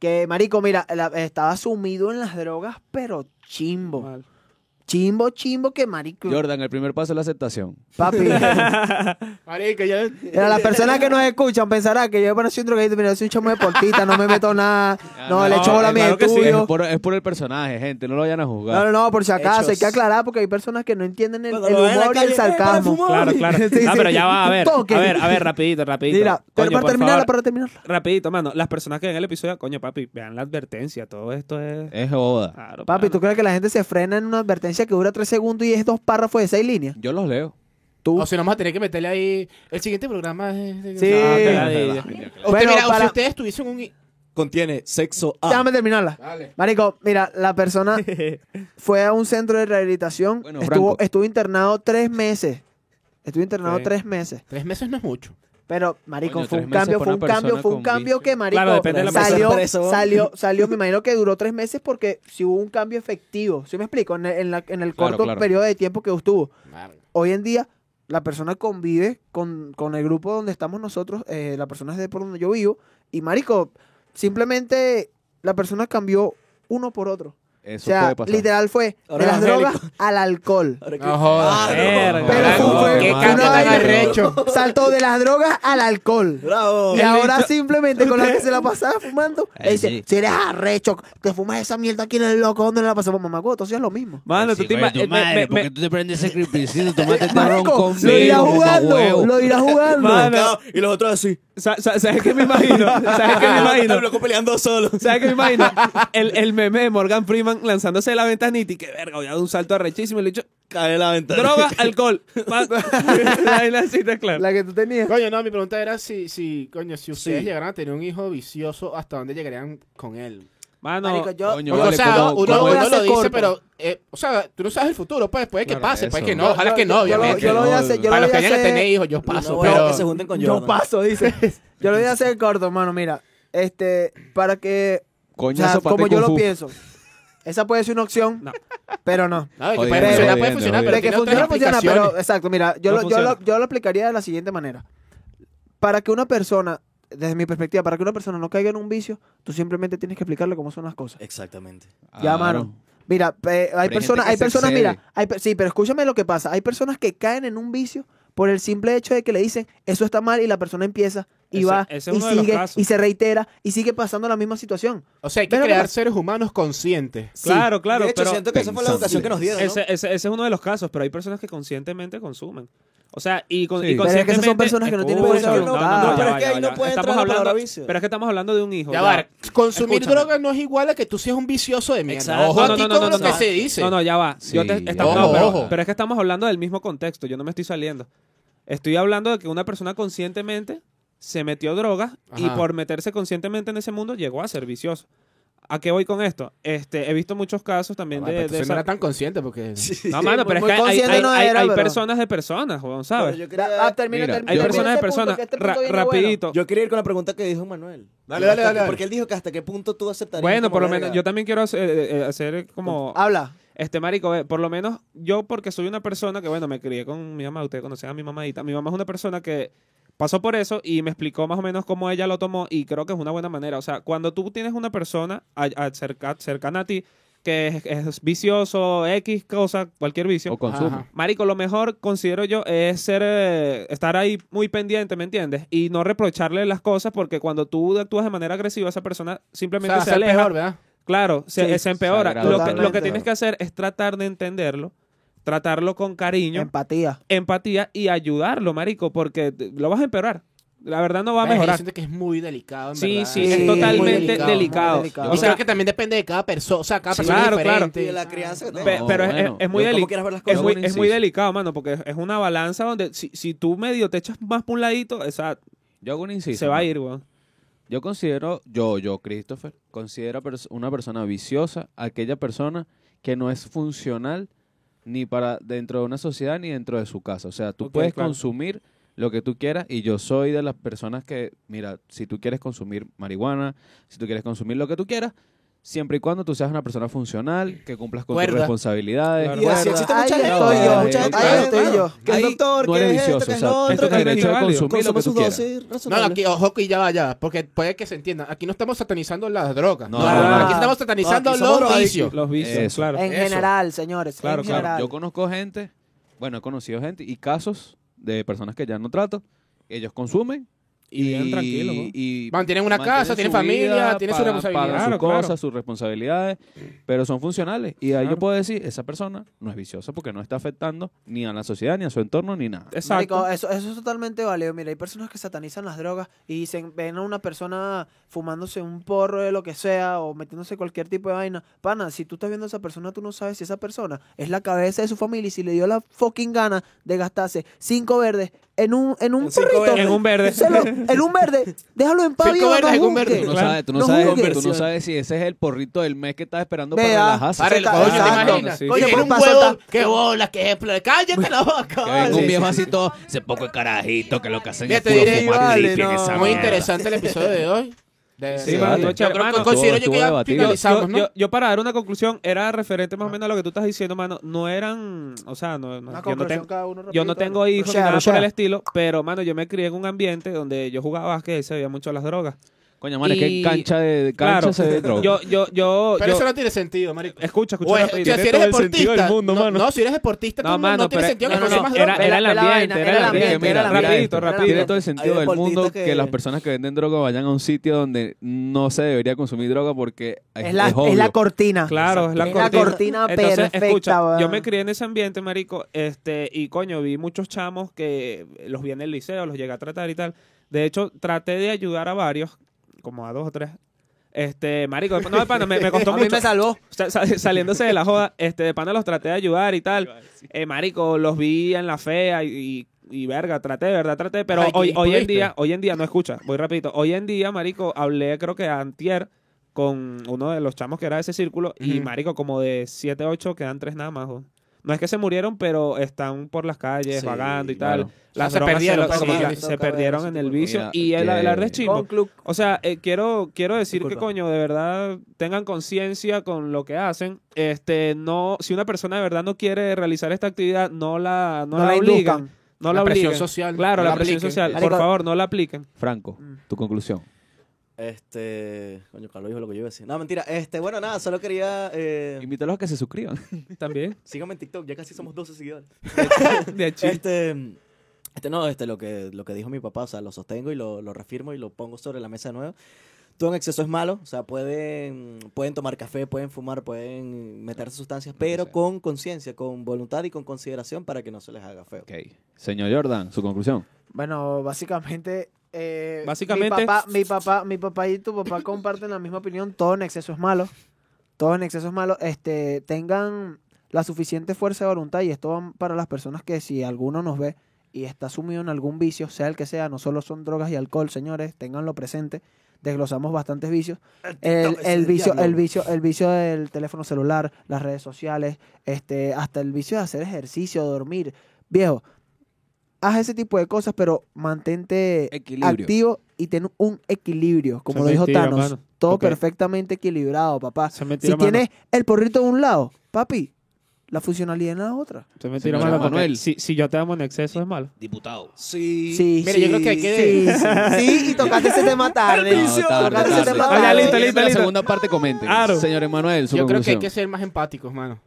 Speaker 2: que, marico, mira, la- estaba sumido en las drogas, pero chimbo.
Speaker 3: Mal.
Speaker 2: Chimbo, chimbo, que marico.
Speaker 1: Jordan, el primer paso es la aceptación.
Speaker 2: Papi.
Speaker 5: Marico, yo...
Speaker 2: Mira, las personas que nos escuchan pensarán que yo bueno, soy un drogadito, mira, soy un chamo deportista, no me meto nada, no,
Speaker 1: Ah, no,
Speaker 2: le echo bola a mi
Speaker 3: claro que sí,
Speaker 1: Es
Speaker 2: estudio.
Speaker 1: por, es por el personaje, gente, no lo vayan a juzgar.
Speaker 2: no, no, no, por si acaso, hay que
Speaker 4: Hechos.
Speaker 2: aclarar porque hay personas que no entienden el,
Speaker 4: Cuando
Speaker 2: el
Speaker 4: lo ven en la
Speaker 2: humor y
Speaker 4: calle,
Speaker 2: el
Speaker 4: "Eh, para de
Speaker 2: sarcasmo.
Speaker 4: fumar".
Speaker 3: Claro, claro.
Speaker 2: Sí,
Speaker 3: No,
Speaker 2: sí.
Speaker 3: pero ya va, a ver.
Speaker 2: Un toque.
Speaker 3: A ver, a ver, rapidito, rapidito.
Speaker 2: Mira, pero
Speaker 3: Coño,
Speaker 2: para
Speaker 3: por
Speaker 2: terminarla,
Speaker 3: favor,
Speaker 2: para terminarla.
Speaker 3: Rapidito, mano. Las personas que ven el episodio, coño, papi, vean la advertencia. Todo esto es...
Speaker 1: Es joda.
Speaker 3: Claro,
Speaker 2: Papi,
Speaker 3: mano.
Speaker 2: ¿tú crees que la gente se frena en una advertencia que dura tres segundos y es dos párrafos de seis líneas?
Speaker 1: Yo los leo.
Speaker 2: Tú.
Speaker 5: O si no, vamos a tener que meterle ahí... El siguiente programa es... de-
Speaker 2: Sí.
Speaker 5: No,
Speaker 3: qué
Speaker 5: que la-
Speaker 3: ladilla.
Speaker 5: Usted,
Speaker 2: Bueno,
Speaker 5: mira, o si
Speaker 2: para-
Speaker 5: ustedes tuviesen un...
Speaker 4: Contiene sexo A.
Speaker 2: Déjame terminarla.
Speaker 5: Dale.
Speaker 2: Marico, mira, la persona fue a un centro de rehabilitación,
Speaker 1: Bueno,
Speaker 2: estuvo,
Speaker 1: Franco.
Speaker 2: estuvo internado tres meses. Estuvo internado
Speaker 3: Ok.
Speaker 2: tres meses.
Speaker 5: Tres meses no es mucho.
Speaker 2: Pero, marico,
Speaker 1: Coño,
Speaker 2: fue
Speaker 1: tres
Speaker 2: un
Speaker 1: meses
Speaker 2: cambio,
Speaker 1: por
Speaker 2: fue
Speaker 1: una
Speaker 2: un cambio,
Speaker 1: persona
Speaker 2: fue un
Speaker 1: con
Speaker 2: cambio
Speaker 1: vicio.
Speaker 2: que, marico,
Speaker 3: Claro, depende de la persona.
Speaker 2: salió,
Speaker 4: Preso, ¿no?
Speaker 2: salió, salió, me imagino que duró tres meses porque si hubo un cambio efectivo, ¿sí me explico? En el, en la- en el
Speaker 1: Claro,
Speaker 2: corto
Speaker 1: claro.
Speaker 2: periodo de tiempo que estuvo.
Speaker 5: Marico.
Speaker 2: Hoy en día, la persona convive con, con el grupo donde estamos nosotros, eh, la persona es de por donde yo vivo, y marico, simplemente la persona cambió uno por otro.
Speaker 1: Eso
Speaker 2: o sea,
Speaker 1: puede pasar.
Speaker 2: literal fue de
Speaker 4: Ahora
Speaker 2: las
Speaker 4: evangélico.
Speaker 2: drogas al alcohol.
Speaker 4: Ahora que-
Speaker 5: No jodas.
Speaker 4: Ah,
Speaker 3: Verga,
Speaker 2: Pero
Speaker 1: Carajo,
Speaker 2: fue, fue
Speaker 1: qué
Speaker 2: una
Speaker 1: cambio tan
Speaker 2: vaina-
Speaker 5: arrecho.
Speaker 2: Saltó de las drogas al alcohol.
Speaker 4: ¡Bravo!
Speaker 2: Y ahora simplemente con la que se la pasaba fumando,
Speaker 1: Ay,
Speaker 2: le dice,
Speaker 1: sí.
Speaker 2: si eres arrecho, te fumas esa mierda aquí en el loco, ¿dónde la pasamos? Mamá, tú hacías lo mismo.
Speaker 3: Mano, tú te ima- eh, me- me- me-
Speaker 1: tú te prendes ese criplicito, tomate
Speaker 2: Marico, lo irá jugando, lo irá jugando.
Speaker 3: Mano,
Speaker 4: Claro, Y los otros así.
Speaker 3: sa- sa- ¿Sabes qué me imagino? ¿Sabes qué me imagino?
Speaker 4: El loco peleando solo.
Speaker 3: ¿Sabes qué me imagino? El, el meme de Morgan Freeman lanzándose de la ventanita y que verga, voy a dar un salto arrechísimo y le he dicho,
Speaker 4: Cae la ventana.
Speaker 3: droga, alcohol. Pa- la vaina así está claro.
Speaker 2: La que tú tenías.
Speaker 5: Coño, no, mi pregunta era si, si coño, si ustedes
Speaker 4: Sí.
Speaker 5: llegaran a tener un hijo vicioso, ¿hasta dónde llegarían con él?
Speaker 3: Mano,
Speaker 2: Marico, yo,
Speaker 1: Coño, vale,
Speaker 5: Porque, o sea,
Speaker 1: como-
Speaker 5: uno,
Speaker 1: como
Speaker 5: uno
Speaker 1: el-
Speaker 5: lo dice,
Speaker 2: corto.
Speaker 5: pero, eh, o sea, tú no sabes el futuro, pues, puede que
Speaker 1: Claro,
Speaker 5: pase, puede
Speaker 1: eso.
Speaker 5: que no, ojalá que no,
Speaker 2: yo- yo lo-
Speaker 5: obviamente.
Speaker 2: yo lo voy a hacer, yo lo
Speaker 5: Para los
Speaker 2: voy a
Speaker 5: que llegan a
Speaker 2: hacer-
Speaker 5: tener hijos, yo
Speaker 4: No,
Speaker 5: paso,
Speaker 4: bueno,
Speaker 5: pero...
Speaker 4: que se junten con
Speaker 2: yo
Speaker 4: Jordan.
Speaker 2: paso, dice. Yo lo voy a hacer corto, mano, mira. Este, para que, o sea,
Speaker 1: Coñazo para
Speaker 2: como yo lo pienso, esa puede ser una opción,
Speaker 3: No.
Speaker 2: pero no.
Speaker 5: No,
Speaker 1: Jodiendo,
Speaker 5: y que puede funcionar, puede
Speaker 1: jodiendo,
Speaker 5: funcionar,
Speaker 1: jodiendo.
Speaker 5: pero
Speaker 2: de que
Speaker 5: tiene otras
Speaker 2: funciona, funciona, pero
Speaker 5: implicaciones.
Speaker 2: exacto, mira, yo,
Speaker 3: No
Speaker 2: lo, yo, lo,
Speaker 3: funciona.
Speaker 2: yo lo aplicaría de la siguiente manera. Para que una persona, desde mi perspectiva, para que una persona no caiga en un vicio, tú simplemente tienes que explicarle cómo son las cosas.
Speaker 4: Exactamente.
Speaker 3: Ah,
Speaker 1: Ah,
Speaker 2: Ya, mano. Mira, eh, hay
Speaker 1: gente
Speaker 2: personas,
Speaker 1: que
Speaker 2: hay
Speaker 1: se
Speaker 2: personas,
Speaker 1: excede.
Speaker 2: mira, hay per- sí, pero escúchame lo que pasa. Hay personas que caen en un vicio por el simple hecho de que le dicen, eso está mal, y la persona empieza, y
Speaker 3: Ese-
Speaker 2: va,
Speaker 3: ese
Speaker 2: y
Speaker 3: es uno de los
Speaker 2: sigue,
Speaker 3: casos.
Speaker 2: y se reitera, y sigue pasando la misma situación.
Speaker 5: O sea, hay que
Speaker 2: Pero-
Speaker 5: crear seres humanos conscientes.
Speaker 3: claro, claro.
Speaker 4: de hecho,
Speaker 3: pero
Speaker 4: siento que esa fue la
Speaker 1: pensante.
Speaker 4: educación que nos dieron. ¿no?
Speaker 3: ese, ese- ese es uno de los casos, pero hay personas que conscientemente consumen. O sea, y, con,
Speaker 1: Sí.
Speaker 3: y
Speaker 1: Pero
Speaker 2: es que esas son
Speaker 3: conscientemente-
Speaker 2: personas que no tienen
Speaker 3: Escucha,
Speaker 4: fuerza de voluntad.
Speaker 3: ya
Speaker 4: No, pero es
Speaker 3: va,
Speaker 4: que
Speaker 3: ya
Speaker 4: ahí
Speaker 3: va,
Speaker 4: no
Speaker 3: ya va.
Speaker 4: puede entrar
Speaker 3: Estamos
Speaker 4: la palabra
Speaker 3: hablando,
Speaker 4: vicio.
Speaker 3: Pero es que estamos hablando de un hijo.
Speaker 5: Ya
Speaker 3: va.
Speaker 5: va, consumir
Speaker 3: Escúchame.
Speaker 5: droga no es igual a que tú seas un vicioso de mierda.
Speaker 4: Exacto.
Speaker 5: Ojo
Speaker 4: No, no,
Speaker 5: aquí
Speaker 3: no,
Speaker 5: con
Speaker 3: no,
Speaker 5: lo
Speaker 3: no,
Speaker 5: que
Speaker 3: no.
Speaker 5: se dice.
Speaker 3: No, no, ya va. Yo
Speaker 1: Sí,
Speaker 3: te- estamos-
Speaker 5: ojo,
Speaker 3: no, pero,
Speaker 5: ojo.
Speaker 3: pero es que estamos hablando del mismo contexto. Yo no me estoy saliendo. Estoy hablando de que una persona conscientemente se metió drogas y
Speaker 5: Ajá.
Speaker 3: por meterse conscientemente en ese mundo llegó a ser vicioso. ¿A qué voy con esto? Este, he visto muchos casos
Speaker 5: Ah,
Speaker 3: también
Speaker 5: bueno,
Speaker 3: de,
Speaker 5: pero
Speaker 3: de
Speaker 5: entonces
Speaker 3: esa-
Speaker 5: no era tan consciente porque...
Speaker 3: No,
Speaker 2: muy-
Speaker 3: mano,
Speaker 2: muy
Speaker 3: pero es que hay,
Speaker 2: consciente
Speaker 3: hay-
Speaker 2: no
Speaker 3: hay-
Speaker 2: era,
Speaker 3: hay
Speaker 2: pero-
Speaker 3: personas de personas, weón,
Speaker 4: Pero
Speaker 3: ¿sabes?
Speaker 4: yo quería,
Speaker 2: Ah, termina,
Speaker 1: Mira,
Speaker 2: termina,
Speaker 3: Hay
Speaker 1: yo-
Speaker 2: termina
Speaker 3: personas de
Speaker 2: este punto,
Speaker 3: personas.
Speaker 2: que este
Speaker 3: Ra-
Speaker 2: punto viene bueno.
Speaker 3: rapidito.
Speaker 4: yo quería ir con la pregunta que dijo Manuel.
Speaker 5: Dale, dale,
Speaker 4: Hasta
Speaker 5: dale,
Speaker 4: que-
Speaker 5: dale.
Speaker 4: Porque él dijo que hasta qué punto tú aceptarías.
Speaker 3: Bueno,
Speaker 4: como
Speaker 3: por lo
Speaker 4: verga.
Speaker 3: menos yo también quiero hacer, eh, eh, hacer como
Speaker 2: Habla.
Speaker 3: Este marico, ve, por lo menos yo porque soy una persona que, bueno, me crié con mi mamá, ustedes conocen a mi mamadita. Mi mamá es una persona que pasó por eso y me explicó más o menos cómo ella lo tomó y creo que es una buena manera. O sea, cuando tú tienes una persona a- a cerca- cercana a ti que es, es vicioso, X cosa, cualquier vicio.
Speaker 1: O consumo.
Speaker 5: Ajá.
Speaker 3: Marico, lo mejor considero yo es ser eh, estar ahí muy pendiente, ¿me entiendes? Y no reprocharle las cosas porque cuando tú actúas de manera agresiva esa persona
Speaker 5: O
Speaker 3: simplemente
Speaker 5: sea,
Speaker 3: se
Speaker 5: hacer
Speaker 3: aleja.
Speaker 5: mejor, ¿verdad?
Speaker 3: Claro, se,
Speaker 2: Sí,
Speaker 3: se empeora.
Speaker 1: sagrado,
Speaker 3: lo, que, lo
Speaker 2: totalmente.
Speaker 3: que tienes que hacer es tratar de entenderlo, tratarlo con cariño,
Speaker 2: Empatía.
Speaker 3: empatía y ayudarlo, marico, porque te- lo vas a empeorar. La verdad no va a
Speaker 5: Verga, yo
Speaker 3: mejorar.
Speaker 5: siento que es muy delicado, en
Speaker 3: Sí,
Speaker 5: verdad.
Speaker 3: sí,
Speaker 2: Sí,
Speaker 3: es
Speaker 2: muy
Speaker 3: totalmente
Speaker 2: delicado, muy
Speaker 3: delicado.
Speaker 5: Yo
Speaker 2: delicado.
Speaker 3: O sea,
Speaker 5: creo que también depende de cada persona. O sea, cada
Speaker 3: Sí,
Speaker 5: persona
Speaker 3: claro,
Speaker 5: es diferente.
Speaker 4: Y de la crianza que
Speaker 3: pe-
Speaker 4: tengo.
Speaker 1: No,
Speaker 3: pero es-
Speaker 1: bueno.
Speaker 3: es, es muy
Speaker 4: Yo como
Speaker 3: delicado.
Speaker 4: quieras ver las
Speaker 1: Yo
Speaker 3: Es
Speaker 4: cosas.
Speaker 1: hago
Speaker 3: muy,
Speaker 1: un
Speaker 3: es muy
Speaker 1: inciso.
Speaker 3: delicado, mano, porque es una balanza donde si, si tú medio te echas más por un ladito, o sea,
Speaker 1: Yo hago un inciso.
Speaker 3: se va a
Speaker 1: mano.
Speaker 3: ir, weón.
Speaker 1: Yo considero, yo, yo, Christopher, considero pers- una persona viciosa aquella persona que no es funcional ni para dentro de una sociedad ni dentro de su casa. O sea, tú
Speaker 3: Ok,
Speaker 1: puedes
Speaker 3: claro.
Speaker 1: consumir lo que tú quieras y yo soy de las personas que, mira, si tú quieres consumir marihuana, si tú quieres consumir lo que tú quieras, siempre y cuando tú seas una persona funcional, que cumplas con tus
Speaker 5: Cuerda.
Speaker 1: responsabilidades.
Speaker 3: Claro.
Speaker 4: Y así existe
Speaker 2: Ahí
Speaker 4: mucha gente.
Speaker 2: estoy
Speaker 1: yo,
Speaker 4: mucha gente
Speaker 1: ahí
Speaker 4: que-
Speaker 2: estoy yo.
Speaker 4: Que es
Speaker 1: Ahí
Speaker 4: doctor,
Speaker 1: no
Speaker 4: que
Speaker 1: eres
Speaker 4: es esto,
Speaker 1: vicioso,
Speaker 4: que es
Speaker 1: o sea,
Speaker 4: lo
Speaker 1: es tu
Speaker 4: otro. que-
Speaker 1: derecho de
Speaker 3: válido.
Speaker 1: consumir lo
Speaker 4: Consume
Speaker 1: que tú quieras.
Speaker 4: sus dosis
Speaker 5: No,
Speaker 4: razonables.
Speaker 5: aquí, ojo, que ya va, ya va, porque puede que se entienda. Aquí no estamos satanizando las drogas.
Speaker 1: No,
Speaker 5: No,
Speaker 1: no, no.
Speaker 5: aquí estamos satanizando
Speaker 4: No, aquí somos
Speaker 5: los
Speaker 4: drogadictos.
Speaker 5: vicios.
Speaker 3: Los vicios,
Speaker 1: Eso.
Speaker 3: claro.
Speaker 2: En
Speaker 5: Eso.
Speaker 2: general, señores.
Speaker 3: Claro,
Speaker 2: en
Speaker 1: Claro,
Speaker 2: general.
Speaker 1: yo conozco gente, bueno, he conocido gente y casos de personas que ya no trato, ellos consumen
Speaker 3: Y viven tranquilos, ¿no?
Speaker 1: y
Speaker 5: Mantienen una
Speaker 1: mantienen
Speaker 5: casa, tienen
Speaker 1: su
Speaker 5: familia,
Speaker 1: vida,
Speaker 5: tienen su
Speaker 1: pa-
Speaker 5: responsabilidad.
Speaker 1: Pagan
Speaker 3: Claro,
Speaker 1: sus
Speaker 3: claro.
Speaker 1: cosas, sus responsabilidades, pero son funcionales. Y ahí
Speaker 3: Claro.
Speaker 1: yo puedo decir, esa persona no es viciosa porque no está afectando ni a la sociedad, ni a su entorno, ni nada.
Speaker 3: Exacto.
Speaker 2: Marico, eso, eso es totalmente válido. Mira, hay personas que satanizan las drogas y dicen, ven a una persona fumándose un porro de lo que sea o metiéndose cualquier tipo de vaina. Pana, si tú estás viendo a esa persona, tú no sabes si esa persona es la cabeza de su familia y si le dio la fucking gana de gastarse cinco verdes en un, en un
Speaker 4: En cinco
Speaker 2: porrito.
Speaker 3: en un verde.
Speaker 2: se lo- en un verde, déjalo en paz.
Speaker 5: Cinco
Speaker 2: viejo,
Speaker 5: verdes
Speaker 2: no
Speaker 5: en un
Speaker 2: juzgue.
Speaker 5: verde.
Speaker 1: Tú no,
Speaker 3: Claro.
Speaker 1: sabes, tú no
Speaker 2: No
Speaker 1: sabes- tú no
Speaker 2: conversión.
Speaker 1: sabes si ese es el porrito del mes que estás esperando
Speaker 2: Vea.
Speaker 1: para relajarse.
Speaker 5: Para el
Speaker 2: Exacto.
Speaker 5: coño, ¿te
Speaker 2: Exacto.
Speaker 5: imaginas?
Speaker 3: Sí.
Speaker 5: Coño,
Speaker 2: Sí.
Speaker 5: por un
Speaker 2: Pasa
Speaker 5: huevo,
Speaker 2: tal-
Speaker 5: qué bola, qué ejemplo. Cállate la boca.
Speaker 1: Que venga
Speaker 5: vale.
Speaker 1: un viejo así todo, ese poco de carajito que lo que hacen
Speaker 5: Ya
Speaker 1: es
Speaker 5: te
Speaker 1: puro
Speaker 5: diré,
Speaker 1: fumar
Speaker 2: vale,
Speaker 1: creepy en
Speaker 2: no.
Speaker 1: esa
Speaker 5: Muy
Speaker 1: mierda.
Speaker 5: interesante el episodio de hoy. De-
Speaker 1: Sí,
Speaker 5: de-
Speaker 1: vale.
Speaker 5: Yo creo
Speaker 3: Hermano,
Speaker 5: que considero yo
Speaker 1: estuvo-
Speaker 5: que ya
Speaker 1: estuvo debatible.
Speaker 5: finalizamos, ¿no?
Speaker 3: yo, yo para dar una conclusión, era referente más o menos a lo que tú estás diciendo, mano. No eran, o sea, no, no-
Speaker 2: Una
Speaker 3: yo, no
Speaker 2: conclusión
Speaker 3: tengo,
Speaker 2: cada uno,
Speaker 3: yo
Speaker 2: rapidito,
Speaker 3: no
Speaker 2: dale.
Speaker 3: tengo hijos
Speaker 2: Rochea,
Speaker 3: ni nada por
Speaker 2: rochea.
Speaker 3: el estilo, pero, mano, yo me crié en un ambiente donde yo jugaba básquet y se veía mucho las drogas.
Speaker 1: Coño, man, es que
Speaker 3: Y-
Speaker 1: en cancha de cancha
Speaker 3: claro,
Speaker 1: se ve droga.
Speaker 3: yo, yo, yo,
Speaker 5: Pero
Speaker 3: yo-
Speaker 5: eso no tiene sentido, marico.
Speaker 3: escucha, escucha.
Speaker 5: O es-
Speaker 3: rapidito.
Speaker 5: o sea, si
Speaker 3: Tiene
Speaker 5: eres
Speaker 3: todo el sentido del
Speaker 5: deportista,
Speaker 3: mundo,
Speaker 5: no,
Speaker 3: mano.
Speaker 5: no, si eres deportista, tú
Speaker 3: No,
Speaker 5: no,
Speaker 3: mano,
Speaker 5: no tiene
Speaker 3: pero-
Speaker 5: sentido
Speaker 2: no,
Speaker 5: que
Speaker 2: no, no,
Speaker 5: consumas
Speaker 3: era, era
Speaker 5: droga.
Speaker 2: Ve
Speaker 3: el
Speaker 2: la- ve la vaina,
Speaker 3: ambiente, era
Speaker 2: era
Speaker 3: el
Speaker 2: el
Speaker 1: Mira,
Speaker 3: ambiente,
Speaker 2: ambiente,
Speaker 3: era
Speaker 2: era el
Speaker 3: rapidito,
Speaker 1: esto.
Speaker 2: ambiente.
Speaker 3: rapidito.
Speaker 1: Tiene todo el sentido del
Speaker 4: deportistas
Speaker 1: mundo que...
Speaker 4: que-
Speaker 1: las personas que venden droga vayan a un sitio donde no se debería consumir droga porque es,
Speaker 2: Es la,
Speaker 1: es obvio.
Speaker 2: es la cortina.
Speaker 3: Claro, es la
Speaker 2: Es
Speaker 3: cortina.
Speaker 2: la cortina
Speaker 3: Entonces,
Speaker 2: perfecta,
Speaker 3: escucha,
Speaker 2: weón.
Speaker 3: yo me crié en ese ambiente, marico, este, y coño, vi muchos chamos que los vi en el liceo, los llegué a tratar y tal. De hecho, traté de ayudar a varios, como a dos o tres. Este, marico, no, de pana, me, me costó
Speaker 2: A mí
Speaker 3: mucho.
Speaker 2: me salvó.
Speaker 3: Sa- sa- saliéndose de la joda, este, de pana los traté de ayudar y tal. Eh, marico, los vi en la fea y, y- y verga, traté, de verdad, traté. Pero
Speaker 5: Ay, ¿qué
Speaker 3: hoy, hoy en
Speaker 5: pudiste?
Speaker 3: día, hoy en día, no escucha, voy rapidito. Hoy en día, marico, hablé creo que antier con uno de los chamos que era de ese círculo y,
Speaker 5: Ujú.
Speaker 3: marico, como de 7, 8 quedan tres nada más. jo. No es que se murieron, pero están por las calles
Speaker 4: Sí,
Speaker 3: vagando y
Speaker 1: claro.
Speaker 3: tal. Las
Speaker 5: se
Speaker 3: drogas
Speaker 5: perdieron,
Speaker 3: lo-
Speaker 5: pues,
Speaker 3: como
Speaker 5: sí,
Speaker 3: que
Speaker 4: les
Speaker 3: se
Speaker 4: toca ver
Speaker 3: perdieron
Speaker 4: ese
Speaker 3: en el
Speaker 4: tipo de
Speaker 3: vicio
Speaker 1: cosas.
Speaker 3: y el,
Speaker 1: Mira,
Speaker 3: el arte es
Speaker 1: que-
Speaker 3: chimbo.
Speaker 2: Con club.
Speaker 3: O sea, eh, quiero, quiero decir que,
Speaker 4: Disculpa.
Speaker 3: coño, de verdad tengan conciencia con lo que hacen. Este, no, si una persona de verdad no quiere realizar esta actividad, no la, no
Speaker 2: No
Speaker 3: la,
Speaker 2: la
Speaker 3: obligan.
Speaker 2: inducan.
Speaker 3: No la,
Speaker 5: La presión
Speaker 3: obliguen.
Speaker 5: social,
Speaker 3: Claro,
Speaker 5: no
Speaker 3: la,
Speaker 5: la
Speaker 3: presión
Speaker 5: apliquen.
Speaker 3: social.
Speaker 2: Marico-
Speaker 3: Por favor, no la apliquen.
Speaker 1: Franco,
Speaker 2: Mm.
Speaker 1: tu conclusión.
Speaker 4: Este. Coño, Carlos dijo lo que yo iba a decir. No, mentira. Este, bueno, nada, solo quería. Eh,
Speaker 1: Invítalos a que se suscriban.
Speaker 3: También.
Speaker 4: síganme en TikTok, ya casi somos 12 seguidores.
Speaker 3: De chimbo.
Speaker 4: Este. Este, no, este, lo que, lo que dijo mi papá, o sea, lo sostengo y lo, lo reafirmo y lo pongo sobre la mesa de nuevo. Todo en exceso es malo, o sea, pueden, pueden tomar café, pueden fumar, pueden meterse sustancias, pero con conciencia, con voluntad y con consideración para que no se les haga feo.
Speaker 1: Ok. Señor Jordan, su conclusión.
Speaker 2: Bueno, básicamente. eh,
Speaker 3: Básicamente-
Speaker 2: Mi papá, mi, papá, mi papá y tu papá comparten la misma opinión. Todo en exceso es malo. Todo en exceso es malo. Este, tengan la suficiente fuerza de voluntad. Y esto va para las personas que, si alguno nos ve y está sumido en algún vicio, sea el que sea, no solo son drogas y alcohol, señores, tenganlo presente. Desglosamos bastantes vicios. El,
Speaker 4: es
Speaker 2: el
Speaker 4: el
Speaker 2: vicio,
Speaker 4: diablo.
Speaker 2: el vicio, el vicio del teléfono celular, las redes sociales, este, hasta el vicio de hacer ejercicio, dormir. Viejo, haz ese tipo de cosas, pero mantente
Speaker 1: Equilibrio.
Speaker 2: activo y ten un equilibrio, como
Speaker 3: Eso
Speaker 2: lo
Speaker 3: es
Speaker 2: dijo
Speaker 3: mentira,
Speaker 2: Thanos.
Speaker 3: mano.
Speaker 2: Todo
Speaker 3: Ok.
Speaker 2: perfectamente equilibrado, papá.
Speaker 3: Eso es mentira,
Speaker 2: si tienes el porrito de un lado, papi, la funcionalidad en la otra.
Speaker 3: Se me tira
Speaker 1: Señora
Speaker 3: malo, porque
Speaker 1: Manuel.
Speaker 3: Si, si yo te amo en exceso, es malo.
Speaker 1: Diputado.
Speaker 4: Sí.
Speaker 2: Sí,
Speaker 5: Mira,
Speaker 2: sí,
Speaker 5: yo creo que hay
Speaker 2: sí,
Speaker 5: que-
Speaker 2: sí, sí, y tocaste ese tema tarde. Tocaste ese tema
Speaker 3: Oiga,
Speaker 2: tarde.
Speaker 3: listo, listo,
Speaker 1: La
Speaker 3: listo.
Speaker 1: segunda parte comenten.
Speaker 3: Claro.
Speaker 1: Señor Emanuel, su
Speaker 5: Yo creo que hay
Speaker 1: conclusión.
Speaker 5: que ser más empáticos, mano.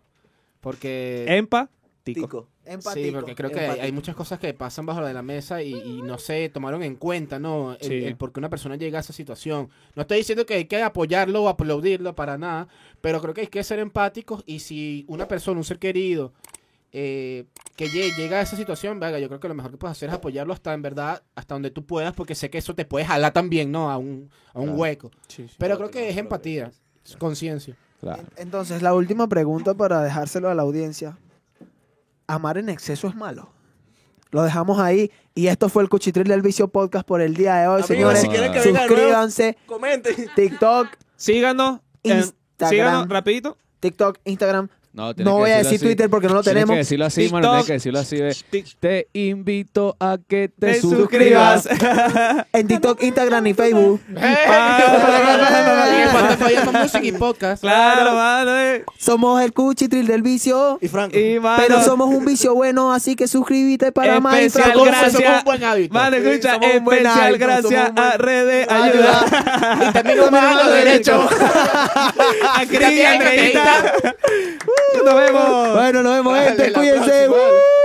Speaker 5: Porque...
Speaker 3: Empa, tico.
Speaker 4: Tico.
Speaker 5: Sí,
Speaker 2: Empático,
Speaker 5: porque creo que hay,
Speaker 2: empático.
Speaker 5: hay muchas cosas que pasan bajo la de la mesa y, y no se tomaron en cuenta, ¿no? El,
Speaker 3: Sí.
Speaker 5: el por qué una persona llega a esa situación. No estoy diciendo que hay que apoyarlo o aplaudirlo para nada, pero creo que hay que ser empáticos y si una persona, un ser querido, eh, que lle- llega a esa situación, vaga, yo creo que lo mejor que puedes hacer es apoyarlo hasta en verdad, hasta donde tú puedas, porque sé que eso te puede jalar también, ¿no? A un, a un hueco. Pero creo que es empatía, es conciencia.
Speaker 1: Claro.
Speaker 2: Entonces, la última pregunta para dejárselo a la audiencia. ¿Amar en exceso es malo? Lo dejamos ahí. Y esto fue el Cuchitril del Vicio Podcast por el día de hoy,
Speaker 4: Amigos,
Speaker 2: señores.
Speaker 4: si quieren que venga de nuevo,
Speaker 2: suscríbanse.
Speaker 4: Comenten.
Speaker 2: TikTok,
Speaker 3: Síganos. en-
Speaker 2: Instagram.
Speaker 3: síganos rapidito.
Speaker 2: TikTok, Instagram.
Speaker 1: No, tienes
Speaker 2: No
Speaker 1: que
Speaker 2: voy a
Speaker 1: decirlo
Speaker 2: decir
Speaker 1: así.
Speaker 2: Twitter porque no lo
Speaker 1: Tienes
Speaker 2: tenemos.
Speaker 1: que decirlo así, mano. Tienes
Speaker 3: TikTok.
Speaker 1: que decirlo así de...
Speaker 3: Tic-
Speaker 1: Te invito a que te,
Speaker 3: Te
Speaker 1: suscribas.
Speaker 3: suscribas.
Speaker 2: En TikTok, Instagram y Facebook.
Speaker 5: Y en Spotify, Apple Music y podcast.
Speaker 3: claro, mano. eh.
Speaker 2: Somos el Cuchitril del Vicio.
Speaker 4: Y Franco.
Speaker 3: Y, mano,
Speaker 2: Pero somos un vicio bueno, así que suscríbete para más.
Speaker 3: especial
Speaker 5: Franco, somos
Speaker 3: gracias.
Speaker 5: un buen hábito.
Speaker 3: Vale,
Speaker 2: Sí,
Speaker 3: escucha,
Speaker 2: somos un buen
Speaker 3: especial
Speaker 2: hábito, somos
Speaker 3: gracias
Speaker 2: un buen-
Speaker 3: a Redes Ayuda.
Speaker 5: Y también nos van los derechos.
Speaker 3: A Cris y
Speaker 5: También,
Speaker 3: Andreita. Nos vemos.
Speaker 2: Bueno, nos vemos,
Speaker 5: Dale,
Speaker 2: gente.
Speaker 5: la
Speaker 2: Cuídense.
Speaker 5: próxima.
Speaker 2: ¡Woo!